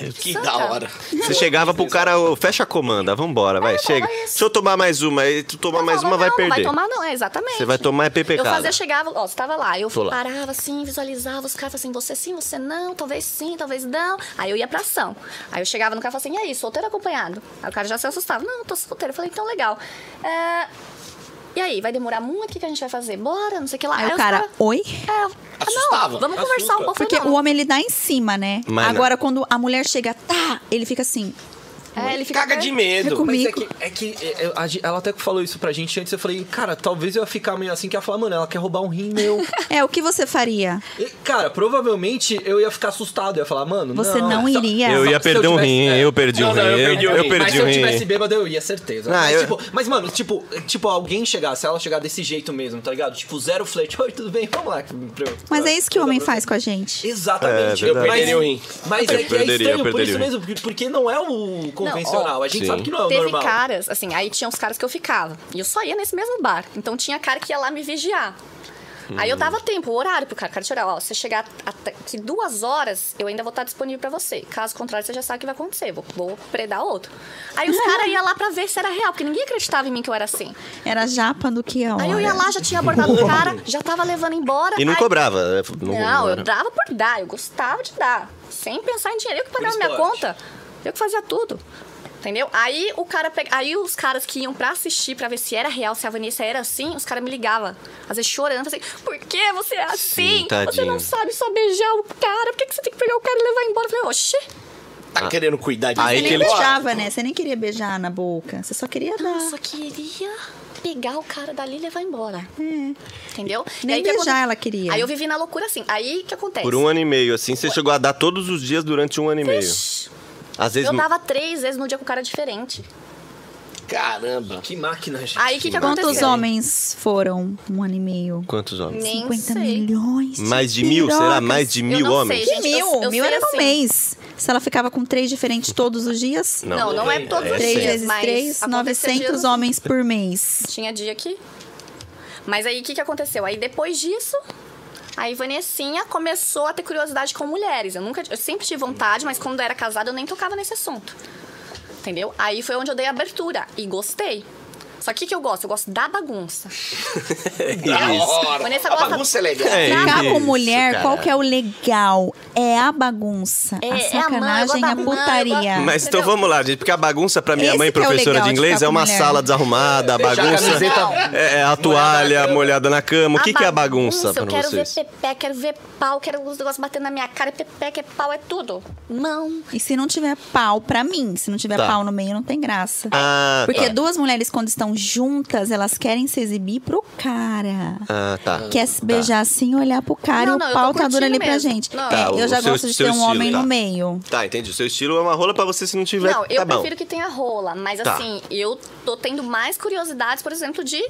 S5: É, Que
S3: Santa.
S5: da hora.
S2: Você chegava pro cara, ô, fecha a comanda, vambora, vai,
S3: É,
S2: chega.
S3: fala isso.
S2: Deixa eu tomar mais uma. Aí tu tomar
S3: Eu
S2: mais uma,
S3: falava,
S2: vai
S3: não,
S2: perder.
S3: Não vai tomar, não, é, exatamente.
S2: Você vai tomar é
S3: Eu
S2: PPK.
S3: fazia, chegava, ó, você tava lá, eu
S2: Tô lá.
S3: parava assim, visualizava os caras, assim, você sim, você não, talvez sim, talvez não. Aí eu ia pra ação. Aí eu chegava no cara e falava assim, e aí, solteiro ou acompanhado? Aí o cara já se assustava, não, tô solteiro. Eu falei, então legal. É, E aí, vai demorar muito, o que, que a gente vai fazer? Bora, não sei o que lá.
S4: Aí o
S3: os
S4: cara,
S3: cara-
S4: oi?
S3: É, ah,
S5: Assustava.
S3: não, vamos
S5: Assusta.
S3: conversar um pouco.
S4: Porque
S3: Eu falei,
S4: o
S3: não.
S4: homem ele dá em cima, né?
S2: Mas não.
S4: Agora, quando a mulher chega, tá, ele fica assim.
S3: É, ele fica...
S5: Caga de
S4: É
S5: medo.
S4: comigo.
S1: Mas é que, é que é, é, a gen- ela até falou isso pra gente antes. Eu falei, cara, talvez eu ia ficar meio assim que ela falar, mano, ela quer roubar um rim meu.
S4: É, o que você faria?
S1: E, cara, provavelmente eu ia ficar assustado. Eu ia falar, mano,
S4: Você não
S1: só-
S4: iria.
S2: Eu
S1: só-
S2: ia
S1: se
S2: perder um
S1: tivesse-
S2: rim,
S1: é.
S2: eu perdi
S5: Não,
S2: um rim.
S5: não, eu perdi um
S2: eu
S5: rim.
S1: mas
S2: perdi
S1: se
S2: um
S1: eu tivesse
S2: rim.
S1: bêbado, eu ia, certeza.
S2: Ah,
S1: mas,
S2: eu-
S1: tipo, mas, mano, tipo, tipo, alguém chegar, se ela chegar desse jeito mesmo, tá ligado? Tipo, zero flerte. Oi, tudo bem? Vamos lá.
S4: Mas é isso que o homem
S1: faz.
S4: faz com a gente.
S1: Exatamente.
S2: É, verdade.
S1: Mas-
S5: Eu perderia o rim.
S1: Mas é
S2: Eu
S1: que é
S2: perderia,
S1: estranho
S2: eu
S1: por
S2: perderia
S1: isso
S2: o rim.
S1: mesmo, porque- porque não é o convencional. a gente
S2: Sim.
S1: sabe que não é o
S3: Teve
S1: normal.
S3: caras, assim, aí tinha uns caras que eu ficava. E eu só ia nesse mesmo bar. Então tinha cara que ia lá me vigiar. Aí eu dava tempo, o horário pro cara. O cara tinha horário, ó, você chegar até que duas horas, eu ainda vou estar disponível pra você. Caso contrário, você já sabe o que vai acontecer. Vou, vou predar outro. Aí os caras iam lá pra ver se era real, porque ninguém acreditava em mim que eu era assim.
S4: Era japa do que a hora.
S3: Aí eu ia lá, já tinha abordado o cara, já tava levando embora.
S2: E não
S3: aí-
S2: cobrava. né?
S3: Não, eu
S2: era.
S3: dava por dar, eu gostava de dar. Sem pensar em dinheiro. Eu que pagava minha
S1: esporte.
S3: conta, eu que fazia tudo. Entendeu? Aí o cara pega... aí os caras que iam pra assistir pra ver se era real, se a Vanessa era assim, os caras me ligavam. Às vezes chorando, assim, por que você é assim? você
S2: tadinho.
S3: não sabe só beijar o cara, por que, que você tem que pegar o cara e levar embora? Eu falei, oxi,
S5: Tá querendo cuidar de
S2: Aí que
S4: Você
S5: mim
S4: nem
S2: ele-
S5: agora?
S4: beijava, né? Você nem queria beijar na boca. Você só queria
S3: eu
S4: dar.
S3: só queria pegar o cara dali e levar embora. Entendeu? E
S4: É. Nem
S3: aí, o que
S4: beijar
S3: aconte-
S4: ela queria.
S3: Aí eu vivi na loucura assim. Aí o que acontece?
S2: Por um ano e meio, assim, você chegou a dar todos os dias durante um ano e meio.
S3: Ixi,
S2: Às vezes.
S3: Eu dava três vezes no dia com um cara diferente.
S5: Caramba.
S1: Que máquina, gente.
S3: Aí o que, que aconteceu?
S4: Quantos homens foram um ano e meio?
S2: Quantos homens?
S3: Nem
S4: 50
S3: sei.
S4: milhões. de
S2: Mais de mil? Será?
S4: pirocas.
S2: Mais de
S3: Eu
S2: mil
S3: não sei,
S2: homens?
S4: Que
S3: Gente,
S4: mil?
S3: eu- eu
S4: mil
S3: sei
S4: era no
S3: assim.
S4: mês. Se ela ficava com três diferentes todos os dias,
S2: Não,
S3: Não, não é todos os
S4: três
S3: dias,
S4: vezes
S3: mas
S4: três,
S3: acontecia
S4: 900
S3: dias-
S4: homens por mês.
S3: Tinha dia que... Mas aí, o que, que aconteceu? Aí, depois disso, Aí Vanessinha começou a ter curiosidade com mulheres. Eu nunca, eu sempre tive vontade, mas quando eu era casada eu nem tocava nesse assunto. Entendeu? Aí foi onde eu dei a abertura e gostei. Só que o que eu gosto? Eu gosto da bagunça. Vanessa
S5: A
S3: gosta-
S5: bagunça é legal.
S2: É
S4: Ficar
S2: isso,
S4: com mulher,
S2: cara.
S4: qual que é o legal? É a bagunça,
S3: É- é a
S4: a
S3: mãe,
S4: sacanagem,
S3: eu
S4: a,
S3: gosto da mãe, eu
S4: putaria.
S3: gosto-
S2: Mas então
S3: Entendeu?
S2: vamos lá, gente, porque a bagunça pra minha
S4: Esse
S2: mãe,
S4: que é o
S2: professora
S4: legal
S2: de
S4: de
S2: inglês,
S4: ficar
S2: é
S4: com
S2: uma
S4: mulher.
S2: sala desarrumada, a
S5: Deixar a
S2: bagunça
S5: camiseta-
S2: é, é a toalha molhada na cama. O que, que é a bagunça pra
S3: Eu quero
S2: vocês?
S3: ver pepé, quero ver pau, quero os negócios batendo na minha cara. É Pepé, que é pau, é tudo. Não.
S4: E se não tiver pau, pra mim, se não tiver
S2: Tá.
S4: pau no meio, não tem graça.
S2: Ah,
S4: Porque
S2: tá.
S4: duas mulheres, quando estão juntas, elas querem se exibir pro cara.
S2: Ah, tá.
S4: Quer se beijar assim, olhar pro cara
S3: Não,
S4: e o
S3: não, eu
S4: pau
S3: tô
S4: tá duro ali
S3: curtindo
S4: pra
S3: mesmo.
S4: gente.
S3: Não.
S2: Tá,
S4: É, eu
S2: o
S4: já
S2: seu-
S4: gosto de
S2: seu
S4: ter um
S2: estilo,
S4: homem
S2: tá.
S4: no meio.
S2: Tá, entendi. O seu estilo é uma rola pra você se não tiver.
S3: Não, eu
S2: tá bom.
S3: prefiro que tenha rola, mas
S2: Tá.
S3: assim, eu tô tendo mais curiosidades, por exemplo, de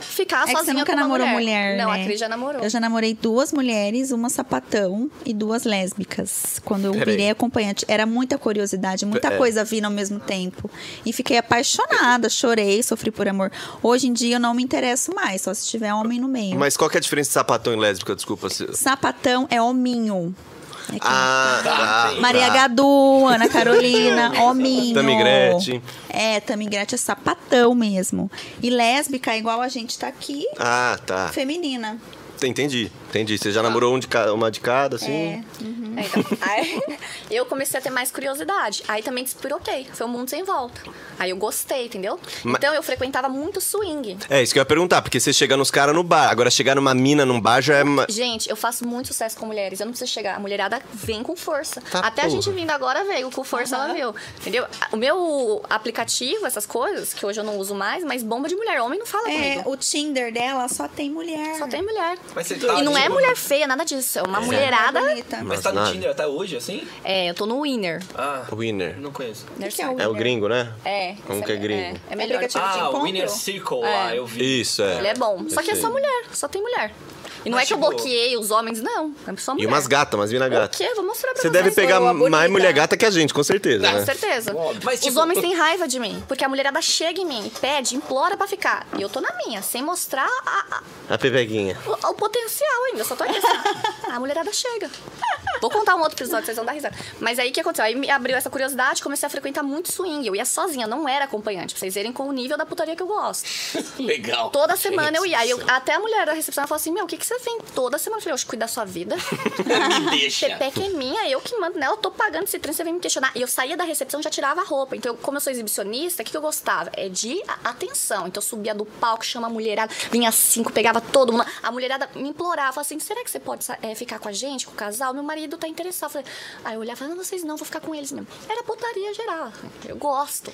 S3: ficar
S4: É que
S3: Tá sozinha
S4: você nunca
S3: com uma
S4: namorou mulher,
S3: Não,
S4: né?
S3: a Cris já namorou.
S4: Eu já namorei duas mulheres, uma sapatão e duas lésbicas. Quando eu
S2: Peraí.
S4: virei acompanhante, era muita curiosidade, muita
S2: É.
S4: coisa vindo ao mesmo tempo. E fiquei apaixonada, chorei, sofri por amor. Hoje em dia eu não me interesso mais, só se tiver homem no meio.
S2: Mas qual que é a diferença de sapatão e lésbica? Desculpa. Se...
S4: Sapatão é hominho. É que-
S2: Ah, tá.
S4: Maria
S2: tá.
S4: Gadu, Ana Carolina, Hominho.
S2: Tamigrete.
S4: É, Tamigrete é sapatão mesmo. E lésbica, igual a gente tá aqui,
S2: Ah, tá.
S4: feminina.
S2: Entendi. Entendi. Você já namorou um de ca- uma de cada, assim?
S3: É, então, aí, eu comecei a ter mais curiosidade. Aí também despiroquei. Foi um mundo sem volta. Aí eu gostei, entendeu?
S2: Ma-
S3: Então eu frequentava muito swing.
S2: É. isso que eu ia perguntar, porque você chega nos caras no bar. Agora, chegar numa mina num bar já é. ma-
S3: Gente, eu faço muito sucesso com mulheres. Eu não preciso chegar. A mulherada vem com força.
S2: Tá
S3: Até a gente
S2: porra.
S3: vindo agora veio com força, ela veio. Entendeu? O meu aplicativo, essas coisas, que hoje eu não uso mais, mas bomba de mulher. Homem não
S2: Tá
S3: fala
S4: É,
S3: comigo.
S4: o Tinder dela só tem mulher. É,
S3: Só tem mulher.
S1: Mas você tá,
S3: e não é
S1: tipo,
S3: mulher feia, nada disso. É uma mulherada.
S4: mulherada. Bonita.
S1: Mas tá no
S2: Nada.
S1: Tinder até hoje, assim?
S3: É, eu tô no winner.
S1: Ah,
S2: Winner.
S1: não conheço.
S4: O que é
S2: É o gringo, né?
S3: É.
S2: Um que é gringo.
S3: É, é melhor.
S4: Aplicativo. de
S1: Ah,
S4: encontro?
S1: o Winner Circle, ah, eu vi.
S2: Isso, é.
S3: Ele é bom. Só que é
S2: Esse
S3: só
S2: aí.
S3: mulher. Só tem mulher. E não
S1: Mas,
S3: é que eu
S1: tipo,
S3: bloqueei os homens, não. É só mulher.
S2: E umas gatas, umas mina
S3: O
S2: gata.
S3: quê? Vou mostrar pra
S2: Você
S3: vocês.
S2: deve pegar
S3: Boa,
S2: mais
S3: bonita.
S2: mulher gata que a gente, com certeza,
S3: Com
S2: né?
S3: certeza.
S1: Óbvio. Mas,
S3: Os
S1: tipo-
S3: homens têm raiva de mim, porque a mulherada chega em mim, pede, implora pra ficar. E eu tô na minha, sem mostrar a- a-
S2: A pepeguinha.
S3: o, o potencial ainda. Eu só tô aí assim. A mulherada chega. Vou contar um outro episódio, vocês vão dar risada. Mas aí o que aconteceu? Aí me abriu essa curiosidade, comecei a frequentar muito swing. Eu ia sozinha, não era acompanhante. Pra vocês verem com o nível da putaria que eu gosto.
S2: É.
S5: Legal.
S3: Toda semana eu ia. Aí eu- até a mulher da recepção ela falou assim: Meu, o que, que você vem toda semana? Eu falei: Eu cuido da sua vida.
S5: Me deixa.
S3: Pepe que é minha, eu que mando nela, eu tô pagando esse trem, você vem me questionar. E eu saía da recepção e já tirava a roupa. Então, eu- como eu sou exibicionista, o que, que eu gostava? É de a- atenção. Então, eu subia do palco, chama a mulherada, vinha cinco, pegava todo mundo. A mulherada me implorava, falava assim: será que você pode sa- eh, ficar com a gente, com o casal? Meu marido tá interessado. Eu Falei, aí eu olhava, não, vocês não, vou ficar com eles mesmo. Era putaria geral. Eu gosto.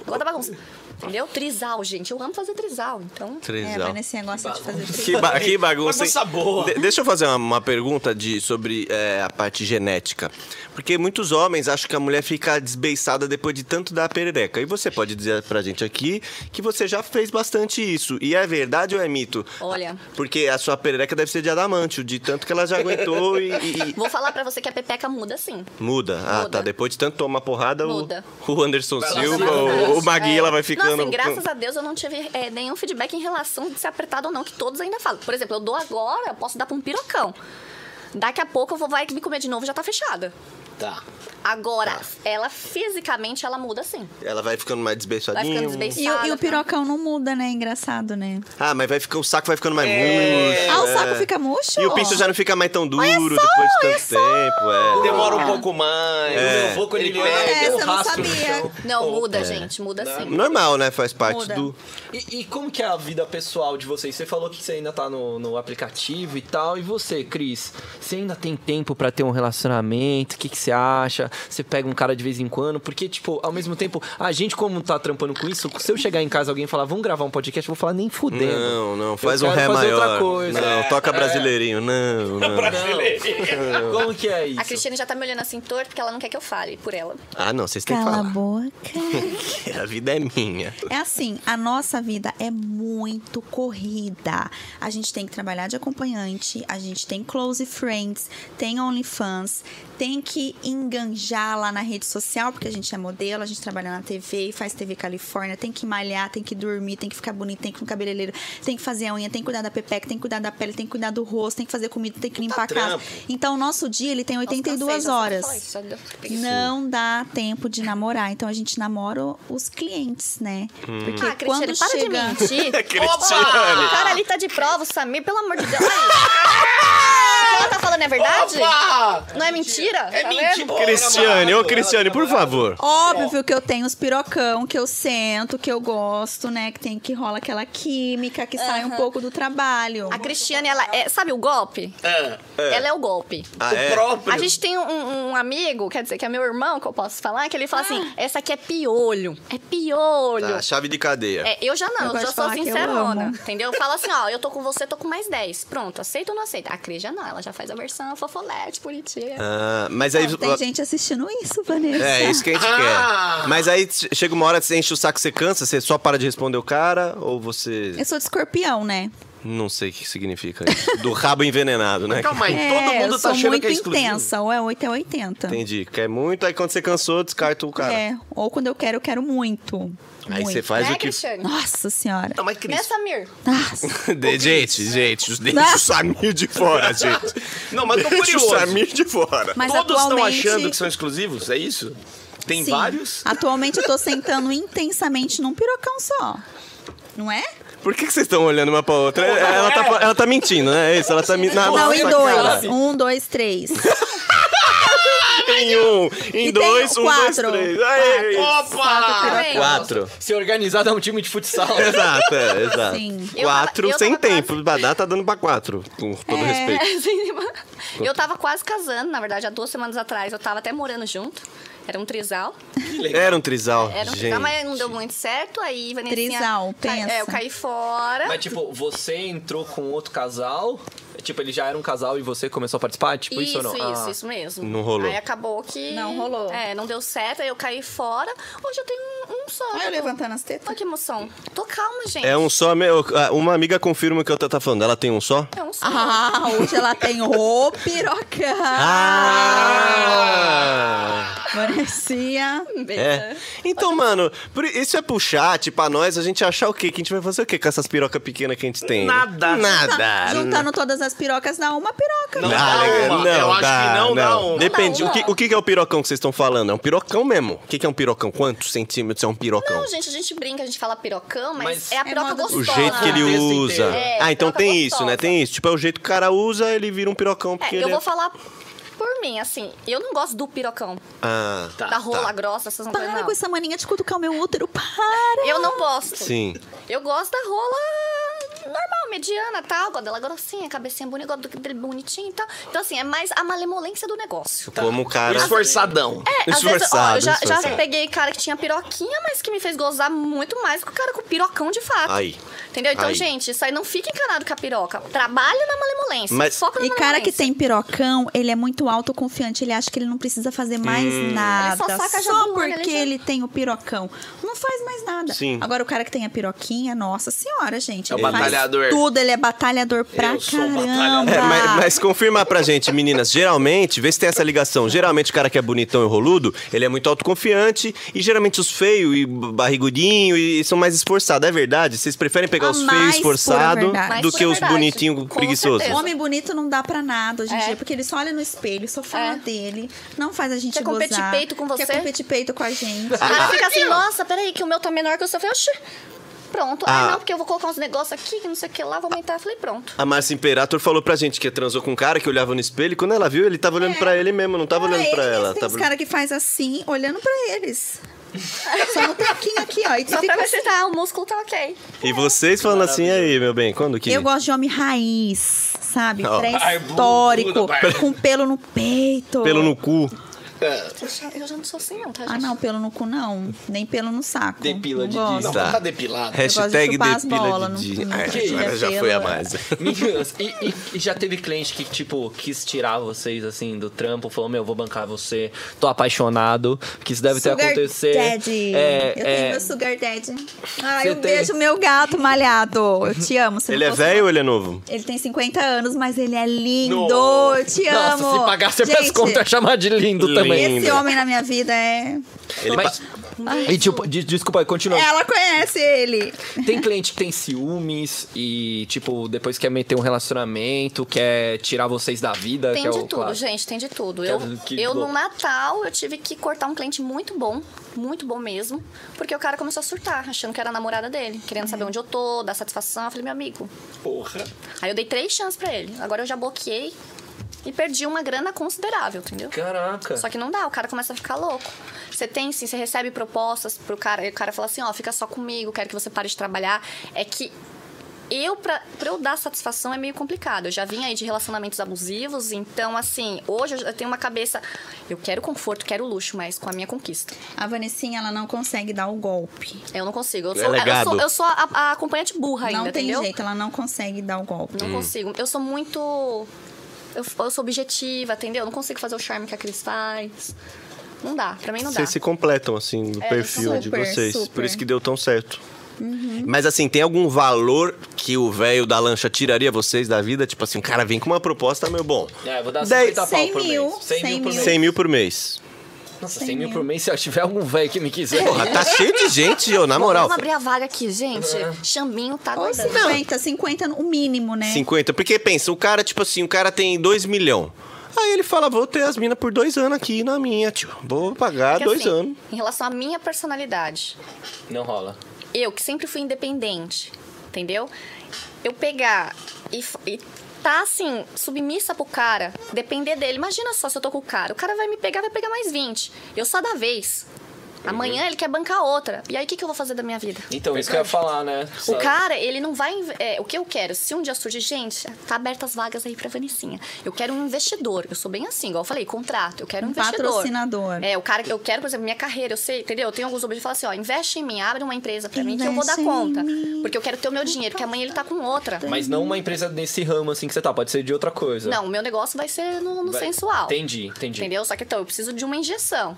S3: Eu gosto da bagunça. Entendeu? Trisal, gente. Eu amo fazer trisal. Então.
S4: É, a
S2: Trisal.
S4: Vanessinha gosta de fazer trisal.
S2: Que, ba- que bagunça.
S5: Bagunça
S2: hein?
S5: boa.
S2: De- deixa eu fazer uma, uma pergunta de, sobre é, a parte genética. Porque muitos homens acham que a mulher fica desbeiçada depois de tanto dar a perereca. E você pode dizer pra gente aqui que você já fez bastante isso. E é verdade ou é mito?
S3: Olha.
S2: Porque a sua perereca deve ser de adamante, de tanto que ela já aguentou e. e- e-
S3: Vou falar pra você que a pepeca muda sim.
S2: Muda. Ah,
S3: Muda.
S2: tá. Depois de tanto tomar porrada, o,
S3: Muda.
S2: o Anderson
S5: Vai lá,
S2: Silva,
S5: vai lá.
S2: o, o Magui,
S3: É.
S2: ela vai ficando.
S3: Não, assim, graças a Deus eu não tive é, nenhum feedback em relação de ser apertado ou não, que todos ainda falam. Por exemplo, eu dou agora, eu posso dar pra um pirocão. Daqui a pouco eu vou vai me comer de novo já tá fechada.
S5: Tá.
S3: Agora, ela fisicamente ela muda sim.
S2: Ela vai ficando mais
S3: Vai
S2: desbeiçadinha.
S3: ficando
S4: E, o-
S3: desbeiçada.
S4: e o pirocão não muda, né? Engraçado, né?
S2: Ah, mas vai ficar, o saco vai ficando mais murcho.
S4: Ah, o
S2: é.
S4: saco fica murcho?
S2: E o pinto já não fica mais tão
S4: é
S2: duro depois de tanto tempo. É.
S5: Demora um pouco mais.
S1: É. Eu vou quando ele
S5: Ele
S1: pega,
S5: pega,
S3: É.
S2: um
S1: eu
S4: eu não
S1: raspo no
S4: sabia.
S1: chão.
S3: Não, muda,
S2: é.
S3: gente, muda sim.
S2: Normal, né? Faz parte
S4: Muda.
S2: do.
S1: E, e como que é a vida pessoal de vocês? Você falou que você ainda tá no, no aplicativo e tal. E você, Cris? Você ainda tem tempo pra ter um relacionamento? O que, que você acha? Você pega um cara de vez em quando? Porque, tipo, ao mesmo tempo, a gente, como tá trampando com isso, se eu chegar em casa e alguém falar, vamos gravar um podcast, eu vou falar, nem fudendo.
S2: Não, não,
S1: Eu
S2: faz um
S1: quero
S2: ré
S1: fazer
S2: maior.
S1: outra coisa.
S2: Não,
S1: É.
S2: toca brasileirinho. Não, não.
S1: Como que é
S3: A
S1: isso?
S3: Cristina já tá me olhando assim torto porque ela não quer que eu fale por ela.
S2: Ah, não, vocês têm que
S4: Cala a
S2: falar.
S4: boca.
S2: A vida é minha.
S4: É assim, a nossa vida é muito corrida. A gente tem que trabalhar de acompanhante, a gente tem close friends, tem OnlyFans, tem que se enganjar lá na rede social, porque a gente é modelo, a gente trabalha na TV e faz TV Califórnia, tem que malhar, tem que dormir, tem que ficar bonito, tem que ir no cabeleireiro, tem que fazer a unha, tem que cuidar da pepeca, tem que cuidar da pele, tem que cuidar do rosto, tem que fazer comida, tem que limpar a casa.
S5: trampo.
S4: Então, o nosso dia, ele tem
S3: Nossa,
S4: 82
S3: cansei só de falar
S4: horas.
S3: isso, já deu
S2: Hum.
S3: preguiça.
S4: Não dá tempo de namorar. Então a gente namora o- os clientes, né? Porque
S3: Ah,
S4: quando
S3: Cristiane, para
S4: chega...
S3: de mentir.
S5: Cristiane.
S3: Opa! Cara, ali tá de prova, o Samir, pelo amor de Deus. Aí. Ela tá falando é verdade?
S5: Opa!
S3: Não é mentira?
S5: É
S3: Tá
S5: mentira.
S3: vendo?
S5: Pô,
S2: Cristiane, ô
S5: namorado,
S2: Cristiane,
S5: ela tá
S2: por favor.
S4: Óbvio que eu tenho os pirocão, que eu sento, que eu gosto, né? Que tem que rola aquela química, que sai um pouco do trabalho.
S3: A Cristiane, ela é. Sabe o golpe?
S5: namorada. Ah,
S3: Ela é o golpe.
S2: Ah,
S5: o
S2: é?
S5: próprio.
S3: A gente tem um, um amigo, quer dizer, que é meu irmão, que eu posso falar, que ele fala assim: essa aqui é piolho. É piolho.
S2: Tá, chave de cadeia.
S3: É, eu já
S4: Eu
S3: não, eu,
S4: gosto
S3: já
S4: de
S3: sou
S4: falar que eu
S3: sincerona.
S4: amo.
S3: Entendeu? Eu falo assim, ó, eu tô com você, tô com mais 10. Pronto, aceita ou não aceita? A Cris já não, ela já faz a versão fofolete, bonitinha.
S2: Ah, mas aí.
S4: Tem gente assistindo isso, Vanessa.
S2: É, isso que a gente
S5: Ah!
S2: quer. Mas aí che- chega uma hora que você enche o saco, você cansa, você só para de responder o cara, ou você.
S4: Eu sou de escorpião, né?
S2: Não sei o que significa isso. Do rabo envenenado, né?
S5: Calma aí, todo
S4: é,
S5: mundo
S4: eu
S5: tá
S4: sou
S5: achando
S4: muito
S5: que é exclusivo.
S4: intensa, ou é 8 é 80.
S2: Entendi. Quer muito, aí quando você cansou, descarta o cara.
S4: É, ou quando eu quero, eu quero muito.
S2: Aí
S4: muito. É
S2: você faz
S3: né,
S2: o que.
S3: Cristiane?
S4: Nossa senhora.
S5: Não, mas Cris,
S3: Né, Samir?
S4: Nossa.
S2: De- gente, gente, deixa
S4: Ah.
S2: o Samir de fora, gente.
S5: Não, mas tô
S2: Deixa o
S5: curioso.
S2: Samir de fora.
S4: Mas
S5: todos estão
S4: atualmente-
S5: achando que são exclusivos, é isso? Tem
S4: Sim.
S5: vários?
S4: Atualmente eu tô sentando intensamente num pirocão só. Não é?
S2: Por que, que vocês estão olhando uma pra outra? Ela, ela tá, ela tá mentindo, né? É isso, ela tá mentindo. Na
S4: não, em
S2: nossa
S4: dois.
S2: cara.
S4: Um, dois, três.
S2: Em um, em
S4: E tem
S2: dois, um, dois,
S4: quatro.
S2: três. Aê!
S5: Opa!
S3: Tá vendo?
S2: Quatro.
S1: Se organizar dá um time de futsal.
S2: Exato, é, exato.
S4: Sim.
S3: Eu
S2: Quatro
S3: tava- eu
S2: sem
S3: tava quase-
S2: tempo. Badá tá dando pra quatro, com todo respeito.
S3: É, assim, tipo, eu tava quase casando, na verdade, há duas semanas atrás. Eu tava até morando junto. Era um trisal.
S2: Era um trisal,
S3: Era um
S2: gente.
S3: trisal, mas não deu muito certo. Aí, Vanessinha...
S4: Trisal,
S3: cai-
S4: pensa.
S3: É, eu caí fora.
S1: Mas, tipo, você entrou com outro casal? Tipo, ele já era um casal e você começou a participar? Tipo, isso,
S3: Isso,
S1: ou não?
S3: isso,
S1: Ah.
S3: isso mesmo.
S2: Não rolou.
S3: Aí acabou que...
S4: Não rolou.
S3: É, não deu certo, aí eu caí fora. Hoje eu tenho um, um só.
S4: Olha eu levantando as tetas.
S3: Olha que emoção. Tô calma, gente.
S2: É um só. meu- ah, Uma amiga confirma o que eu tá falando. Ela tem um só?
S3: É um só.
S4: Ah, hoje ela tem o pirocão.
S2: Ah!
S4: Parecia.
S2: É. Então, mano, por- isso é puxar, tipo, pra nós, a gente achar o quê? Que a gente vai fazer o quê com essas pirocas pequenas que a gente
S1: Ah.
S2: tem?
S5: Nada.
S2: Nada.
S4: Tá Juntando todas as pirocas, dá uma piroca.
S5: Ah, Não.
S2: Dá,
S5: dá
S2: legal.
S5: uma. Eu acho que não dá uma.
S2: Depende.
S3: Não
S2: O,
S3: dá
S2: que,
S3: uma.
S2: o que que é o pirocão que vocês estão falando? É um pirocão mesmo. O que que é um pirocão? Quantos centímetros é um pirocão?
S3: Não, gente, a gente brinca, a gente fala pirocão, mas,
S1: Mas
S3: é a piroca
S4: moda do
S3: gostosa.
S2: o jeito que ele
S1: O texto
S2: usa.
S1: inteiro.
S3: É,
S2: ah, então
S3: piroca
S2: tem isso, né?
S3: gostosa.
S2: Tem isso. Tipo, é o jeito que o cara usa, ele vira um pirocão porque
S3: É, eu
S2: ele
S3: vou
S2: é...
S3: falar por mim, assim, eu não gosto do pirocão,
S2: Ah,
S3: da rola grossa, essas não coisas,
S4: Para
S3: não.
S4: com essa mania de cutucar o meu útero, para!
S3: Eu não gosto.
S2: sim.
S3: Eu gosto da rola normal, mediana, tal, gosto dela grossinha, cabecinha bonita, gosto dele bonitinho e tal. Então, assim, é mais a malemolência do negócio.
S5: Tá.
S2: Como o cara...
S5: Esforçadão.
S3: É, às vezes, ó,
S2: Esforçado,
S3: eu já, já
S2: esforçado.
S3: peguei cara que tinha piroquinha, mas que me fez gozar muito mais que o cara com pirocão de fato.
S2: Aí.
S3: Entendeu? Então,
S2: Aí.
S3: gente, isso aí não fica encanado com a piroca. Trabalha na malemolência.
S2: Mas-
S3: Foca na
S4: E cara que
S3: malemolência.
S4: tem pirocão, ele é muito autoconfiante, ele acha que ele não precisa fazer mais
S5: Hum.
S4: nada.
S3: Ele só saca a né, jabulona,
S4: porque ele,
S3: ele já-
S4: tem o pirocão. Não faz mais nada.
S2: Sim.
S4: Agora o cara que tem a piroquinha, nossa senhora, gente.
S5: É o
S4: ele faz
S5: batalhador.
S4: Tudo, ele é batalhador pra
S5: Eu sou um
S4: caramba.
S5: batalhador.
S2: É, mas, mas confirma pra gente, meninas. Geralmente, vê se tem essa ligação. Geralmente, o cara que é bonitão e roludo, ele é muito autoconfiante. E geralmente, os feios e b- barrigudinho e são mais esforçados. É verdade? Vocês preferem pegar
S4: A
S2: os
S4: mais
S2: feios
S4: pura
S2: esforçados
S4: verdade.
S2: do
S3: Mais
S2: que
S3: pura
S2: os
S3: verdade.
S2: bonitinhos
S3: Com
S2: preguiçosos?
S3: certeza.
S4: Homem bonito não dá pra nada hoje em
S3: É.
S4: dia, porque ele só olha no espelho, só fala
S3: É.
S4: dele, não faz a gente
S3: Quer
S4: gozar.
S3: competir peito com você?
S4: Quer competir peito com a gente.
S3: O
S2: Ah.
S3: cara fica assim, nossa, peraí, que o meu tá menor que o seu. Eu falei, oxi, pronto.
S2: Ah.
S3: Ah, não, porque eu vou colocar uns negócios aqui, que não sei o que lá, vou aumentar. Eu falei, pronto.
S2: A Márcia Imperator falou pra gente que transou com um cara que olhava no espelho e quando ela viu, ele tava olhando pra ele mesmo, não tava olhando pra
S4: Ah, eles,
S2: ela.
S4: É, Tem
S2: Tava...
S4: uns caras que faz assim, olhando pra eles. Só no taquinho aqui, ó. E tu
S3: Só
S4: fica
S3: pra ver
S4: assim.
S3: se tá, o músculo tá ok.
S2: E vocês falando assim, "E aí, meu bem, quando que.
S4: Eu gosto de homem raiz, sabe?
S2: Ó.
S4: Pré-histórico,
S5: Barbudo, barbudo.
S4: com pelo no peito.
S2: Pelo no cu.
S3: Eu já, eu já não sou assim, não, tá, gente?
S4: Ah, não, pelo no cu não. Nem pelo no saco.
S1: Depila
S4: não
S1: de
S4: gosto.
S5: Não,
S2: Tá.
S5: tá depilado.
S2: Hashtag
S4: chupar as
S2: depila
S4: bolas,
S2: de
S4: não- não
S2: Ah,
S4: tira
S2: Agora já foi a
S4: pelo.
S2: mais.
S6: Meninas, e, e- e já teve cliente que, tipo, quis tirar vocês, assim, do trampo, falou, meu, vou bancar você, tô apaixonado, que isso deve ter acontecido.
S4: Daddy.
S6: É,
S4: eu
S6: é,
S4: tenho meu Sugar Daddy. Ai,
S6: Você
S4: eu um
S6: tem? Uhum.
S4: beijo, meu gato malhado. Eu te amo. se
S2: Ele
S4: não
S2: é
S4: fosse-
S2: velho ou ele é novo?
S4: Ele tem 50 anos, mas ele é lindo.
S5: Nossa.
S4: Eu te amo.
S6: Nossa, se pagasse
S4: Gente,
S6: minhas contas, ia chamar de lindo, também.
S4: Esse
S2: Lindo.
S4: homem na minha vida é.
S2: Ele
S1: Mas- E, tipo, de- desculpa aí, continua.
S4: Ela conhece ele.
S1: Tem cliente que tem ciúmes e, tipo, depois quer meter um relacionamento, quer tirar vocês da vida.
S3: Tem
S1: que é
S3: de
S1: o
S3: tudo,
S1: clássico.
S3: gente, tem de tudo.
S1: Que
S3: Eu,
S1: é- que
S3: eu
S1: bom.
S3: no Natal, eu tive que cortar um cliente muito bom, muito bom mesmo, porque o cara começou a surtar, achando que era a namorada dele, querendo
S4: É.
S3: saber onde eu tô, dar satisfação. Eu falei, meu amigo.
S5: Porra.
S3: Aí eu dei três chances pra ele. Agora eu já bloqueei e perdi uma grana considerável, entendeu?
S6: Caraca.
S3: Só que não dá, o cara começa a ficar louco. Você tem sim, você recebe propostas pro cara, e o cara fala assim, ó, fica só comigo, quero que você pare de trabalhar. É que eu, pra, pra eu dar satisfação, é meio complicado. Eu já vim aí de relacionamentos abusivos, então, assim, hoje eu já tenho uma cabeça. Eu quero conforto, quero luxo, mas com a minha conquista.
S4: A Vanessinha, ela não consegue dar o golpe.
S3: Eu não consigo. Eu
S2: É
S3: sou, eu
S2: legado.
S3: sou, eu sou a, a acompanhante burra ainda,
S4: não tem
S3: entendeu?
S4: jeito, ela não consegue dar o golpe.
S2: Hum.
S3: Não consigo. Eu sou muito. Eu, eu sou objetiva, entendeu? Eu não consigo fazer o charme que a Cris faz. Não dá, pra mim não dá.
S2: Vocês se completam, assim, do
S3: É,
S2: perfil de
S4: super,
S2: vocês.
S4: super.
S2: Por isso que deu tão certo.
S3: Uhum.
S2: Mas assim, tem algum valor que o velho da lancha tiraria vocês da vida? Tipo assim, o cara vem com uma proposta, meu bom.
S6: É, vou dar
S2: Dez-
S6: 50 pau
S4: 100
S6: por
S4: mil,
S6: mês. 100 mil
S4: 100
S6: por
S4: mil.
S6: mês.
S2: 100 mil por mês.
S6: Nossa,
S4: 100
S6: 100 mil
S4: mil.
S6: por mês, se eu tiver algum velho que me quiser.
S2: Porra, tá cheio de gente, ô, na moral.
S3: Vamos abrir a vaga aqui, gente. Chambinho tá
S4: Ou
S3: guardando.
S4: 50, 50 o mínimo, né?
S2: 50. Porque pensa, o cara, tipo assim, o cara tem 2 milhão. Aí ele fala, vou ter as minas por dois anos aqui na minha, tio. Vou pagar
S3: Porque,
S2: dois
S3: assim,
S2: anos.
S3: Em relação à minha personalidade,
S6: Não rola.
S3: eu que sempre fui independente, entendeu? Eu pegar e, f- e tá assim, submissa pro cara, depender dele. Imagina só se eu tô com o cara. O cara vai me pegar, vai pegar mais 20. Eu só da vez. Amanhã ele quer bancar outra. E aí o que, que eu vou fazer da minha vida?
S6: Então, isso que eu ia falar, né?
S3: O
S6: Sabe?
S3: cara, ele não vai. inv- é, o que eu quero, se um dia surge, gente, tá abertas as vagas aí pra Vanessinha. Eu quero um investidor. Eu sou bem assim, igual eu falei, contrato. Eu quero um,
S4: Um
S3: investidor.
S4: patrocinador.
S3: É, o cara que eu quero, por exemplo, minha carreira, eu sei, entendeu? Eu tenho alguns objetivos, falo assim, ó, investe em mim, abre uma empresa pra mim que eu vou dar
S4: Investe em
S3: conta.
S4: mim.
S3: Porque eu quero ter o meu dinheiro, porque amanhã ele tá com outra.
S6: Mas não uma empresa nesse ramo, assim, que você tá. Pode ser de outra coisa.
S3: Não, o meu negócio vai ser no, no
S6: Vai-
S3: sensual.
S6: Entendi, entendi.
S3: Entendeu? Só que então, eu preciso de uma injeção.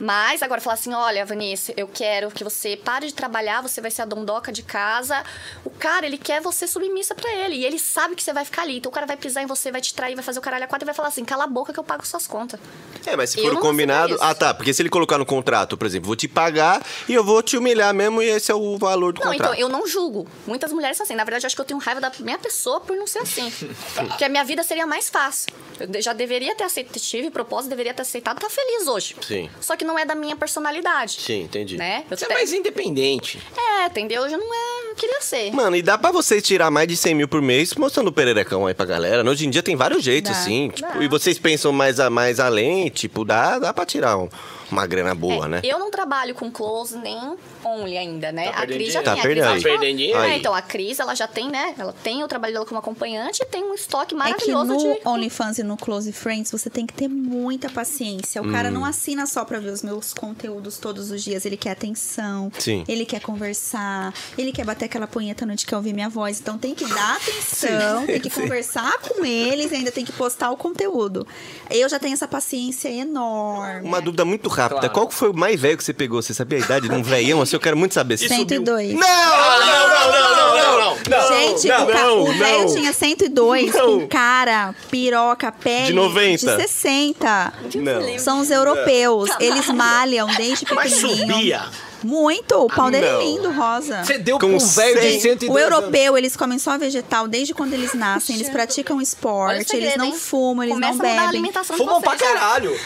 S3: Mas agora falar assim: olha, Vanessa, eu quero que você pare de trabalhar, você vai ser a dondoca de casa. O cara, ele quer você submissa pra ele. E ele sabe que você vai ficar ali. Então o cara vai pisar em você, vai te trair, vai fazer o caralho a quatro e vai falar assim: cala a boca que eu pago suas contas.
S2: É, mas se
S3: Eu
S2: for
S3: não
S2: combinado.
S3: aceito isso.
S2: Ah, tá. Porque se ele colocar no contrato, por exemplo, vou te pagar e eu vou te humilhar mesmo, e esse é o valor do
S3: Não,
S2: contrato.
S3: então eu não julgo. Muitas mulheres são assim. Na verdade, eu acho que eu tenho raiva da minha pessoa por não ser assim. Porque a minha vida seria mais fácil. Eu de- já deveria ter aceitado, tive propósito, deveria ter aceitado, tá feliz hoje.
S2: Sim.
S3: Só que não é da minha personalidade.
S2: Sim, entendi.
S3: Né? Eu
S5: Você é
S3: te-
S5: mais independente.
S3: É, entendeu? Hoje não é. Eu queria ser.
S2: Mano, e dá pra vocês tirar mais de 100 mil por mês mostrando o pererecão aí pra galera. Hoje em dia tem vários jeitos,
S4: Dá.
S2: assim. tipo,
S3: Dá.
S2: e vocês pensam mais, a, mais além, tipo, dá, dá pra tirar um- uma grana boa,
S3: É,
S2: né?
S3: Eu não trabalho com close nem only ainda, né?
S6: Tá
S3: a
S6: perdendo
S3: Cris já
S2: dinheiro.
S3: tem.
S2: Tá
S3: a
S2: perdendo
S3: Cris ela-
S5: dinheiro. Perdendo
S3: É,
S2: dinheiro.
S3: então, a Cris, ela já tem, né? Ela tem o trabalho dela como acompanhante e tem um estoque
S4: É que
S3: maravilhoso
S4: no
S3: de...
S4: OnlyFans e no Close Friends você tem que ter muita paciência. O cara não assina só pra ver os meus conteúdos todos os dias. Ele quer atenção,
S2: Sim.
S4: ele quer conversar, ele quer bater aquela punheta no de quer ouvir minha voz. Então tem que dar atenção, tem que conversar com eles e ainda tem que postar o conteúdo. Eu já tenho essa paciência enorme.
S2: Uma dúvida muito rápida.
S6: Claro.
S2: Qual que foi o mais velho que você pegou? Você sabia a idade de um velhão? Assim, eu quero muito saber. se-
S4: 102.
S2: Não!
S5: Não, não, não, não, não, não.
S4: Gente, o ca-
S2: não,
S4: o velho
S2: não.
S4: tinha 102 com cara, piroca, pele
S2: De 90.
S4: de 60.
S2: Não.
S4: São os europeus. Eles malham desde
S5: Mas
S4: pequenininho.
S5: subia.
S4: Muito. O pau dele
S2: não.
S4: é lindo, rosa.
S1: Você deu
S2: Com
S1: com um velho de
S2: cem.
S1: 102
S4: O europeu, eles comem só vegetal desde quando eles nascem. Eles praticam
S3: Olha o
S4: esporte,
S3: segredo,
S4: eles não
S3: hein?
S4: fumam, eles
S3: Começa
S4: não
S3: a mudar a
S4: bebem.
S3: alimentação de
S1: Fumam pra
S3: vocês, né?
S1: caralho.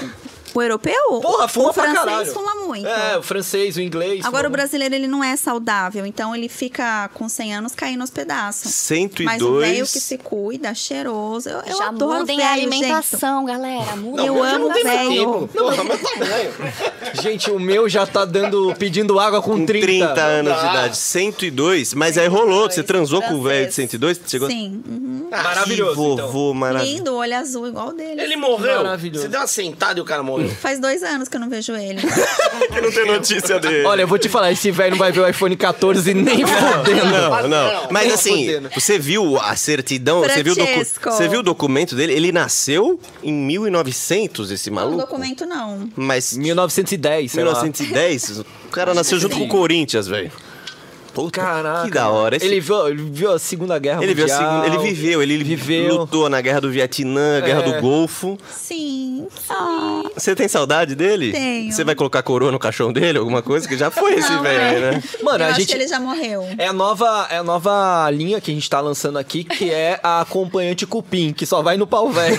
S4: O europeu?
S1: Porra, fuma
S4: o
S1: pra
S4: francês
S1: caralho.
S4: fuma muito.
S1: É, o francês, o inglês.
S4: Agora, o
S1: fuma-
S4: brasileiro, ele não é saudável. Então, ele fica com 100 anos caindo aos pedaços. Mas o
S2: 102.
S4: velho que se cuida, cheiroso. Eu, eu
S3: Já
S4: adoro
S3: mudem
S4: velho,
S3: a alimentação, galera. Mudem
S4: Eu
S3: a
S4: amo
S3: alimentação.
S4: velho.
S5: Não, é o meu tamanho.
S1: Gente, o meu já tá dando, pedindo água com 30.
S2: 30 anos de
S5: Ah.
S2: idade, 102, mas aí rolou, você transou com o velho de 102, chegou
S4: Sim. uhum.
S2: Ih,
S1: Maravilhoso, então.
S2: vovô, maravilhoso.
S4: Lindo, olho azul igual o dele.
S5: Ah, Ele morreu.
S1: Maravilhoso.
S5: Você deu uma sentada e o cara morreu.
S4: Faz dois anos que eu não vejo ele.
S2: Que não tem notícia dele.
S1: Olha, eu vou te falar, esse velho não vai ver o iPhone 14 nem fodendo.
S2: Não, não. Mas assim, você viu a certidão? Você viu, o docu-
S4: Francesco.
S2: você viu o documento dele? Ele nasceu em 1900, esse
S4: No
S2: maluco?
S4: um documento, não.
S2: Mas
S1: 1910, sei lá.
S2: 1910, o cara nasceu junto com o Corinthians, velho. Puta,
S1: Caraca.
S2: Que da hora. Esse-
S1: Ele viu, ele viu a Segunda Guerra
S2: ele, viu a
S1: Mundial.
S2: segunda- ele viveu, ele
S1: Viveu.
S2: lutou na guerra do Vietnã, guerra
S1: É.
S2: do Golfo.
S4: Sim. Ah,
S2: Você tem saudade dele?
S4: Tenho.
S2: Você vai colocar coroa no caixão dele, alguma coisa? Que já foi esse
S4: Não,
S2: velho, né?
S1: Mano,
S4: eu
S1: a
S4: acho
S1: gente...
S4: que ele já morreu.
S1: É a, nova, é a nova linha que a gente tá lançando aqui, que é a acompanhante cupim, que só vai no pau velho.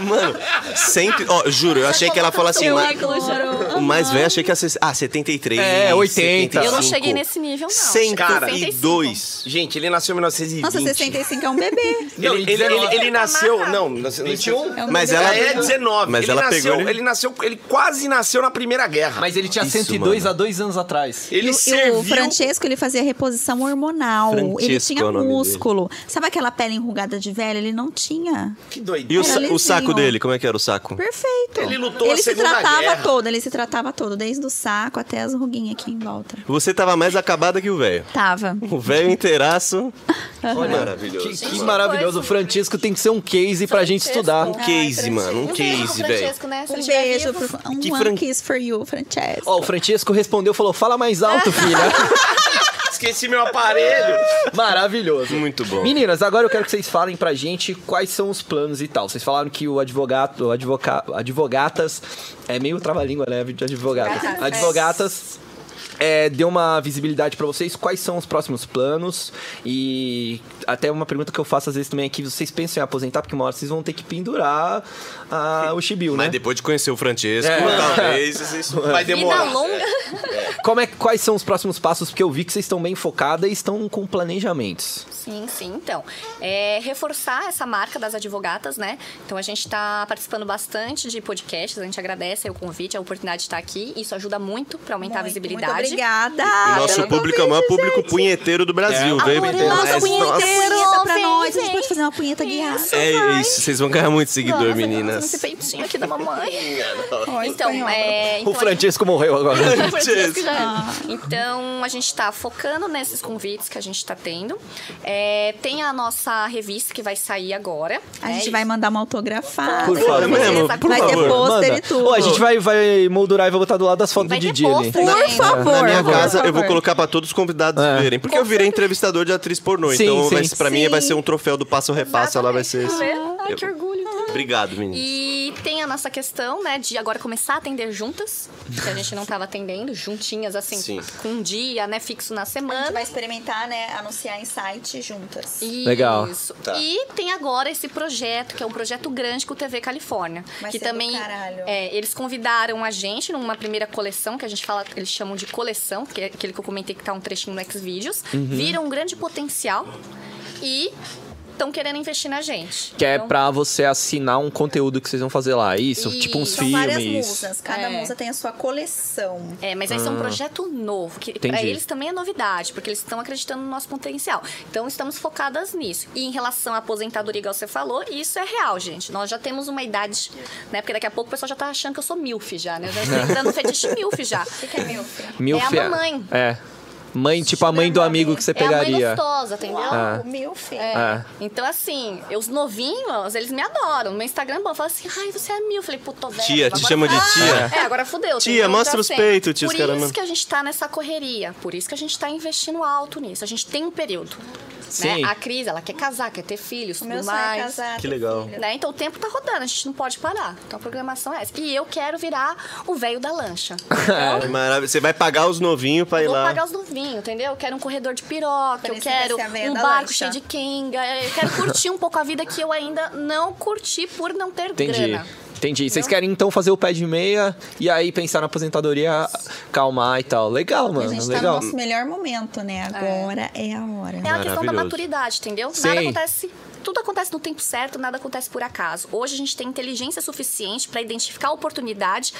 S2: Mano, sempre. Ó, juro, eu achei que ela fala assim.
S3: Eu
S2: "Ma-
S3: adoro.
S2: O mais velho, achei que ia ser. Ah, 73.
S1: É, 80.
S3: Eu não cheguei nesse nível, não.
S5: Cara,
S2: 102.
S5: Gente, ele nasceu em 1920.
S4: Nossa, 65 é um bebê.
S5: Ele,
S1: Não, e
S5: ele, ele, ele
S1: 19.
S5: nasceu... Não, 21?
S4: É um
S2: Mas
S4: bebê.
S2: ela-
S5: é 19.
S2: Mas
S5: ele
S2: ela
S5: nasceu,
S2: pegou ele-
S5: ele... nasceu, ele quase nasceu na Primeira Guerra.
S1: Mas ele tinha
S2: Isso,
S1: 102
S2: mano.
S1: há dois anos atrás.
S5: ele
S4: E o- e
S5: serviu...
S4: o Francesco, ele fazia reposição hormonal. ele
S2: Francesco é
S4: tinha
S2: o nome
S4: músculo. Sabe aquela pele enrugada de velho? Ele não tinha.
S5: Que doideira.
S2: E o,
S4: Era
S2: sa- o saco
S4: lisinho.
S2: dele, como é que era o saco?
S4: Perfeito.
S5: Ele lutou a
S4: Ele se
S5: Segunda
S4: tratava
S5: Guerra.
S4: todo, ele se tratava todo, desde o saco até as ruguinhas aqui em volta.
S2: Você tava mais acabada que o velho.
S4: Tava.
S2: O velho inteiraço.
S1: Olha,
S2: Maravilhoso.
S1: Que, que maravilhoso. O Francisco tem que ser um case pra gente
S3: Francesco.
S1: estudar.
S2: Um case, mano. Um
S3: Um beijo pro
S2: case, velho.
S3: Francesco, né? Se ele
S4: Um
S3: estiver
S4: beijo,
S3: vivo.
S4: pro, um
S2: Que
S4: one
S2: fran-
S4: kiss for you, Francesco.
S1: Ó, o Francisco respondeu, falou, fala mais alto, filha.
S5: Esqueci meu aparelho.
S1: Maravilhoso.
S2: Muito bom.
S1: Meninas, agora eu quero que vocês falem pra gente quais são os planos e tal. Vocês falaram que o advogado, o advoca, advogatas, é meio trava-língua, né? De advogatas.
S3: Advogatas.
S1: Advogatas é, deu uma visibilidade pra vocês. Quais são os próximos planos? E até uma pergunta que eu faço às vezes também aqui: vocês pensam em aposentar? Porque uma hora vocês vão ter que pendurar ah, o chibio, né?
S2: Mas depois de conhecer o Francesco,
S1: É.
S2: talvez isso
S5: Vai
S3: Vida
S5: demorar.
S3: longa.
S1: Como é, quais são os próximos passos? Porque eu vi que vocês estão bem focadas e estão com planejamentos.
S3: Sim, sim. Então, é, reforçar essa marca das advogatas, né? Então, a gente está participando bastante de podcasts. A gente agradece aí o convite, a oportunidade de estar aqui. Isso ajuda muito para aumentar a
S4: Muito,
S3: visibilidade.
S4: Muito obrigada.
S3: Ah,
S2: O nosso público é o maior público punheteiro do Brasil.
S5: É,
S2: veio
S5: amor,
S2: meter
S5: nossa,
S2: mais.
S4: punheteiro.
S2: Nossa.
S4: Punheta pra
S3: Vem,
S4: nós. A gente
S3: vem.
S4: pode fazer uma punheta guiada.
S2: É isso, vocês vão ganhar muito seguidor,
S3: Nossa, nossa,
S2: meninas.
S3: Esse peitinho aqui da mamãe. então, é, então,
S1: O Francisco morreu agora.
S3: O Francisco já era. Então, a gente está focando nesses convites que a gente está tendo. É, tem a nossa revista que vai sair agora.
S4: A
S3: né?
S4: gente vai mandar uma autografada.
S1: Por favor. É
S2: mesmo? Por
S4: vai ter
S2: favor.
S4: pôster
S1: Manda.
S4: e tudo.
S1: Ô, a gente vai, vai moldurar e vai botar do lado das fotos
S3: Vai
S1: do
S3: ter
S1: Didi ali.
S3: pôster.
S4: Por
S3: Também.
S4: favor.
S2: Na minha
S4: por
S2: casa, eu vou
S4: favor.
S2: colocar pra todos os convidados
S1: É.
S2: verem. Porque eu virei entrevistador de atriz pornô.
S1: Sim,
S2: então, vai,
S1: sim.
S2: pra mim,
S4: Sim.
S2: vai ser um troféu do passo repasso. Ela vai ser
S3: Tá
S2: isso.
S3: vendo? Ai,
S2: Eu-
S3: que orgulho.
S2: Obrigado, menino.
S3: E tem a nossa questão, né, de agora começar a atender juntas, que a gente não estava atendendo, juntinhas assim,
S2: Sim.
S3: com um dia, né, fixo na
S4: A gente
S3: semana.
S4: vai experimentar, né? Anunciar em site juntas.
S3: Isso.
S1: Legal.
S3: E tem agora esse projeto, que é um projeto grande com o TV Califórnia.
S4: Vai
S3: que
S4: ser do
S3: também.
S4: caralho.
S3: é, eles convidaram a gente numa primeira coleção, que a gente fala, eles chamam de coleção, que é aquele que eu comentei que tá um trechinho no Xvideos. Viram um grande potencial e estão querendo investir na gente.
S1: Que é
S3: Então,
S1: pra você assinar um conteúdo que vocês vão fazer lá. Isso,
S3: Isso.
S1: tipo uns
S4: São várias
S1: filmes.
S4: musas. Cada
S3: É.
S4: musa tem a sua coleção.
S3: É, mas esse é um projeto novo, que pra
S1: Ah. Entendi.
S3: eles também é novidade, porque eles estão acreditando no nosso potencial. Então estamos focadas nisso. E em relação à aposentadoria, igual você falou, isso é real, gente. Nós já temos uma idade, né? Porque daqui a pouco o pessoal já tá achando que eu sou milf já, né? Eu já estou entrando no fetiche milf já. O que, é milf?
S1: Milf
S3: é a mamãe.
S1: É. Mãe, tipo a mãe do amigo que você
S3: É a mãe
S1: pegaria.
S3: gostosa, entendeu?
S1: Ah.
S4: Meu filho.
S3: É.
S1: Ah.
S3: Então, assim, eu- os novinhos, eles me adoram. No meu Instagram, bom, falam assim, ai, você é mil. Eu Falei, puto, velho.
S2: Tia, te
S3: agora-
S2: chama de tia?
S3: É, agora fudeu.
S2: Tia,
S3: tem que
S2: mostra
S3: mudar
S2: os
S3: sempre.
S2: peitos, tia, os
S3: Por
S2: cara
S3: isso
S2: não-
S3: que a gente tá nessa correria. Por isso que a gente tá investindo alto nisso. A gente tem um período.
S1: Sim.
S3: Né? A Cris, ela quer casar, quer ter filhos, tudo
S4: Meu sonho é
S3: mais.
S4: casar.
S2: Que
S4: ter
S2: legal.
S4: filho.
S3: Né? Então o tempo tá rodando, a gente não pode parar. Então a programação é essa. E eu quero virar o velho da lancha.
S2: É maravilhoso. Você vai pagar os novinhos pra ir
S3: Vou
S2: lá.
S3: pagar os novinhos, entendeu? Eu quero um corredor de piroca, eu
S4: Vanessa
S3: quero
S4: vai ser a véia
S3: um
S4: da
S3: barco
S4: lancha.
S3: cheio de kenga. Eu quero curtir um pouco a vida que eu ainda não curti por não ter
S1: Entendi.
S3: grana.
S1: Entendi. Vocês querem então fazer o pé de meia e aí pensar na aposentadoria, calmar e tal. Legal,
S4: A
S1: mano.
S4: gente tá no
S1: Legal.
S4: nosso melhor momento, né? Agora é, a
S3: É
S4: hora.
S3: a questão da
S2: Maravilhoso.
S3: maturidade, entendeu?
S1: Sim.
S3: Nada acontece tudo acontece no tempo certo, nada acontece por acaso. Hoje a gente tem inteligência suficiente para identificar a oportunidade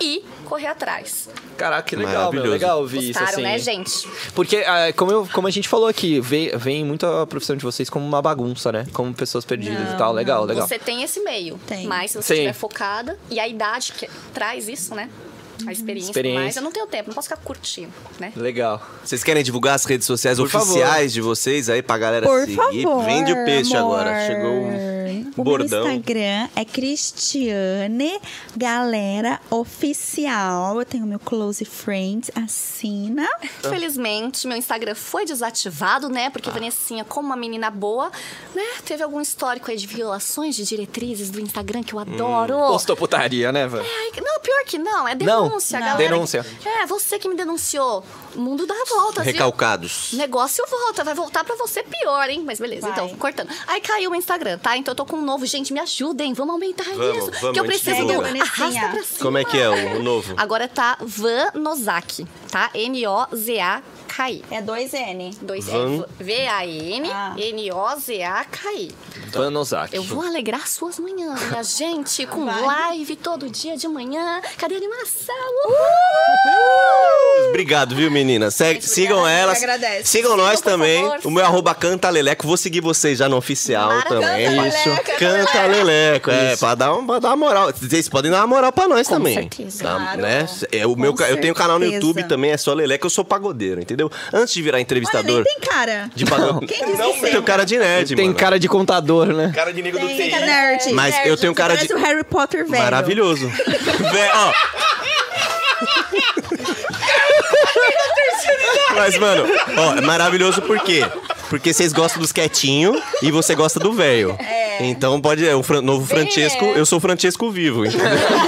S3: e correr atrás.
S1: Caraca, que legal, meu.
S2: Maravilhoso.
S1: Legal ouvir isso,
S3: Gostaram,
S1: assim.
S3: né, gente?
S1: Porque, ah, como, eu- como a gente falou aqui, vem, vem muito a profissão de vocês como uma bagunça, né? Como pessoas perdidas
S4: Não,
S1: e tal.
S4: não.
S1: Legal, legal.
S3: Você tem esse meio.
S4: Tem.
S3: Mas se
S1: Sim.
S3: você estiver focada, e a idade que traz isso, né? A experiência,
S1: Experiência.
S3: mas eu não tenho tempo, não posso ficar curtindo, né?
S1: Legal.
S2: Vocês querem divulgar as redes sociais
S1: Por favor.
S2: oficiais de vocês aí pra galera
S4: Por
S2: seguir?
S4: favor.
S2: Vende o peixe
S4: amor.
S2: agora. Chegou um
S4: O
S2: bordão.
S4: meu Instagram é Cristiane Galera Oficial. Eu tenho meu Close Friends. Assina.
S1: É.
S3: Infelizmente, meu Instagram foi desativado, né? Porque
S1: Ah.
S3: a Vanessinha, como uma menina boa, né? Teve algum histórico aí de violações de diretrizes do Instagram
S1: Hum.
S3: que eu adoro.
S1: Postou putaria, né, velho?
S3: Ai, não, pior que não, é
S1: Não,
S3: denúncia,
S1: não.
S3: galera.
S1: Denúncia.
S3: É, você que me denunciou. O mundo dá voltas, viu?
S2: Recalcados.
S3: Negócio volta, vai voltar pra você pior, hein? Mas beleza,
S4: Vai.
S3: então, cortando. Aí caiu o Instagram, tá? Então eu tô com um novo. Gente, me ajudem, vamos aumentar
S2: Vamos,
S3: isso.
S2: vamos,
S3: que eu
S2: a gente
S3: preciso do
S2: divulga.
S3: arrasta pra cima.
S2: Como é que é o, o novo?
S3: Agora tá Van Nozaki, tá? N-O-Z-A-K-I.
S4: É 2N.
S3: Dois
S2: Van-
S3: F- V-A-N,
S4: Ah.
S3: N-O-Z-A-K-I.
S1: Vanosaki.
S3: Eu vou alegrar suas manhãs, minha gente, com
S4: Vai.
S3: live todo dia de manhã. Cadê a animação? Uhul!
S2: Obrigado, viu, menina? Segue-
S3: Gente,
S2: sigam
S3: obrigada,
S2: elas.
S4: eu agradeço.
S2: Sigam
S3: Sigam,
S2: nós
S3: por
S2: também.
S3: favor,
S2: o meu
S3: sigam.
S2: arroba Canta Leleco. Vou seguir vocês já no oficial
S3: Mara-
S2: também.
S3: Canta Leleco, Canta
S2: Canta Leleco. É, pra dar, um, pra dar uma moral. Vocês podem dar uma moral pra nós
S3: Com
S2: também.
S3: certeza.
S2: Tá,
S4: Claro.
S2: né? É, o
S4: Com
S2: meu, ca- eu tenho um canal no
S4: certeza.
S2: YouTube também, é só Leleco. Eu sou pagodeiro, entendeu? Antes de virar
S4: Olha, nem
S2: entrevistador
S4: tem cara.
S2: de pagodeiro.
S4: Quem disse
S5: Não
S2: Eu
S4: que
S3: é?
S2: tenho
S4: tem?
S2: cara de nerd,
S1: Tem
S2: mano.
S1: cara de contador, né?
S5: Cara de nego do
S4: Tem, tem
S5: TI.
S4: cara nerd.
S2: Mas eu tenho cara
S4: Parece
S2: de.
S4: o Harry Potter velho.
S2: Maravilhoso. Vé- ó. Mas, mano, ó, é maravilhoso por quê? Porque vocês gostam dos quietinhos e você gosta do velho. Então pode. É o Fran- novo Francesco. Eu sou o Francesco vivo, entendeu?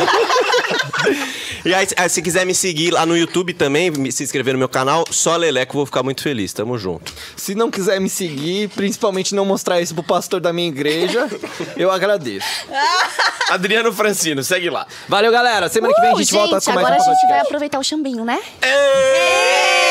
S2: E aí, se- aí, se quiser me seguir lá no YouTube também, me- se inscrever no meu canal, só Leleco, vou ficar muito feliz. Tamo junto.
S1: Se não quiser me seguir, principalmente não mostrar isso pro pastor da minha igreja, eu agradeço.
S5: Adriano Francino, segue lá.
S1: Valeu, galera. Semana que vem a gente volta com mais
S3: Uh, agora
S1: um
S3: a gente
S1: podcast.
S3: vai aproveitar o chambinho, né?
S5: Ê!